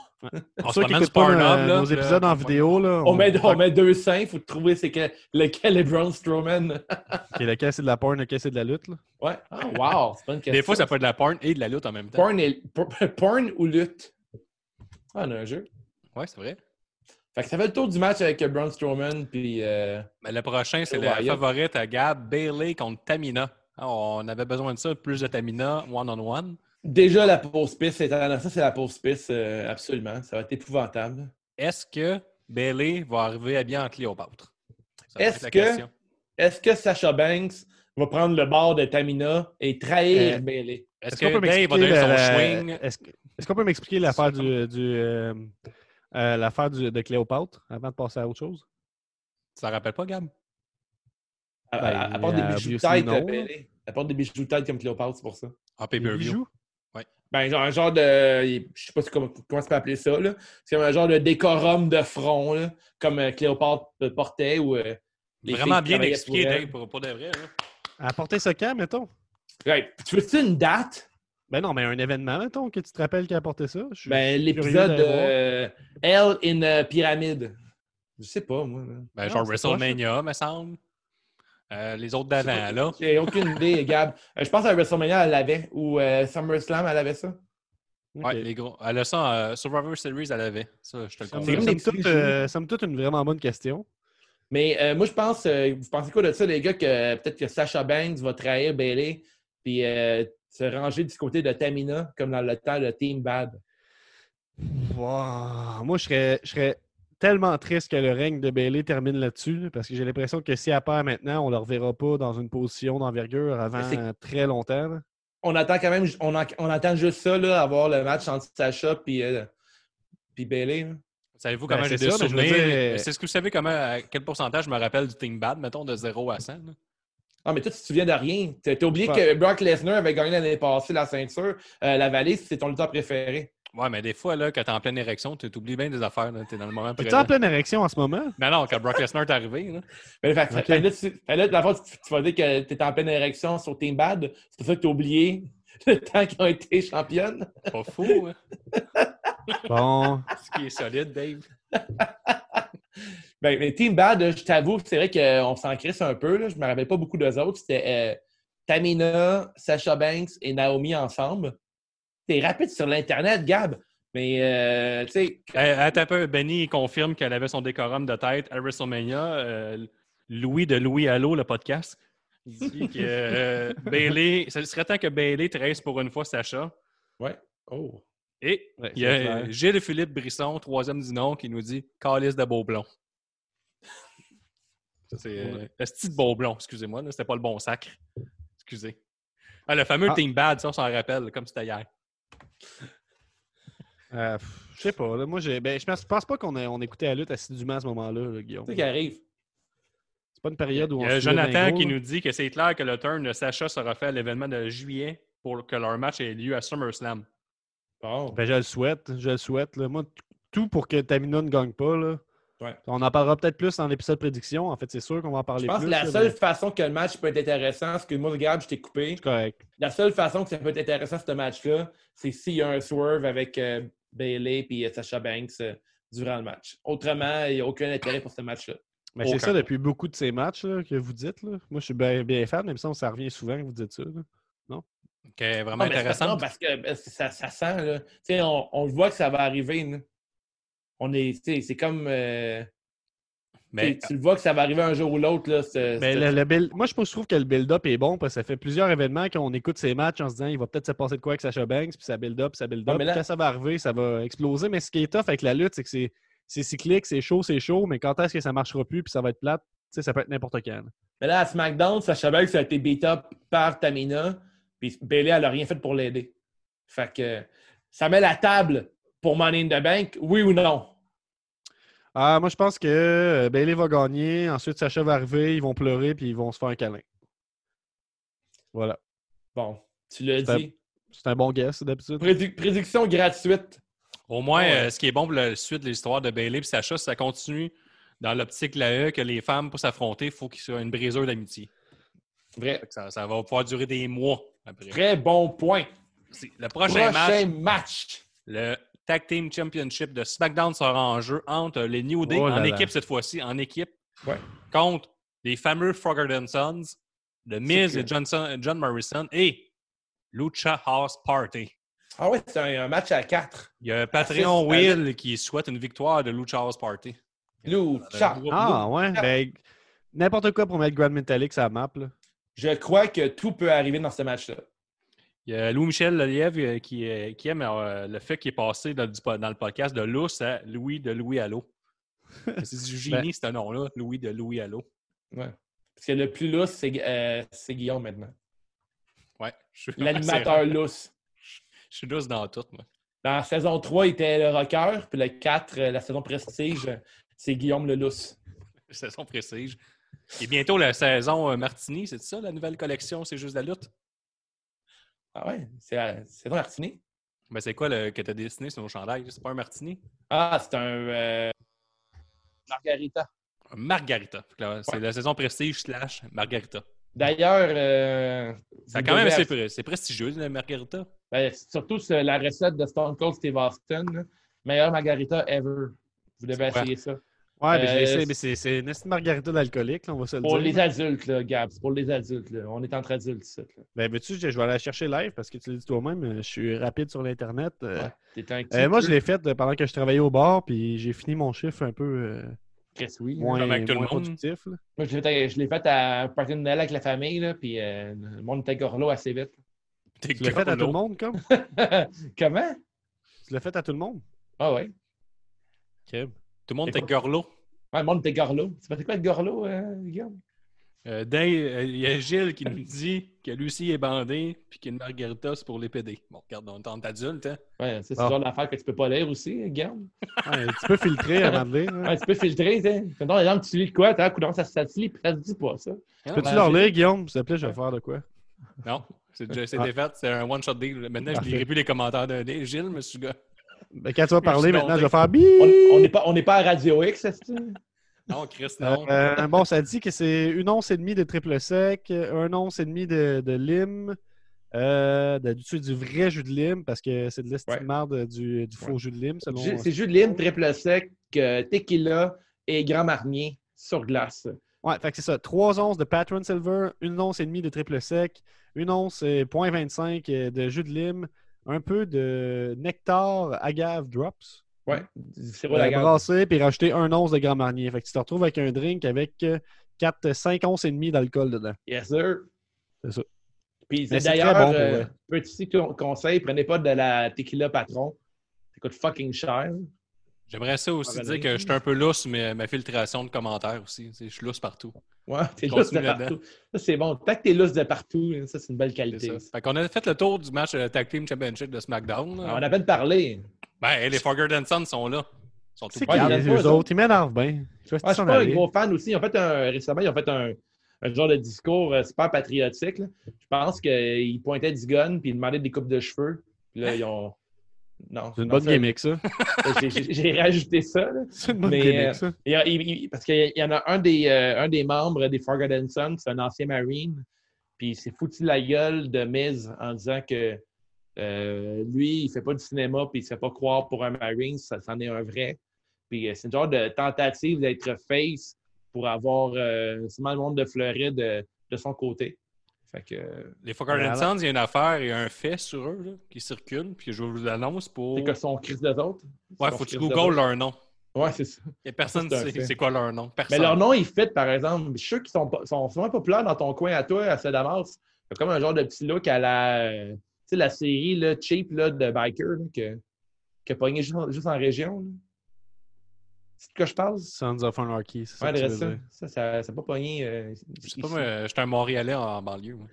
[SPEAKER 3] Ceux qui écoutent pas nos, nos épisodes en vidéo, là,
[SPEAKER 2] On, met, on met deux saints. Faut trouver c'est que- lequel est Braun Strowman. (laughs)
[SPEAKER 3] Ok, lequel c'est de la porn, lequel c'est de la lutte. là.
[SPEAKER 2] Ouais. Ah, wow. C'est pas une question.
[SPEAKER 1] Des fois, ça peut être de la porn et de la lutte en même temps.
[SPEAKER 2] Porn, et- por- (laughs) porn ou lutte. Ah, on a un jeu.
[SPEAKER 1] Oui, c'est vrai.
[SPEAKER 2] Fait que ça fait le tour du match avec Braun Strowman. Puis. euh,
[SPEAKER 1] Mais le prochain, c'est
[SPEAKER 2] Joe
[SPEAKER 1] la
[SPEAKER 2] Wyatt.
[SPEAKER 1] favorite à Gab, Bailey contre Tamina. Ah, On avait besoin de ça, plus de Tamina, one-on-one.
[SPEAKER 2] Déjà, la pause piste est Ça, c'est la pause piste, euh, absolument. Ça va être épouvantable.
[SPEAKER 1] Est-ce que Bailey va arriver à bien en Cléopâtre? Ça va
[SPEAKER 2] Est-ce
[SPEAKER 1] être la
[SPEAKER 2] que-
[SPEAKER 1] question.
[SPEAKER 2] Est-ce que Sasha Banks va prendre le bord de Tamina et trahir
[SPEAKER 3] Euh,
[SPEAKER 2] Bailey?
[SPEAKER 1] Est-ce
[SPEAKER 3] qu'on
[SPEAKER 1] que
[SPEAKER 3] peut
[SPEAKER 1] Dave va
[SPEAKER 3] m'expliquer
[SPEAKER 1] donner son
[SPEAKER 3] la- la-
[SPEAKER 1] swing?
[SPEAKER 3] Est-ce que- est-ce qu'on peut m'expliquer l'affaire du, du, euh, euh, l'affaire du- de Cléopâtre avant de passer à autre chose?
[SPEAKER 1] Ça ne rappelle pas, Gab?
[SPEAKER 2] À,
[SPEAKER 3] Ben,
[SPEAKER 2] à- à part des
[SPEAKER 3] euh,
[SPEAKER 2] bijoux de
[SPEAKER 3] obviously
[SPEAKER 2] tête,
[SPEAKER 3] non,
[SPEAKER 2] euh,
[SPEAKER 3] là.
[SPEAKER 2] Bailey. Elle porte des bijoux de tête comme Cléopâtre, c'est pour ça.
[SPEAKER 1] En
[SPEAKER 3] Les
[SPEAKER 1] pay-per-view.
[SPEAKER 3] bijoux?
[SPEAKER 2] Ben, genre un genre de. Je sais pas comment, comment ça peut appeler ça, là. C'est comme un genre de décorum de front, là, comme euh, Cléopâtre euh, portait ou. euh, les
[SPEAKER 1] Vraiment
[SPEAKER 2] filles qui
[SPEAKER 1] bien
[SPEAKER 2] travaillaient
[SPEAKER 1] expliqué,
[SPEAKER 2] pour
[SPEAKER 1] Dave,
[SPEAKER 2] elle.
[SPEAKER 1] pour, pour de vrai. hein.
[SPEAKER 3] À porter ce camp, mettons?
[SPEAKER 2] Ouais. Tu veux-tu une date?
[SPEAKER 3] Ben non, mais un événement, mettons, que tu te rappelles qui a apporté ça? Je suis-
[SPEAKER 2] Ben,
[SPEAKER 3] je suis curieux
[SPEAKER 2] l'épisode
[SPEAKER 3] d'aller voir.
[SPEAKER 2] euh, Elle in a Pyramide. Je sais pas, moi. là.
[SPEAKER 1] Ben,
[SPEAKER 3] Non,
[SPEAKER 1] genre
[SPEAKER 3] c'est
[SPEAKER 1] WrestleMania, me semble. Euh, les autres
[SPEAKER 3] Ah, ben,
[SPEAKER 1] d'avant, là.
[SPEAKER 2] J'ai aucune idée, Gab. Euh, je pense à WrestleMania, elle l'avait. Ou euh, SummerSlam, elle avait ça.
[SPEAKER 3] Ok.
[SPEAKER 1] Ouais, les gros. Elle a ça, euh, Survivor Series, elle avait. Ça, je te le
[SPEAKER 3] Somme
[SPEAKER 1] confirme.
[SPEAKER 2] comme des
[SPEAKER 3] somme toute,
[SPEAKER 2] petits
[SPEAKER 3] euh, somme toute une vraiment bonne question.
[SPEAKER 2] Mais euh, moi, je pense, euh, vous pensez quoi de ça, les gars, que euh, peut-être que Sasha Banks va trahir Bailey puis euh, se ranger du côté de Tamina, comme dans le temps le Team Bad.
[SPEAKER 3] Wow. Moi, je serais, je serais tellement triste que le règne de Bailey termine là-dessus, là, parce que j'ai l'impression que si elle perd maintenant, on ne le reverra pas dans une position d'envergure avant
[SPEAKER 2] Mais c'est-
[SPEAKER 3] euh, très longtemps. là.
[SPEAKER 2] On attend quand même, on, en- on attend juste ça, là, avoir le match entre Sasha puis, euh, puis Bailey. là.
[SPEAKER 1] Savez-vous
[SPEAKER 3] Ben,
[SPEAKER 1] comment j'ai
[SPEAKER 3] c'est
[SPEAKER 1] des
[SPEAKER 3] ça, mais je veux
[SPEAKER 1] souvenirs?
[SPEAKER 3] dire-
[SPEAKER 1] C'est ce que vous savez comment, à quel pourcentage je me rappelle du Team Bad, mettons, de 0 à 100? là?
[SPEAKER 2] Ah, mais toi, tu te souviens de rien. T'as t'as oublié
[SPEAKER 3] Ouais.
[SPEAKER 2] que Brock Lesnar avait gagné l'année passée la ceinture. Euh, la valise, c'est ton lutteur préféré.
[SPEAKER 1] Ouais, mais des fois, là, quand t'es en pleine érection, tu t'oublies bien des affaires. là. T'es dans le moment
[SPEAKER 3] T'es
[SPEAKER 1] présent.
[SPEAKER 3] en pleine érection en ce moment?
[SPEAKER 1] (laughs) Non, non, quand Brock Lesnar est arrivé, là.
[SPEAKER 2] Mais Ben, fait,
[SPEAKER 3] Ok.
[SPEAKER 2] fait là, tu, fait là, dans le fond, tu, tu vas dire que tu en pleine érection sur Team Bad. C'est pour ça que tu as oublié (laughs) le temps qu'ils ont été championnes.
[SPEAKER 1] Pas fou, hein?
[SPEAKER 3] Bon.
[SPEAKER 1] (laughs) Ce qui est solide, Dave.
[SPEAKER 2] Ben, mais Team Bad, je t'avoue, c'est vrai qu'on s'en crisse un peu. Là. Je me rappelle pas beaucoup d'eux autres. C'était euh, Tamina, Sasha Banks et Naomi ensemble. T'es rapide sur l'Internet, Gab. Mais, euh, tu sais,
[SPEAKER 1] Euh, attends un peu, Benny il confirme qu'elle avait son décorum de tête à WrestleMania. Euh, Louis de Louis Allo, le podcast, Il dit que (laughs) euh, Bailey, ce serait temps que Bailey tresse pour une fois Sacha.
[SPEAKER 2] Ouais. Oh.
[SPEAKER 1] Et
[SPEAKER 3] Ouais,
[SPEAKER 1] il y a
[SPEAKER 3] c'est clair.
[SPEAKER 1] euh, Gilles Philippe Brisson, troisième du nom, qui nous dit Calice de Beaublon. Ça, c'est euh, le style de Beaublon, excusez-moi, là, c'était pas le bon sacre. Excusez. Ah, le fameux
[SPEAKER 3] Ah.
[SPEAKER 1] Team Bad, ça, on s'en rappelle, comme c'était hier.
[SPEAKER 3] Euh, pff, je sais pas. là, moi, j'ai- ben, je pense, je pense pas qu'on a- on écoutait la lutte assidûment à ce moment-là, là, Guillaume.
[SPEAKER 2] C'est qui arrive.
[SPEAKER 3] C'est pas une période où
[SPEAKER 1] Il
[SPEAKER 3] on
[SPEAKER 1] y a
[SPEAKER 3] suivait
[SPEAKER 1] Jonathan
[SPEAKER 3] Dingo,
[SPEAKER 1] qui
[SPEAKER 3] là.
[SPEAKER 1] nous dit que c'est clair que le turn de Sacha sera fait à l'événement de juillet pour que leur match ait lieu à SummerSlam.
[SPEAKER 2] Bon.
[SPEAKER 3] Ben, je le souhaite. Je le souhaite. là. Moi, t- tout pour que Tamina ne gagne pas. là.
[SPEAKER 2] Ouais.
[SPEAKER 3] On en parlera peut-être plus dans l'épisode prédiction. En fait, c'est sûr qu'on va en parler
[SPEAKER 2] Je pense
[SPEAKER 3] plus.
[SPEAKER 2] que la
[SPEAKER 3] là,
[SPEAKER 2] seule
[SPEAKER 3] mais
[SPEAKER 2] façon que le match peut être intéressant, parce que moi, regarde, je t'ai coupé.
[SPEAKER 3] C'est correct.
[SPEAKER 2] La seule façon que ça peut être intéressant, ce match-là, c'est s'il y a un swerve avec euh, Bailey et Sacha Banks euh, durant le match. Autrement, il n'y a aucun intérêt pour ce match-là.
[SPEAKER 3] Mais c'est
[SPEAKER 1] Aucun.
[SPEAKER 3] ça depuis beaucoup de ces matchs là, que vous dites. là. Moi, je suis bien, bien fan, même si ça revient souvent que vous dites ça. là.
[SPEAKER 1] qui est vraiment
[SPEAKER 2] Non, mais c'est
[SPEAKER 1] intéressant.
[SPEAKER 2] non, parce que euh, ça, ça sent, là. Tu sais, on, on le voit que ça va arriver. là. On est, tu sais, c'est comme. euh,
[SPEAKER 1] Mais
[SPEAKER 2] tu tu le vois que ça va arriver un jour ou l'autre, là. ce-
[SPEAKER 3] Mais
[SPEAKER 2] ce-
[SPEAKER 3] le- le build- Moi, je pense- je trouve que le build-up est bon parce que ça fait plusieurs événements qu'on écoute ces matchs en se disant il va peut-être se passer de quoi avec Sacha Banks, puis ça build-up, puis ça
[SPEAKER 2] Ouais,
[SPEAKER 3] build-up.
[SPEAKER 2] mais
[SPEAKER 3] Puis
[SPEAKER 2] là-
[SPEAKER 3] Quand ça va arriver, ça va exploser. Mais ce qui est tough avec la lutte, c'est que c'est c'est cyclique, c'est chaud, c'est chaud, mais quand est-ce que ça marchera plus, puis ça va être plate, tu sais, ça peut être n'importe quand. là.
[SPEAKER 2] Mais là, à SmackDown, Sacha Banks a été beat up par Tamina, puis Bailey, elle n'a rien fait pour l'aider. Fait que ça met la table pour Money in the Bank, oui ou non?
[SPEAKER 3] Ah, moi, je pense que euh, Bailey va gagner, ensuite Sacha va arriver, ils vont pleurer, puis ils vont se faire un câlin. Voilà.
[SPEAKER 2] Bon, tu l'as
[SPEAKER 3] C'est
[SPEAKER 2] dit.
[SPEAKER 3] C'est un bon guess d'habitude.
[SPEAKER 2] Prédu- prédiction gratuite.
[SPEAKER 1] au moins,
[SPEAKER 2] Ouais.
[SPEAKER 1] euh, ce qui est bon pour la suite de l'histoire de Bailey et Sacha, c'est que ça continue dans l'optique de l'AE que les femmes, pour s'affronter, il faut qu'il soit une briseuse d'amitié.
[SPEAKER 2] Vrai.
[SPEAKER 1] Fait que Ça, ça va pouvoir durer des mois après.
[SPEAKER 2] Très bon point.
[SPEAKER 1] C'est- Le prochain
[SPEAKER 2] Prochain,
[SPEAKER 1] match,
[SPEAKER 2] match.
[SPEAKER 1] le Tag Team Championship de SmackDown sera en jeu entre les New Day,
[SPEAKER 3] Oh là
[SPEAKER 1] en
[SPEAKER 3] là.
[SPEAKER 1] équipe cette fois-ci, en équipe,
[SPEAKER 2] Ouais.
[SPEAKER 1] contre les fameux Forgotten Sons, The Miz
[SPEAKER 2] que-
[SPEAKER 1] et Johnson, John Morrison et Lucha House Party.
[SPEAKER 2] Ah ouais, c'est un, un match à 4.
[SPEAKER 1] Il y a un Patreon
[SPEAKER 2] c'est-
[SPEAKER 1] Will qui souhaite une victoire de Lucha House Party. Euh,
[SPEAKER 2] Lou, Charles.
[SPEAKER 3] Ah, ouais.
[SPEAKER 2] Ah.
[SPEAKER 3] Ben, n'importe quoi pour mettre Grand Metallic sur la map. là.
[SPEAKER 2] Je crois que tout peut arriver dans ce match-là.
[SPEAKER 1] Il y a Louis-Michel Lelièvre euh, qui, euh, qui aime euh, le fait qu'il est passé dans, du po- dans le podcast de Lousse à Louis de Louis Allo. (laughs) C'est du génie, ce nom-là, Louis de Louis Allo.
[SPEAKER 2] Ouais. Parce que le plus lousse, c'est euh, c'est Guillaume maintenant.
[SPEAKER 1] Ah, Ouais. je suis- (laughs)
[SPEAKER 2] L'animateur lousse.
[SPEAKER 1] Je suis douce dans tout, moi. (laughs)
[SPEAKER 2] Dans la saison 3, il était le rocker, puis le 4, euh, la saison prestige, euh, c'est Guillaume le lousse.
[SPEAKER 1] Saison prestige. Et bientôt la saison euh, Martini, c'est ça, la nouvelle collection, c'est juste la lutte?
[SPEAKER 2] Ah ouais, c'est euh, c'est ton Martini.
[SPEAKER 1] Mais Ben, c'est quoi le, que tu as dessiné sur nos chandails? C'est pas un Martini?
[SPEAKER 2] Ah, c'est un euh, Margarita.
[SPEAKER 1] Un Margarita. Fait que là, C'est
[SPEAKER 2] Ouais.
[SPEAKER 1] la saison prestige slash Margarita.
[SPEAKER 2] D'ailleurs, euh,
[SPEAKER 1] Ça a
[SPEAKER 2] vous
[SPEAKER 1] quand même
[SPEAKER 2] devez
[SPEAKER 1] assez pré- c'est prestigieux, le Margarita.
[SPEAKER 2] Ben, surtout sur la recette de Stone Cold Steve Austin. là. Meilleure margarita ever. Vous devez
[SPEAKER 1] C'est quoi?
[SPEAKER 2] essayer ça.
[SPEAKER 3] Ouais, mais je
[SPEAKER 2] Euh,
[SPEAKER 3] l'ai essayé, mais c'est- c'est une esti de margarita d'alcoolique, là, on va se le
[SPEAKER 2] Pour
[SPEAKER 3] dire.
[SPEAKER 2] les adultes, là, Gab. C'est pour les adultes. Là. On est entre adultes ici. là.
[SPEAKER 3] Ben, veux-tu, je je vais aller la chercher live parce que tu l'as dit toi-même, euh, je suis rapide sur l'Internet. euh.
[SPEAKER 2] Ouais. T'es un petit
[SPEAKER 3] Euh, moi,
[SPEAKER 2] peu
[SPEAKER 3] je l'ai fait euh, pendant que je travaillais au bar, puis j'ai fini mon chiffre un peu euh,
[SPEAKER 2] Chris, oui, là.
[SPEAKER 3] moins,
[SPEAKER 1] Comme avec tout le
[SPEAKER 3] moins
[SPEAKER 1] monde.
[SPEAKER 3] productif. là.
[SPEAKER 2] Moi, je l'ai fait à- je l'ai fait à un party de Noël avec la famille, là, puis euh, le monde était gorlo assez vite.
[SPEAKER 1] T'es
[SPEAKER 3] Tu l'as fait à tout
[SPEAKER 1] grelot.
[SPEAKER 3] le monde, comme?
[SPEAKER 2] (laughs) Comment?
[SPEAKER 3] tu l'as fait à tout
[SPEAKER 2] (laughs)
[SPEAKER 3] le monde?
[SPEAKER 2] Ah ouais.
[SPEAKER 1] Tout le monde
[SPEAKER 3] C'est
[SPEAKER 1] était gorlot.
[SPEAKER 2] Ouais, le monde était gorlo. Tu sais quoi de gorlo, euh, Guillaume?
[SPEAKER 1] Euh, Dave, euh, il y a Gilles qui nous dit que Lucie est bandée puis qu'une margarita, c'est pour les PD. Bon, regarde, on est entre adultes, hein?
[SPEAKER 2] Ouais, c'est ce
[SPEAKER 3] Ah.
[SPEAKER 2] genre d'affaire que tu peux pas lire aussi, euh, Guillaume.
[SPEAKER 3] Ouais, tu peux filtrer avant de lire. hein.
[SPEAKER 2] (laughs) Ouais, tu peux filtrer, tu sais. Quand les gens, tu lis de quoi? T'as un coup ça, ça se lit, puis ça se dit pas, ça.
[SPEAKER 3] Peux-tu
[SPEAKER 2] ben,
[SPEAKER 3] leur
[SPEAKER 2] j'ai-
[SPEAKER 3] lire, Guillaume? S'il te plaît, je vais faire de quoi?
[SPEAKER 1] Non, c'est déjà c'est
[SPEAKER 3] Ah.
[SPEAKER 1] défaite, c'est un one-shot deal. Maintenant, je ne
[SPEAKER 3] Parfait.
[SPEAKER 1] lirai plus les commentaires d'un dé. Gilles, monsieur gars.
[SPEAKER 3] Ben, quand tu vas parler
[SPEAKER 1] suis
[SPEAKER 3] maintenant,
[SPEAKER 1] monté.
[SPEAKER 3] je vais faire
[SPEAKER 2] On
[SPEAKER 3] bip!
[SPEAKER 2] on n'est pas, on n'est pas à Radio X, c'est ça?
[SPEAKER 1] Non, Chris, non.
[SPEAKER 3] Euh, bon, ça dit que c'est une once et demie de triple sec, un once et demie de, de lime, euh, de, du, du vrai jus de lime, parce que c'est de
[SPEAKER 2] Ouais.
[SPEAKER 3] l'estimarde du, du faux jus de lime, selon. euh,
[SPEAKER 2] Ju- C'est jus de lime, triple sec, euh, tequila et grand marnier sur glace.
[SPEAKER 3] Ouais, fait que c'est ça. 3 onces de Patron Silver, une once et demie de triple sec, une once euh, .25 euh, de jus de lime, un peu de nectar agave drops.
[SPEAKER 2] Ouais. du sirop
[SPEAKER 3] Euh,
[SPEAKER 2] d'agave.
[SPEAKER 3] brassé, puis rajouter un once de Grand Marnier. Fait que tu te retrouves avec un drink avec euh, 4, 5 onces et demi d'alcool dedans.
[SPEAKER 2] Yes, sir.
[SPEAKER 3] C'est ça.
[SPEAKER 2] Puis
[SPEAKER 3] Mais
[SPEAKER 2] c'est
[SPEAKER 3] c'est très
[SPEAKER 2] d'ailleurs,
[SPEAKER 3] bon pour
[SPEAKER 2] euh,
[SPEAKER 3] vrai.
[SPEAKER 2] petit con- conseil, prenez pas de la tequila patron. Ça coûte fucking cher.
[SPEAKER 1] J'aimerais ça aussi
[SPEAKER 2] Ah, ben,
[SPEAKER 1] dire que je suis un peu lousse, mais ma filtration de commentaires aussi. tu sais, Je suis lousse partout.
[SPEAKER 2] Ouais, (laughs) t'es
[SPEAKER 1] Continue
[SPEAKER 2] lousse de
[SPEAKER 1] là-dedans.
[SPEAKER 2] partout. Ça, c'est bon. Tant que t'es lousse de partout, ça, c'est une belle
[SPEAKER 1] C'est
[SPEAKER 2] qualité.
[SPEAKER 1] ça. Fait qu'on a fait le tour du match euh, Tag Team Championship de SmackDown.
[SPEAKER 2] Ah, On
[SPEAKER 1] là.
[SPEAKER 2] a peine parlé.
[SPEAKER 1] Ben, hey, les Fogger Sons sont là. Ils sont tout
[SPEAKER 3] C'est
[SPEAKER 2] Ouais,
[SPEAKER 3] qu'ils
[SPEAKER 2] ils
[SPEAKER 3] les
[SPEAKER 2] aiment pas,
[SPEAKER 3] eux
[SPEAKER 2] ça.
[SPEAKER 3] autres, ils m'énervent bien. Tu
[SPEAKER 2] Ah,
[SPEAKER 3] vois,
[SPEAKER 2] je
[SPEAKER 3] ils
[SPEAKER 2] suis
[SPEAKER 3] s'en
[SPEAKER 2] pas un
[SPEAKER 3] aller.
[SPEAKER 2] gros fan aussi. Ils ont fait un, récemment, ils ont fait un, un genre de discours euh, super patriotique. là. Je pense qu'ils pointaient du gun puis ils demandaient des coupes de cheveux. Puis
[SPEAKER 1] Hein?
[SPEAKER 2] là, ils ont. Non.
[SPEAKER 3] C'est une
[SPEAKER 2] non,
[SPEAKER 3] bonne
[SPEAKER 2] ça-
[SPEAKER 3] gimmick, ça.
[SPEAKER 2] (laughs) j'ai- J'ai j'ai rajouté ça. là.
[SPEAKER 3] C'est une bonne
[SPEAKER 2] Mais, euh,
[SPEAKER 3] gimmick, ça.
[SPEAKER 2] Il y a- il- il- parce qu'il y en a un des, euh, un des membres des Forgotten Sons, c'est un ancien Marine, puis il s'est foutu la gueule de Miz en disant que euh, lui, il fait pas du cinéma, puis il se fait pas croire pour un Marine, ça c'en est un vrai. Puis euh, c'est une genre de tentative d'être face pour avoir euh, seulement le monde de Floride euh, de son côté. Fait que euh,
[SPEAKER 1] Les Fogger
[SPEAKER 3] Voilà.
[SPEAKER 1] Sons, il y a une affaire, il y a un fait sur eux là, qui circule, puis je vous l'annonce pour.
[SPEAKER 2] c'est que son crise d'eux autres.
[SPEAKER 1] Oh. Ouais,
[SPEAKER 2] son
[SPEAKER 1] faut que tu
[SPEAKER 2] crise d'eux
[SPEAKER 1] googles
[SPEAKER 2] autres.
[SPEAKER 1] leur nom.
[SPEAKER 2] Ouais, c'est ça.
[SPEAKER 1] Et personne ne
[SPEAKER 2] Ça, c'est un
[SPEAKER 1] sait
[SPEAKER 2] fait.
[SPEAKER 1] c'est quoi leur nom.
[SPEAKER 2] Mais
[SPEAKER 1] Personne.
[SPEAKER 2] leur nom, ils fit, par exemple. Je suis sûr qu'ils sont, pas- sont souvent populaires dans ton coin à toi, à Sadamas. C'est comme un genre de petit look à la, euh, tu sais, la série là, cheap là, de Biker là, que, que pogné juste, en- juste en région. là. C'est de quoi je parle?
[SPEAKER 3] Sons of Anarchy, c'est ça.
[SPEAKER 2] Ouais,
[SPEAKER 3] que tu
[SPEAKER 2] le
[SPEAKER 3] veux
[SPEAKER 2] reste,
[SPEAKER 3] dire.
[SPEAKER 2] ça, ça, ça, ça a pas pogné. euh,
[SPEAKER 1] Je sais
[SPEAKER 2] ici.
[SPEAKER 1] pas, moi, j'étais un Montréalais en banlieue. moi.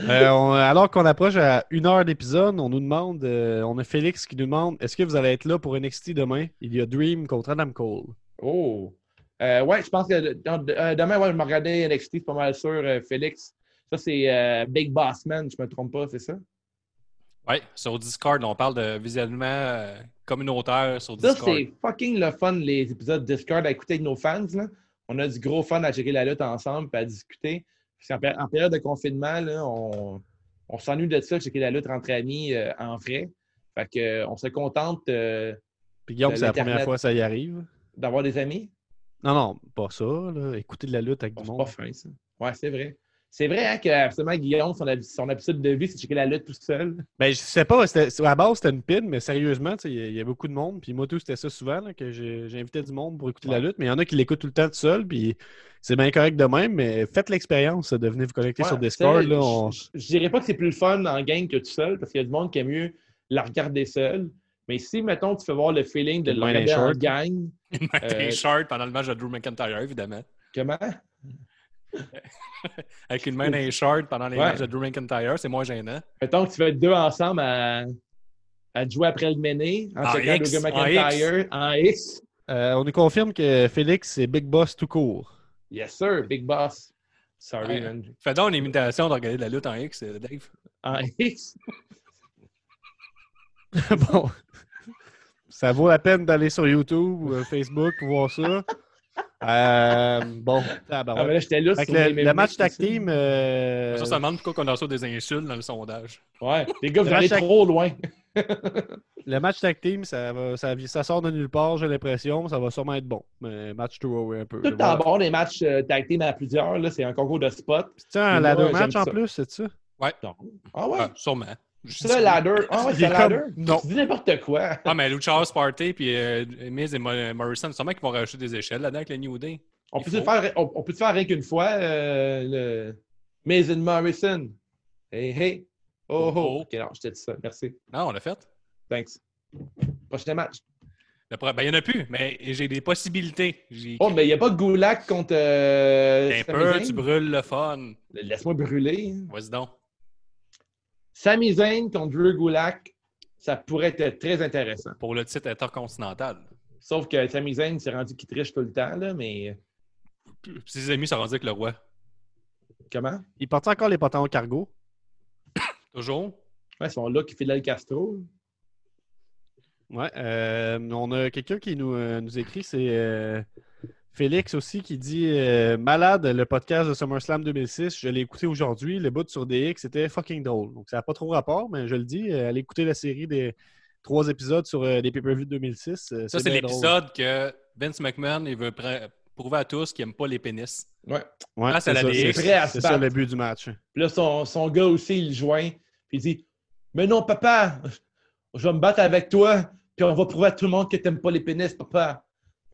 [SPEAKER 3] Euh, on- alors qu'on approche à une heure d'épisode, on nous demande, euh, on a Félix qui nous demande est-ce que vous allez être là pour NXT demain Il y a Dream contre Adam Cole.
[SPEAKER 2] Oh! Euh, ouais, je pense que euh, dans- euh, demain, ouais, je me regardais NXT, c'est pas mal sûr, euh, Félix. Ça, c'est euh, Big Boss Man, je me trompe pas, c'est ça?
[SPEAKER 1] Ouais, sur Discord, on parle de visuellement euh, communautaire sur
[SPEAKER 2] Ça,
[SPEAKER 1] Discord. (laughs)
[SPEAKER 2] c'est fucking le fun, les épisodes Discord à écouter avec nos fans. là. On a du gros fun à gérer la lutte ensemble et à discuter. Parce qu'en péri- en période de confinement, là, on, on s'ennuie de ça, checker la lutte entre amis euh, en vrai. Fait que, euh, on se contente euh,
[SPEAKER 3] Puis Guillaume,
[SPEAKER 2] De
[SPEAKER 3] c'est la première
[SPEAKER 2] l'Internet.
[SPEAKER 3] fois que ça y arrive.
[SPEAKER 2] d'avoir des amis.
[SPEAKER 3] Non, non, pas ça. Là. Écouter de la lutte avec
[SPEAKER 2] Bon,
[SPEAKER 3] du
[SPEAKER 2] c'est
[SPEAKER 3] monde.
[SPEAKER 2] pas fin, ça. Ouais, c'est vrai. C'est vrai hein, que absolument Guillaume, son, hab- son habitude de vie, c'est de checker la lutte tout seul.
[SPEAKER 3] Ben, je sais pas, c'était- à la base, c'était une pin, mais sérieusement, tu sais, il y a- il y a beaucoup de monde. Puis moi, tout, c'était ça souvent, là, que j'ai- j'invitais du monde pour écouter la lutte. Mais il y en a qui l'écoutent tout le temps tout seul, puis c'est bien correct de même, mais faites l'expérience de venir vous connecter
[SPEAKER 2] Ouais,
[SPEAKER 3] sur
[SPEAKER 2] tu sais,
[SPEAKER 3] Discord. Là,
[SPEAKER 2] je-
[SPEAKER 3] on-
[SPEAKER 2] je, je dirais pas que c'est plus le fun en gang que tout seul, parce qu'il y a du monde qui aime mieux la regarder seul. Mais si, mettons, tu fais voir le feeling de
[SPEAKER 3] Une
[SPEAKER 2] la
[SPEAKER 3] main
[SPEAKER 2] regarder en
[SPEAKER 3] short.
[SPEAKER 2] gang,
[SPEAKER 1] T'es
[SPEAKER 2] Euh,
[SPEAKER 1] shirt pendant le match de Drew McIntyre, évidemment.
[SPEAKER 2] comment?
[SPEAKER 1] Avec une main dans les shorts pendant les
[SPEAKER 2] Ouais.
[SPEAKER 1] matchs de Drew McIntyre, c'est moins gênant.
[SPEAKER 2] Mettons que tu veux être deux ensemble à, à jouer après le mené, en
[SPEAKER 1] En
[SPEAKER 2] checkant
[SPEAKER 1] X,
[SPEAKER 2] Logan
[SPEAKER 1] en
[SPEAKER 2] McIntyre, en X.
[SPEAKER 3] Euh, on nous confirme que Félix, c'est Big Boss
[SPEAKER 2] (laughs)
[SPEAKER 3] tout court.
[SPEAKER 2] Yes, sir, Big Boss. Sorry,
[SPEAKER 1] Ouais.
[SPEAKER 2] man.
[SPEAKER 1] Fais donc une imitation de regarder de la lutte en X, euh, Dave.
[SPEAKER 2] En X.
[SPEAKER 3] bon. (laughs) Ça vaut la peine d'aller sur YouTube ou euh, Facebook pour voir ça. Euh, bon,
[SPEAKER 2] Ah, mais
[SPEAKER 3] tabarouette.
[SPEAKER 2] là, j'étais là.
[SPEAKER 3] Fait
[SPEAKER 2] sur
[SPEAKER 3] que
[SPEAKER 2] mes
[SPEAKER 3] le, le
[SPEAKER 2] memes
[SPEAKER 3] match
[SPEAKER 2] aussi.
[SPEAKER 3] tag team. euh,
[SPEAKER 1] Ça, ça demande pourquoi on a reçu des insultes dans le sondage.
[SPEAKER 2] Ouais, les gars, vous
[SPEAKER 3] Le
[SPEAKER 2] allez
[SPEAKER 3] match tag-
[SPEAKER 2] trop loin.
[SPEAKER 3] Le match tag team, ça, va- ça, vi- ça sort de nulle part, j'ai l'impression. Ça va sûrement être bon. Mais match to away un peu.
[SPEAKER 2] Tout en bas des matchs euh, tag team à plusieurs, là, c'est un concours de spots.
[SPEAKER 3] C'est un
[SPEAKER 2] Moi,
[SPEAKER 3] ladder
[SPEAKER 2] j'aime
[SPEAKER 3] match en
[SPEAKER 2] ça.
[SPEAKER 3] plus, c'est ça?
[SPEAKER 2] Ah ouais,
[SPEAKER 1] Ah, sûrement.
[SPEAKER 2] c'est ça, ladder. Ah ouais, c'est un ladder.
[SPEAKER 3] Non.
[SPEAKER 2] Tu dis n'importe quoi.
[SPEAKER 1] Ah, mais Lucha's Party puis euh, Miz et Mo- Morrison, sûrement qu'ils vont rajouter des échelles là-dedans avec le New Day.
[SPEAKER 2] (laughs) On
[SPEAKER 1] Il
[SPEAKER 2] peut, se
[SPEAKER 1] faut.
[SPEAKER 2] faire, on, on peut se faire rien qu'une fois, euh, le Mason Morrison. Hey, hey. Oh,
[SPEAKER 1] Oh,
[SPEAKER 2] oh.
[SPEAKER 1] oh.
[SPEAKER 2] Ok, alors, je t'ai dit ça. Merci.
[SPEAKER 1] Non, on l'a fait.
[SPEAKER 2] Thanks. Prochain match.
[SPEAKER 1] Le pro- Ben, il n'y en a plus, mais j'ai des possibilités. J'ai-
[SPEAKER 2] Oh, mais il n'y a pas de Goulak contre. euh,
[SPEAKER 1] T'es un
[SPEAKER 2] Sami
[SPEAKER 1] peu,
[SPEAKER 2] Zayn?
[SPEAKER 1] tu brûles le fun.
[SPEAKER 2] Laisse-moi brûler.
[SPEAKER 1] Vas-y donc.
[SPEAKER 2] Sami Zayn contre Drew Goulak, ça pourrait être très intéressant.
[SPEAKER 1] Pour le titre intercontinental.
[SPEAKER 2] Sauf que Sami Zayn s'est rendu qu'il triche tout le temps, là, mais
[SPEAKER 1] Puis Ses amis sont rendus avec le roi.
[SPEAKER 2] comment?
[SPEAKER 3] Il porte encore les potins au cargo.
[SPEAKER 1] Toujours.
[SPEAKER 2] Ouais, son look Fidel Castro.
[SPEAKER 3] Ouais. euh, on a quelqu'un qui nous, euh, nous écrit, c'est euh, Félix aussi, qui dit euh, Malade, le podcast de SummerSlam 2006, je l'ai écouté aujourd'hui. Le bout sur DX, c'était fucking drôle. Donc, ça n'a pas trop rapport, mais je le dis, euh, allez écouter la série des trois épisodes sur euh, les pay-per-view de 2006. euh,
[SPEAKER 1] Ça, c'est
[SPEAKER 3] bien drôle.
[SPEAKER 1] l'épisode que Vince McMahon il veut pr- prouver à tous qu'il n'aime pas les pénis.
[SPEAKER 2] Ouais.
[SPEAKER 3] Ouais,
[SPEAKER 1] Ah, c'est
[SPEAKER 3] c'est
[SPEAKER 1] la
[SPEAKER 3] ça,
[SPEAKER 1] DX.
[SPEAKER 3] c'est-
[SPEAKER 2] Prêt à se
[SPEAKER 3] c'est ça
[SPEAKER 2] battre.
[SPEAKER 3] le but du match.
[SPEAKER 2] Puis là, son, son gars aussi, il le joint. Puis il dit Mais non, papa, je vais me battre avec toi. Puis on va prouver à tout le monde que t'aimes pas les pénis, papa.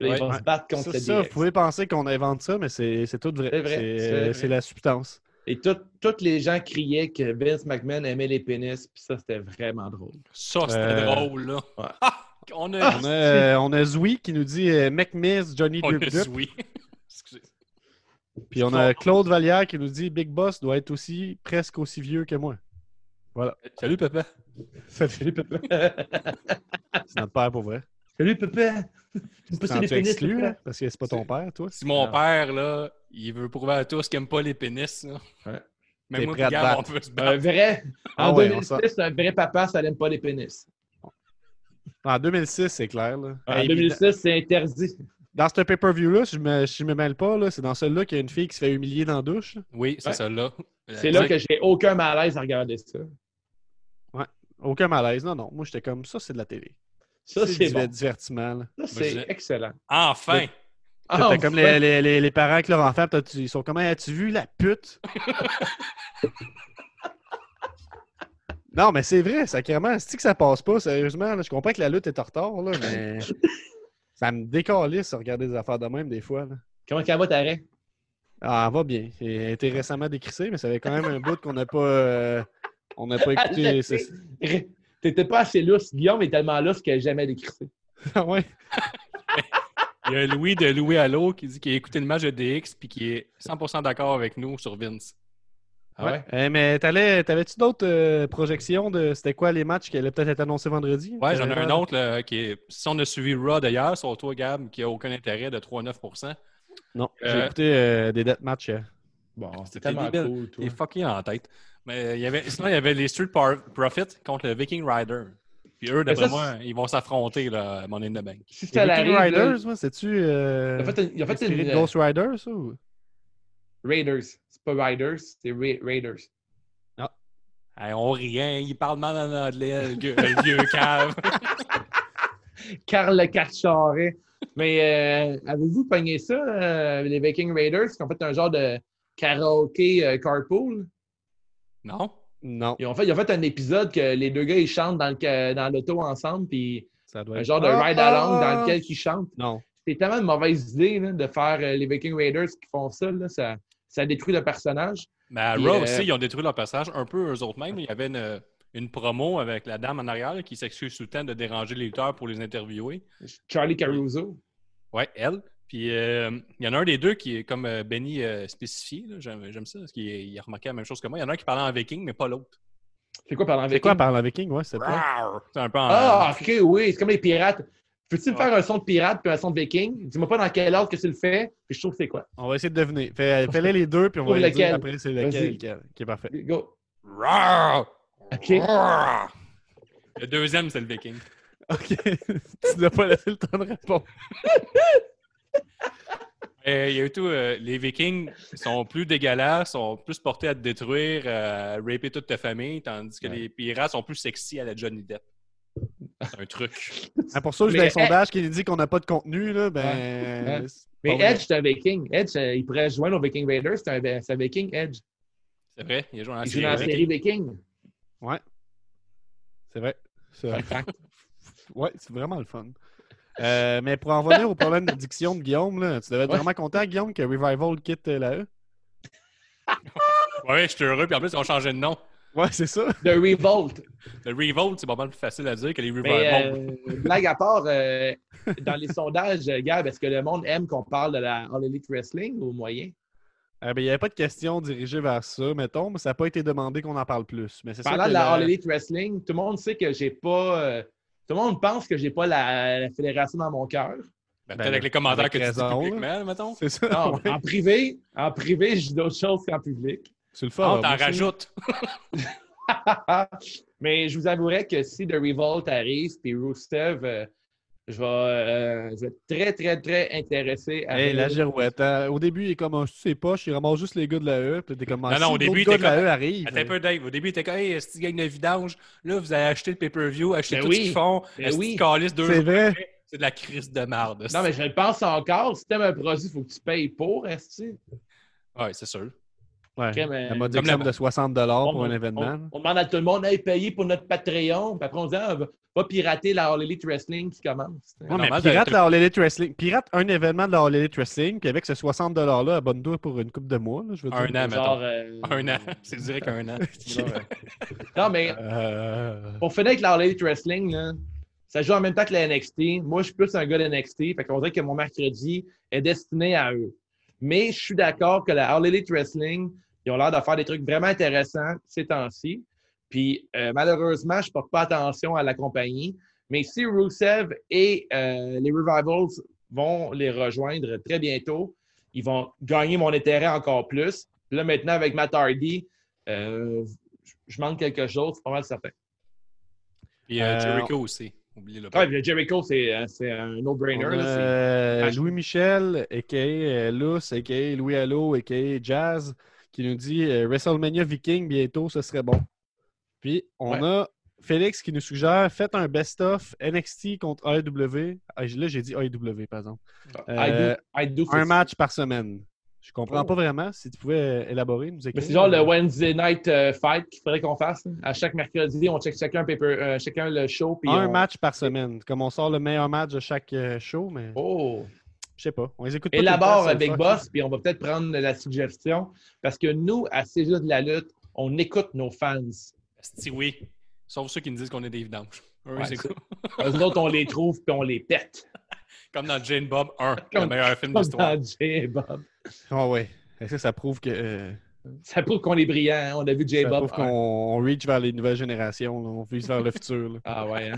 [SPEAKER 2] Là,
[SPEAKER 1] Ouais.
[SPEAKER 2] Ils vont se battre contre
[SPEAKER 3] ça,
[SPEAKER 2] le
[SPEAKER 3] ça, vous
[SPEAKER 2] DX.
[SPEAKER 3] pouvez penser qu'on invente ça, mais c'est c'est tout vrai.
[SPEAKER 2] C'est vrai,
[SPEAKER 3] C'est,
[SPEAKER 2] c'est
[SPEAKER 3] euh,
[SPEAKER 2] vrai.
[SPEAKER 3] c'est la substance.
[SPEAKER 2] Et tout- toutes les gens criaient que Vince McMahon aimait les pénis, puis ça, c'était vraiment
[SPEAKER 3] (laughs)
[SPEAKER 2] drôle.
[SPEAKER 1] Ça, c'était
[SPEAKER 3] Euh,
[SPEAKER 1] drôle, là.
[SPEAKER 2] ouais.
[SPEAKER 1] Ah! (laughs) on a.
[SPEAKER 3] On a, euh, on a Zoui qui nous dit euh, Mec Miss, Johnny
[SPEAKER 1] on a
[SPEAKER 3] Duke Duke.
[SPEAKER 1] oui. Excusez.
[SPEAKER 3] Puis on a Claude Vallière qui nous dit Big Boss doit être aussi presque aussi vieux que moi.
[SPEAKER 1] Salut, papa.
[SPEAKER 3] Salut, papa.
[SPEAKER 2] Ah.
[SPEAKER 3] C'est notre père pour vrai.
[SPEAKER 2] Salut, papa! Vous
[SPEAKER 3] T'en
[SPEAKER 2] poussez les
[SPEAKER 3] tu
[SPEAKER 2] pénis,
[SPEAKER 3] exclu,
[SPEAKER 2] papa?
[SPEAKER 3] là, parce que c'est pas ton père, toi.
[SPEAKER 1] Si mon
[SPEAKER 2] Ah.
[SPEAKER 1] père, là, il veut prouver à tous qu'il n'aime pas les pénis, là.
[SPEAKER 2] Ouais.
[SPEAKER 1] Même
[SPEAKER 3] T'es
[SPEAKER 1] moi,
[SPEAKER 3] prêt à te
[SPEAKER 1] Gab, on
[SPEAKER 3] battre.
[SPEAKER 1] peut se
[SPEAKER 2] Un
[SPEAKER 1] battre.
[SPEAKER 2] vrai...
[SPEAKER 3] Ah
[SPEAKER 2] en
[SPEAKER 3] ouais, on
[SPEAKER 2] 2006,
[SPEAKER 3] sort-
[SPEAKER 2] un vrai papa, ça n'aime pas les pénis.
[SPEAKER 3] En 2006, c'est clair. Là.
[SPEAKER 2] En
[SPEAKER 3] Hey, puis
[SPEAKER 2] 2006, c'est interdit.
[SPEAKER 3] Dans ce pay-per-view-là, si je me, si je me mêle pas, là, c'est dans celui-là qu'il y a une fille qui se fait humilier dans la douche. là.
[SPEAKER 1] Oui, c'est
[SPEAKER 2] Ouais.
[SPEAKER 1] ça, là. Euh,
[SPEAKER 2] C'est là que j'ai aucun malaise à regarder ça.
[SPEAKER 3] Aucun malaise. Non, non. Moi, j'étais comme ça, c'est de la télé.
[SPEAKER 2] Ça, c'est
[SPEAKER 3] du
[SPEAKER 2] bon.
[SPEAKER 3] divertissement. là.
[SPEAKER 2] Ça, c'est
[SPEAKER 1] Vas-y.
[SPEAKER 2] excellent. Ah,
[SPEAKER 1] Enfin!
[SPEAKER 3] T'as
[SPEAKER 2] Enfin,
[SPEAKER 3] comme les, les- les- les parents avec leur enfant, puis t'as- ils sont comme Hey, As-tu vu la pute (laughs) Non, mais c'est vrai, sacrément. C'est que ça passe pas, sérieusement. là. je comprends que la lutte est en retard, là, mais ça me décalisse de regarder des affaires de même des fois. là.
[SPEAKER 2] Comment qu'elle va, t'arrêt?
[SPEAKER 3] Ah, elle va bien. Elle a été récemment décrissée, mais ça avait quand même un bout qu'on n'a pas, euh, on n'a
[SPEAKER 2] Ah,
[SPEAKER 3] pas écouté. c'est-
[SPEAKER 2] (laughs) T'étais pas assez lousse. Guillaume est tellement lousse qu'elle n'a jamais décrissé.
[SPEAKER 3] (laughs) Ah ouais.
[SPEAKER 1] Il y a Louis de Louis Allo qui dit qu'il a écouté le match de DX puis qui est 100% d'accord avec nous sur Vince.
[SPEAKER 2] Ah ouais?
[SPEAKER 3] Eh, mais t'allais- t'avais-tu d'autres euh, projections de c'était quoi les matchs qui allaient peut-être être annoncés vendredi? Euh,
[SPEAKER 1] Ouais, j'en ai
[SPEAKER 3] T'avais
[SPEAKER 1] un
[SPEAKER 3] pas-
[SPEAKER 1] autre là, qui est. Si on a suivi Raw d'ailleurs, sur toi, Gab, qui a aucun intérêt de 3-9%,
[SPEAKER 3] Non, j'ai
[SPEAKER 1] Euh,
[SPEAKER 3] écouté euh, des deathmatchs. matchs.
[SPEAKER 2] Bon, c'est
[SPEAKER 1] C'était
[SPEAKER 2] tellement
[SPEAKER 1] débile.
[SPEAKER 2] cool, toi.
[SPEAKER 1] il est fucké en tête. Mais il y avait, sinon, il y avait les Street Par- Profits contre le Viking Rider. Puis eux, d'après
[SPEAKER 2] ça,
[SPEAKER 1] moi, ils vont s'affronter là, à Money in the Bank.
[SPEAKER 2] Si ça
[SPEAKER 3] Les
[SPEAKER 2] l'arrive,
[SPEAKER 3] Viking
[SPEAKER 2] là,
[SPEAKER 3] Riders, ouais, c'est-tu euh,
[SPEAKER 2] il a fait une- il a fait
[SPEAKER 3] inspiré
[SPEAKER 2] une-
[SPEAKER 3] de Ghost Rider, ça? ou-
[SPEAKER 2] Raiders. C'est pas Riders, c'est Ra- Raiders.
[SPEAKER 1] Hey, on rien, il parle mal en anglais, le gueux-
[SPEAKER 2] (laughs)
[SPEAKER 1] le vieux cave.
[SPEAKER 2] Carl le Carcharet. Mais euh, avez-vous pogné ça, euh, les Viking Raiders, qui ont fait un genre de karaoké euh, carpool?
[SPEAKER 1] Non?
[SPEAKER 3] Non,
[SPEAKER 2] Ils ont, fait, ils ont fait un épisode que les deux gars, ils chantent dans le ca- dans l'auto ensemble, puis
[SPEAKER 3] ça doit
[SPEAKER 2] un
[SPEAKER 3] être-
[SPEAKER 2] genre de
[SPEAKER 3] Ah,
[SPEAKER 2] ride-along
[SPEAKER 3] ah,
[SPEAKER 2] dans lequel ils chantent.
[SPEAKER 3] Non.
[SPEAKER 2] C'est tellement une mauvaise idée là, de faire euh, les Viking Raiders qui font ça, là, ça. Ça détruit le personnage.
[SPEAKER 1] Mais à
[SPEAKER 2] Puis,
[SPEAKER 1] Raw
[SPEAKER 2] euh,
[SPEAKER 1] aussi, ils ont détruit leur passage un peu eux autres mêmes. Il y avait une, une promo avec la dame en arrière là, qui s'excuse tout le temps de déranger les lutteurs pour les interviewer.
[SPEAKER 2] Charlie Caruso.
[SPEAKER 1] Ouais, elle. Puis euh, il y en a un des deux qui est comme euh, Benny euh, spécifié, là, j'aime j'aime ça, parce qu'il il a remarqué la même chose que moi. Il y en a un qui parlait en viking, mais pas l'autre.
[SPEAKER 2] C'est quoi parlant
[SPEAKER 3] C'est
[SPEAKER 2] avec
[SPEAKER 3] quoi parler en viking, ouais, c'est quoi?
[SPEAKER 1] Rawr! C'est un peu en.
[SPEAKER 2] Ah, ok, oui, c'est comme les pirates. Peux-tu me
[SPEAKER 1] Ouais.
[SPEAKER 2] faire un son de pirate puis un son de viking? Dis-moi pas dans quel ordre que tu le fais, puis je trouve que c'est quoi.
[SPEAKER 3] On va essayer de deviner. Fais, euh, fais-les les deux, puis on va
[SPEAKER 2] Trouve
[SPEAKER 3] les dire
[SPEAKER 2] lequel.
[SPEAKER 3] après c'est
[SPEAKER 2] Vas-y.
[SPEAKER 3] lequel, lequel. Qui est parfait. (laughs)
[SPEAKER 2] Go.
[SPEAKER 1] Rawr!
[SPEAKER 2] Ok.
[SPEAKER 1] Rawr! Le deuxième, c'est le viking.
[SPEAKER 3] OK. (laughs) tu n'as pas laissé le temps de
[SPEAKER 2] (laughs)
[SPEAKER 3] répondre.
[SPEAKER 1] Euh, Il y a eu tout. euh, les Vikings sont plus dégueulasses, sont plus portés à te détruire, euh, à raper toute ta famille, tandis que
[SPEAKER 2] Ouais.
[SPEAKER 1] les pirates sont plus sexy à la Johnny Depp. C'est un truc.
[SPEAKER 3] Ah, pour ça, j'ai
[SPEAKER 2] Mais- eh,
[SPEAKER 3] un sondage qui nous dit qu'on n'a pas de contenu, là, ben.
[SPEAKER 2] Ouais.
[SPEAKER 3] c'est
[SPEAKER 2] Mais
[SPEAKER 3] pas vrai.
[SPEAKER 2] Edge, c'est un Viking. Edge, euh, il pourrait joindre aux Viking Raiders. C'est un, c'est un Viking, Edge.
[SPEAKER 1] Ah, C'est vrai, il joue dans la
[SPEAKER 2] Il joue dans la
[SPEAKER 1] série.
[SPEAKER 2] série Viking.
[SPEAKER 3] C'est vrai. C'est vrai. (laughs) ouais, c'est vraiment le fun. Euh, mais pour en revenir au problème d'addiction de Guillaume, là, tu devais être
[SPEAKER 2] Ouais.
[SPEAKER 3] vraiment content, Guillaume, que Revival quitte euh, la E.
[SPEAKER 1] Ouais, je suis heureux. Puis en plus, ils ont changé de nom.
[SPEAKER 3] Ouais, c'est ça.
[SPEAKER 2] The Revolt.
[SPEAKER 1] Le Revolt, c'est pas mal plus facile à dire que les
[SPEAKER 2] Mais
[SPEAKER 1] Revival.
[SPEAKER 2] euh, blague à part, euh, dans les sondages, euh, Gab, est-ce que le monde aime qu'on parle de la All Elite Wrestling ou au moyen?
[SPEAKER 3] Euh, ben, il n'y avait pas de question dirigée vers ça, mettons, mais ça n'a pas été demandé qu'on en parle plus. Mais c'est ça.
[SPEAKER 2] Parlant
[SPEAKER 3] que
[SPEAKER 2] de la
[SPEAKER 3] la-
[SPEAKER 2] All Elite Wrestling, tout le monde sait que j'ai pas. euh, tout le monde pense que j'ai pas la, la fédération dans mon cœur.
[SPEAKER 1] Ben,
[SPEAKER 3] ben,
[SPEAKER 1] Peut-être avec les commentaires
[SPEAKER 3] avec
[SPEAKER 1] que tu
[SPEAKER 3] raison,
[SPEAKER 1] dis publiquement, mettons.
[SPEAKER 3] C'est ça.
[SPEAKER 2] Non,
[SPEAKER 3] Ah ouais.
[SPEAKER 2] en privé, en privé, je dis d'autres choses qu'en public. (laughs)
[SPEAKER 3] C'est le hein,
[SPEAKER 1] Ah,
[SPEAKER 3] fun.
[SPEAKER 1] on t'en rajoute.
[SPEAKER 2] Mais je vous avouerai que si The Revolt arrive puis Rusev, euh, je, vais, euh, je vais être très, très, très intéressé à.
[SPEAKER 3] Hey, la girouette. hein. Au début, il est comme, Ah, c'est poche, il ramasse juste les gars de la E. Puis t'es comme, Ah,
[SPEAKER 1] Non, non,
[SPEAKER 3] si
[SPEAKER 1] au début,
[SPEAKER 3] d'autres
[SPEAKER 1] t'es
[SPEAKER 3] gars de
[SPEAKER 1] comme-
[SPEAKER 3] la E arrivent.
[SPEAKER 1] Attends un peu, Dave. Au début, t'es comme, hey, est-ce gagne de vidange? Là, vous allez acheter le pay-per-view, acheter
[SPEAKER 2] Ben
[SPEAKER 1] tout ce
[SPEAKER 2] oui.
[SPEAKER 1] qu'ils font.
[SPEAKER 2] Ben
[SPEAKER 1] Est-ce
[SPEAKER 2] oui.
[SPEAKER 1] qu'ils calissent deux
[SPEAKER 3] C'est
[SPEAKER 1] jours
[SPEAKER 3] vrai.
[SPEAKER 1] après? C'est de la crise de merde.
[SPEAKER 2] Non, mais je le pense encore. Si t'aimes un produit, il faut que tu payes pour, est-ce que?
[SPEAKER 1] Ouais, c'est sûr.
[SPEAKER 3] Ouais.
[SPEAKER 2] Crème, euh,
[SPEAKER 3] La
[SPEAKER 1] comme la-
[SPEAKER 3] modification de 60 pour un événement.
[SPEAKER 2] On, on demande à tout le monde, hey, payez pour notre Patreon. Puis après, on dit, ah, va, va pirater la All Elite Wrestling qui commence.
[SPEAKER 3] Ouais, mais
[SPEAKER 1] normal,
[SPEAKER 3] pirate
[SPEAKER 1] t'as-
[SPEAKER 3] la All Elite Wrestling. Pirate un événement de la All Elite Wrestling, puis avec ce 60 $-là, abonne-toi pour une coupe de mois. là, je veux
[SPEAKER 1] Un
[SPEAKER 3] dire.
[SPEAKER 1] an, mais-
[SPEAKER 2] Genre, euh,
[SPEAKER 1] Un an. (laughs) C'est direct un an.
[SPEAKER 2] Non, mais
[SPEAKER 3] Euh,
[SPEAKER 2] pour finir avec la All Elite Wrestling, là, ça joue en même temps que la NXT. Moi, je suis plus un gars de NXT. Fait qu'on dirait que mon mercredi est destiné à eux. Mais je suis d'accord que la All Elite Wrestling, ils ont l'air de faire des trucs vraiment intéressants ces temps-ci. Puis euh, malheureusement, je porte pas attention à la compagnie. Mais si Rusev et euh, les Revivals vont les rejoindre très bientôt, ils vont gagner mon intérêt encore plus. Là, maintenant, avec Matt Hardy, euh, je- je manque quelque chose, c'est pas mal certain.
[SPEAKER 1] Puis euh,
[SPEAKER 3] Euh,
[SPEAKER 1] Jericho aussi. Oublie-le pas.
[SPEAKER 2] Ouais, puis Ah, Jericho, c'est euh, c'est un
[SPEAKER 3] on
[SPEAKER 2] no-brainer.
[SPEAKER 3] a,
[SPEAKER 2] là,
[SPEAKER 3] euh,
[SPEAKER 2] c'est-
[SPEAKER 3] Louis Michel, a.k.a. Luce, a.k.a. Louis Allo, a.k.a. Jazz, qui nous dit euh, WrestleMania Viking bientôt, ce serait bon. Puis on
[SPEAKER 2] Ouais.
[SPEAKER 3] a Félix qui nous suggère faites un best-of NXT contre AEW. Ah, Là, j'ai dit AEW, par exemple.
[SPEAKER 2] c'est- I do- I do
[SPEAKER 3] euh, un
[SPEAKER 2] feel-
[SPEAKER 3] match par semaine. Je comprends
[SPEAKER 2] Oh.
[SPEAKER 3] pas vraiment. Si tu pouvais euh, élaborer, nous
[SPEAKER 2] Mais
[SPEAKER 3] écrire.
[SPEAKER 2] c'est genre le Wednesday Night euh, Fight qu'il faudrait qu'on fasse. hein. À chaque mercredi, on check chacun, paper, euh, chacun le show. Puis
[SPEAKER 3] Un
[SPEAKER 2] on-
[SPEAKER 3] match par semaine. Comme on sort le meilleur match de chaque euh, show, mais
[SPEAKER 2] Oh!
[SPEAKER 3] je sais pas. On les écoute pas. tout le temps,
[SPEAKER 2] Élabore
[SPEAKER 3] ça,
[SPEAKER 2] Big
[SPEAKER 3] le fuck.
[SPEAKER 2] Boss, puis on va peut-être prendre la suggestion. Parce que nous, à C'est juste de la lutte, on écoute nos fans.
[SPEAKER 1] Si oui. Sauf ceux qui nous disent qu'on est des vidanges. Eux,
[SPEAKER 2] Ouais,
[SPEAKER 1] c'est
[SPEAKER 2] ça.
[SPEAKER 1] cool.
[SPEAKER 2] Eux autres, on les trouve, puis on les
[SPEAKER 3] (laughs)
[SPEAKER 2] pète.
[SPEAKER 1] Comme dans Jane Bob
[SPEAKER 2] (laughs)
[SPEAKER 1] 1, le
[SPEAKER 2] Comme-
[SPEAKER 1] meilleur film de
[SPEAKER 2] Comme
[SPEAKER 1] l'histoire.
[SPEAKER 2] dans J-Bob.
[SPEAKER 3] Ah ouais. Est-ce que ça prouve que. euh,
[SPEAKER 2] Ça prouve qu'on est brillant. hein. On a vu
[SPEAKER 3] ça
[SPEAKER 2] J-Bob.
[SPEAKER 3] prouve qu'on on reach vers les nouvelles générations. là. On vise vers le futur. là.
[SPEAKER 2] Ah ouais, hein.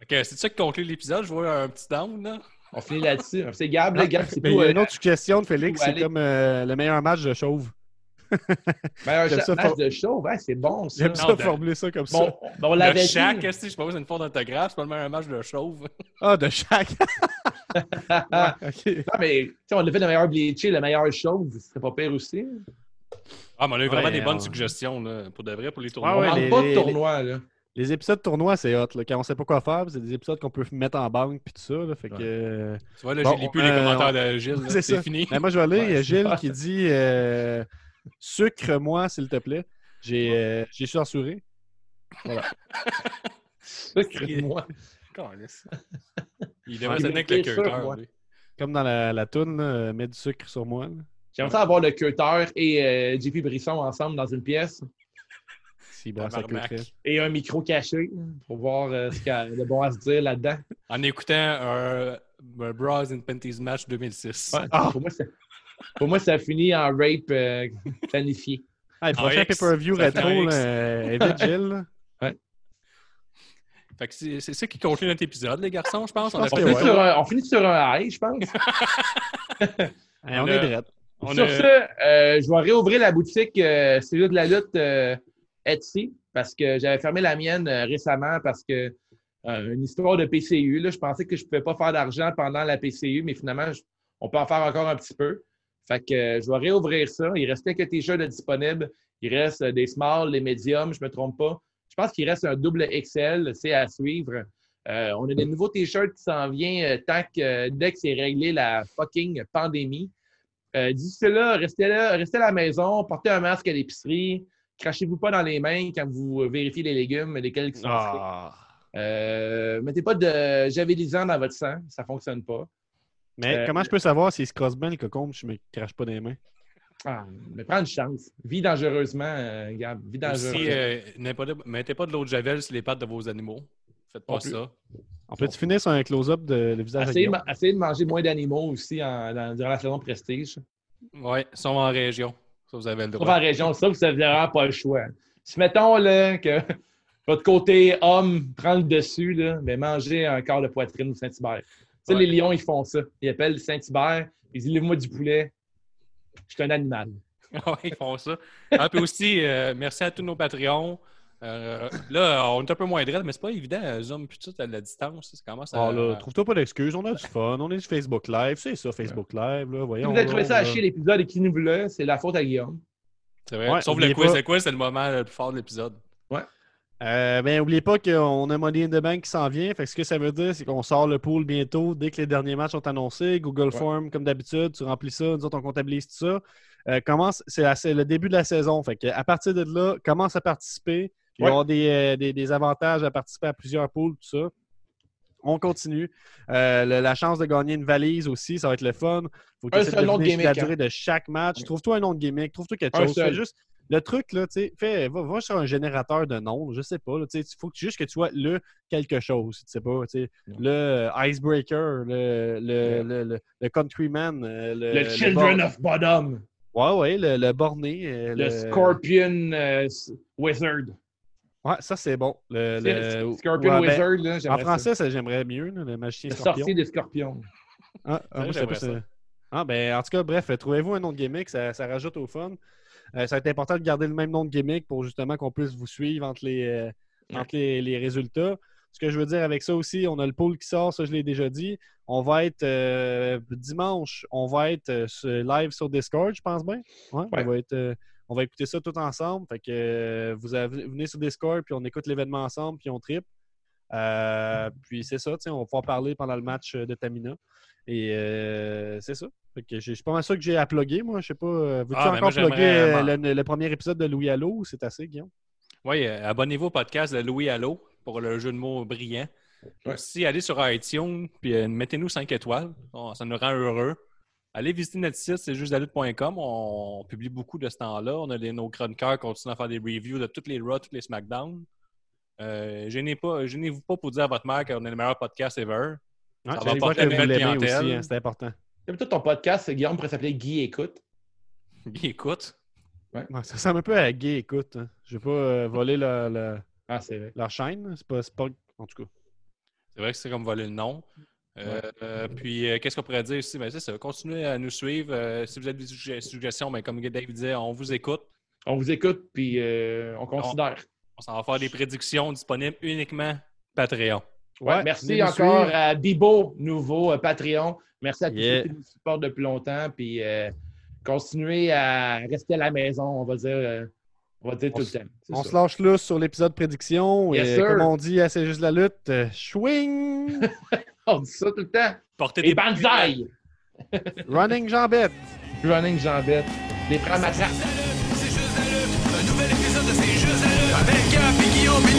[SPEAKER 1] Fait que c'est ça qui conclut l'épisode. Je vois un petit down, là.
[SPEAKER 2] On finit là-dessus. C'est Gab, là, Gab, c'est
[SPEAKER 3] Ah, Mais il
[SPEAKER 2] tout.
[SPEAKER 3] y a
[SPEAKER 2] euh,
[SPEAKER 3] une autre suggestion de Félix,
[SPEAKER 2] où
[SPEAKER 3] c'est
[SPEAKER 2] aller?
[SPEAKER 3] comme euh, le meilleur match de Chauve.
[SPEAKER 2] meilleur
[SPEAKER 3] j'aime ça,
[SPEAKER 2] match
[SPEAKER 3] faut-
[SPEAKER 2] de show. Ouais, c'est bon, ça.
[SPEAKER 3] J'aime ça
[SPEAKER 1] Non, de-
[SPEAKER 3] formuler ça comme ça.
[SPEAKER 2] Bon, bon, on
[SPEAKER 1] Le
[SPEAKER 2] l'avait dit. (laughs)
[SPEAKER 1] Shaq, est-ce que je sais pas, c'est une faute d'orthographe. C'est pas le meilleur match de chauve.
[SPEAKER 3] Ah, de chaque.
[SPEAKER 2] Ah,
[SPEAKER 3] Ouais, (laughs) ok.
[SPEAKER 2] ah, mais tu sais, on a fait le meilleur bleacher, le meilleur show, ce serait pas pire aussi.
[SPEAKER 1] Ah, mais on a eu vraiment
[SPEAKER 3] Ouais,
[SPEAKER 1] des bonnes
[SPEAKER 3] ouais.
[SPEAKER 1] suggestions, là, pour de vrai, pour les
[SPEAKER 2] On
[SPEAKER 1] tournois.
[SPEAKER 3] ouais,
[SPEAKER 2] manque
[SPEAKER 3] les-
[SPEAKER 2] pas de
[SPEAKER 3] les-
[SPEAKER 2] tournoi, là.
[SPEAKER 3] Les épisodes tournois, c'est hot. là. Quand on sait pas quoi faire, c'est des épisodes qu'on peut mettre en banque puis tout ça. là. Fait que,
[SPEAKER 1] Ouais.
[SPEAKER 3] euh,
[SPEAKER 1] Tu vois, là,
[SPEAKER 3] Bon,
[SPEAKER 1] j'ai lu
[SPEAKER 3] on-
[SPEAKER 1] plus les
[SPEAKER 3] euh,
[SPEAKER 1] commentaires de Gilles. là.
[SPEAKER 3] C'est
[SPEAKER 1] C'est
[SPEAKER 3] ça.
[SPEAKER 1] fini.
[SPEAKER 3] Ben, moi, je vais lire.
[SPEAKER 2] Ouais,
[SPEAKER 3] Il y a Gilles
[SPEAKER 2] pas-
[SPEAKER 3] qui dit euh, Sucre-moi, s'il te plaît. J'ai euh, j'ai censuré.
[SPEAKER 2] Sucre-moi.
[SPEAKER 1] Il devrait
[SPEAKER 2] Ouais,
[SPEAKER 1] se tenir avec le
[SPEAKER 2] c'est sûr,
[SPEAKER 1] cœur.
[SPEAKER 2] moi.
[SPEAKER 1] lui.
[SPEAKER 3] Comme dans la, la toune, là, mets du sucre sur moi. là.
[SPEAKER 2] J'aimerais ça avoir le cutter et euh, JP Brisson ensemble dans une pièce
[SPEAKER 3] S'il boit sa queue
[SPEAKER 1] Tabarnak.
[SPEAKER 3] fraîche.
[SPEAKER 2] et un micro caché hein, pour voir euh, ce qu'il y a de bon à se dire là-dedans.
[SPEAKER 1] En écoutant un un Bras and Panties match 2006.
[SPEAKER 2] Ouais,
[SPEAKER 3] Ah!
[SPEAKER 2] Pour, moi, ça, pour moi, ça finit en rape euh, planifié.
[SPEAKER 3] Hey, Ah, prochain
[SPEAKER 1] X,
[SPEAKER 3] pay-per-view
[SPEAKER 1] ça fait
[SPEAKER 3] rétro,
[SPEAKER 1] un X.
[SPEAKER 3] là, euh, invite Gilles. là.
[SPEAKER 1] Fait que c'est c'est ça qui conclut notre épisode, les garçons, je pense. On a
[SPEAKER 3] pense
[SPEAKER 2] On,
[SPEAKER 1] fait-
[SPEAKER 3] que
[SPEAKER 2] finit
[SPEAKER 3] ouais.
[SPEAKER 2] sur un- on finit sur un high, je pense.
[SPEAKER 3] Hey, on
[SPEAKER 1] On
[SPEAKER 3] est
[SPEAKER 1] a-
[SPEAKER 3] drette.
[SPEAKER 1] on
[SPEAKER 2] Sur
[SPEAKER 1] a-
[SPEAKER 2] ce, euh, je vais réouvrir la boutique euh, C'est juste de la lutte euh, Etsy parce que j'avais fermé la mienne euh, récemment parce que euh, une histoire de PCU. Là, je pensais que je ne pouvais pas faire d'argent pendant la PCU, mais finalement, je- on peut en faire encore un petit peu. Fait que euh, je vais réouvrir ça. Il reste quelques t-shirts de disponibles. Il reste euh, des smalls, les médiums, je ne me trompe pas. Je pense qu'il reste un double XL, c'est à suivre. Euh, on a des nouveaux t-shirts qui s'en viennent euh, tant que, euh, dès que c'est réglé la fucking pandémie. Euh, D'ici là, restez là, restez à la maison, portez un masque à l'épicerie, crachez-vous pas dans les mains quand vous vérifiez les légumes, lesquels qui sont
[SPEAKER 1] Ah.
[SPEAKER 2] frais. Euh, mettez pas de javelisant dans votre sang, ça fonctionne pas.
[SPEAKER 3] Mais
[SPEAKER 2] Euh,
[SPEAKER 3] comment je peux savoir s'il se crosse bien le cocombe je me crache pas dans les mains?
[SPEAKER 2] Ah, mais prends une chance. Vis dangereusement, euh, Gab. Vis dangereusement.
[SPEAKER 1] Aussi, euh, n'aie pas de- mettez pas de l'eau de javel sur les pattes de vos animaux. Faites pas
[SPEAKER 2] Non plus.
[SPEAKER 1] ça.
[SPEAKER 3] On peut-tu finir sur un close-up de le visage à
[SPEAKER 2] essayez, de
[SPEAKER 3] Guillaume?
[SPEAKER 2] ma- essayez de manger moins d'animaux aussi en- dans- durant la saison prestige.
[SPEAKER 1] Oui, sont en région. Ça, vous avez le
[SPEAKER 2] Sauf en
[SPEAKER 1] droit.
[SPEAKER 2] région, ça, vous n'avez vraiment pas le choix. Si mettons là, que (laughs) votre côté homme prend le dessus, là, ben, mangez un quart de poitrine ou Saint-Hubert. Tu sais,
[SPEAKER 1] Ouais.
[SPEAKER 2] les lions, ils font ça. Ils appellent Saint-Hubert, ils disent Livre-moi du poulet. Je suis un animal.
[SPEAKER 1] (laughs) Ouais, ils font ça. Ah, puis aussi, euh, merci à tous nos Patreons. Euh, là, on est un peu moins drôle, mais c'est pas évident, euh, Zoom, puis tout, à la distance. Ça commence à.
[SPEAKER 3] Ah, là, trouve-toi pas d'excuses, on a du fun, on est sur Facebook Live, c'est ça, Facebook Live, là,
[SPEAKER 2] Si
[SPEAKER 3] voyons.
[SPEAKER 2] vous avez
[SPEAKER 3] là,
[SPEAKER 2] trouvé ça à
[SPEAKER 3] là.
[SPEAKER 2] chier l'épisode et qui nous voulait, c'est la faute à Guillaume.
[SPEAKER 1] C'est vrai.
[SPEAKER 3] Ouais,
[SPEAKER 1] Sauf le
[SPEAKER 3] oubliez
[SPEAKER 1] quiz.
[SPEAKER 3] pas.
[SPEAKER 1] Le quiz, c'est le moment le plus fort de l'épisode.
[SPEAKER 3] Euh, ben, oubliez pas qu'on a Money in the Bank qui s'en vient. Fait que ce que ça veut dire, c'est qu'on sort le pool bientôt dès que les derniers matchs sont annoncés. Google Form, comme d'habitude, tu remplis ça, nous autres, on comptabilise tout ça. euh, commence, c'est la- c'est le début de la saison. Fait que, à partir de là, commence à participer. Il va y
[SPEAKER 2] Ouais.
[SPEAKER 3] avoir des, euh, des- des avantages à participer à plusieurs poules, tout ça. On continue. Euh, le- la chance de gagner une valise aussi, ça va être le fun. Faut que
[SPEAKER 2] Un
[SPEAKER 3] t'essaies de
[SPEAKER 2] seul nom de
[SPEAKER 3] deviner la
[SPEAKER 2] gimmick, hein.
[SPEAKER 3] durée de chaque match. Trouve-toi un nom de gimmick, trouve-toi quelque
[SPEAKER 2] Un
[SPEAKER 3] chose.
[SPEAKER 2] seul.
[SPEAKER 3] Fais juste le truc, là, tu sais, fais- va, va sur un générateur de noms, je sais pas. là, tu sais, Il faut que, juste que tu sois le quelque chose, tu sais pas. tu sais, le euh, Icebreaker, le, le, le, le- le Countryman, euh, le,
[SPEAKER 2] Le Children
[SPEAKER 3] bor-
[SPEAKER 2] of Bottom.
[SPEAKER 3] Ouais, ouais, le, le borné. euh,
[SPEAKER 2] Le Scorpion euh, s- Wizard.
[SPEAKER 3] Ouais, ça c'est bon. Le,
[SPEAKER 2] C'est-
[SPEAKER 3] le-
[SPEAKER 2] Scorpion
[SPEAKER 3] ouais, ben,
[SPEAKER 2] Wizard, là,
[SPEAKER 3] en
[SPEAKER 2] j'aimerais ça.
[SPEAKER 3] français, ça, j'aimerais mieux, là, le magicien
[SPEAKER 2] Le
[SPEAKER 3] scorpion.
[SPEAKER 2] sorcier des scorpions.
[SPEAKER 3] Ah, ah, moi, je sais pas
[SPEAKER 1] j'aimerais
[SPEAKER 3] si- Ah, ben, en tout cas, bref, euh, trouvez-vous un nom de gimmick, ça, ça rajoute au fun. Euh, ça va être important de garder le même nom de gimmick pour justement qu'on puisse vous suivre entre les, euh, entre les, les résultats. Ce que je veux dire avec ça aussi, on a le pool qui sort, ça je l'ai déjà dit. On va être euh, dimanche, on va être euh, sur- live sur Discord, je pense bien. Ouais, On,
[SPEAKER 2] Ouais.
[SPEAKER 3] va être, euh, on va écouter ça tout ensemble. Fait que euh, vous avez- venez sur Discord, puis on écoute l'événement ensemble, puis on tripe. Euh,
[SPEAKER 1] Mm-hmm.
[SPEAKER 3] puis c'est ça, tu sais, on va pouvoir parler pendant le match euh, de Tamina. Et euh, c'est ça. Fait que j'ai- je suis pas mal sûr que j'ai à plugger, moi. Je sais pas. euh, Veux-tu
[SPEAKER 1] Ah, mais
[SPEAKER 3] encore
[SPEAKER 1] moi, j'aimerais,
[SPEAKER 3] plugger euh,
[SPEAKER 1] euh,
[SPEAKER 3] le, le premier épisode de Louis Allo ou c'est assez, Guillaume?
[SPEAKER 1] Oui, euh, abonnez-vous au podcast de Louis Allo pour le jeu de mots brillant.
[SPEAKER 2] Ouais.
[SPEAKER 1] Aussi, allez sur iTunes puis euh, mettez-nous 5 étoiles. On- ça nous rend heureux. Allez visiter notre site, c'est juste la lutte.com. On, on publie beaucoup de ce temps-là. On a les- nos chroniqueurs qui continuent à faire des reviews de toutes les Raw, toutes les SmackDown. Euh, gênez pas- Gênez-vous pas pour dire à votre mère qu'on est le meilleur podcast ever.
[SPEAKER 3] Ouais,
[SPEAKER 1] va
[SPEAKER 3] j'allais voir
[SPEAKER 1] porter
[SPEAKER 3] que
[SPEAKER 1] une
[SPEAKER 3] vous
[SPEAKER 1] belle
[SPEAKER 3] l'aimez
[SPEAKER 1] clientèle.
[SPEAKER 3] aussi, hein, c'est important.
[SPEAKER 2] D'habitude, ton podcast, c'est Guillaume pourrait s'appeler Guy Écoute.
[SPEAKER 1] Bien, écoute.
[SPEAKER 3] Ouais, ça ressemble un peu à Gay, écoute. hein. Je vais pas euh, voler leur, leur-
[SPEAKER 2] Ah, c'est vrai.
[SPEAKER 3] leur chaîne. hein. C'est pas, c'est pas- En tout cas.
[SPEAKER 1] C'est vrai que c'est comme voler le nom. Euh, euh, puis, euh, qu'est-ce qu'on pourrait dire aussi? Ben, c'est ça. Continuez à nous suivre. Euh, si vous avez des sugge- suggestions, ben, comme Dave disait, on vous écoute.
[SPEAKER 2] On vous écoute, puis euh, on considère.
[SPEAKER 1] On s'en va faire des prédictions disponibles uniquement Patreon.
[SPEAKER 2] Ouais,
[SPEAKER 3] Ouais, venez
[SPEAKER 2] merci
[SPEAKER 3] nous
[SPEAKER 2] encore
[SPEAKER 3] suivre.
[SPEAKER 2] à Bibo, nouveau euh, Patreon. Merci à tous
[SPEAKER 3] Yeah.
[SPEAKER 2] ceux qui nous supportent depuis longtemps. Puis euh, continuez à rester à la maison, on va dire, euh, on va dire
[SPEAKER 3] On
[SPEAKER 2] tout
[SPEAKER 3] s-
[SPEAKER 2] le temps. C'est
[SPEAKER 3] On
[SPEAKER 2] ça.
[SPEAKER 3] se lâche là sur l'épisode prédiction.
[SPEAKER 2] Yes,
[SPEAKER 3] et
[SPEAKER 2] sir.
[SPEAKER 3] comme on dit, ah, c'est juste la lutte. euh, Swing!
[SPEAKER 2] (laughs) On dit ça tout le temps.
[SPEAKER 1] Portez
[SPEAKER 2] Et
[SPEAKER 1] des
[SPEAKER 2] Banzai,
[SPEAKER 3] Running Jambette!
[SPEAKER 2] Running Jambette, les francs matraques.
[SPEAKER 7] C'est juste la lutte, un nouvel épisode de C'est juste la lutte avec Gap et Guillaume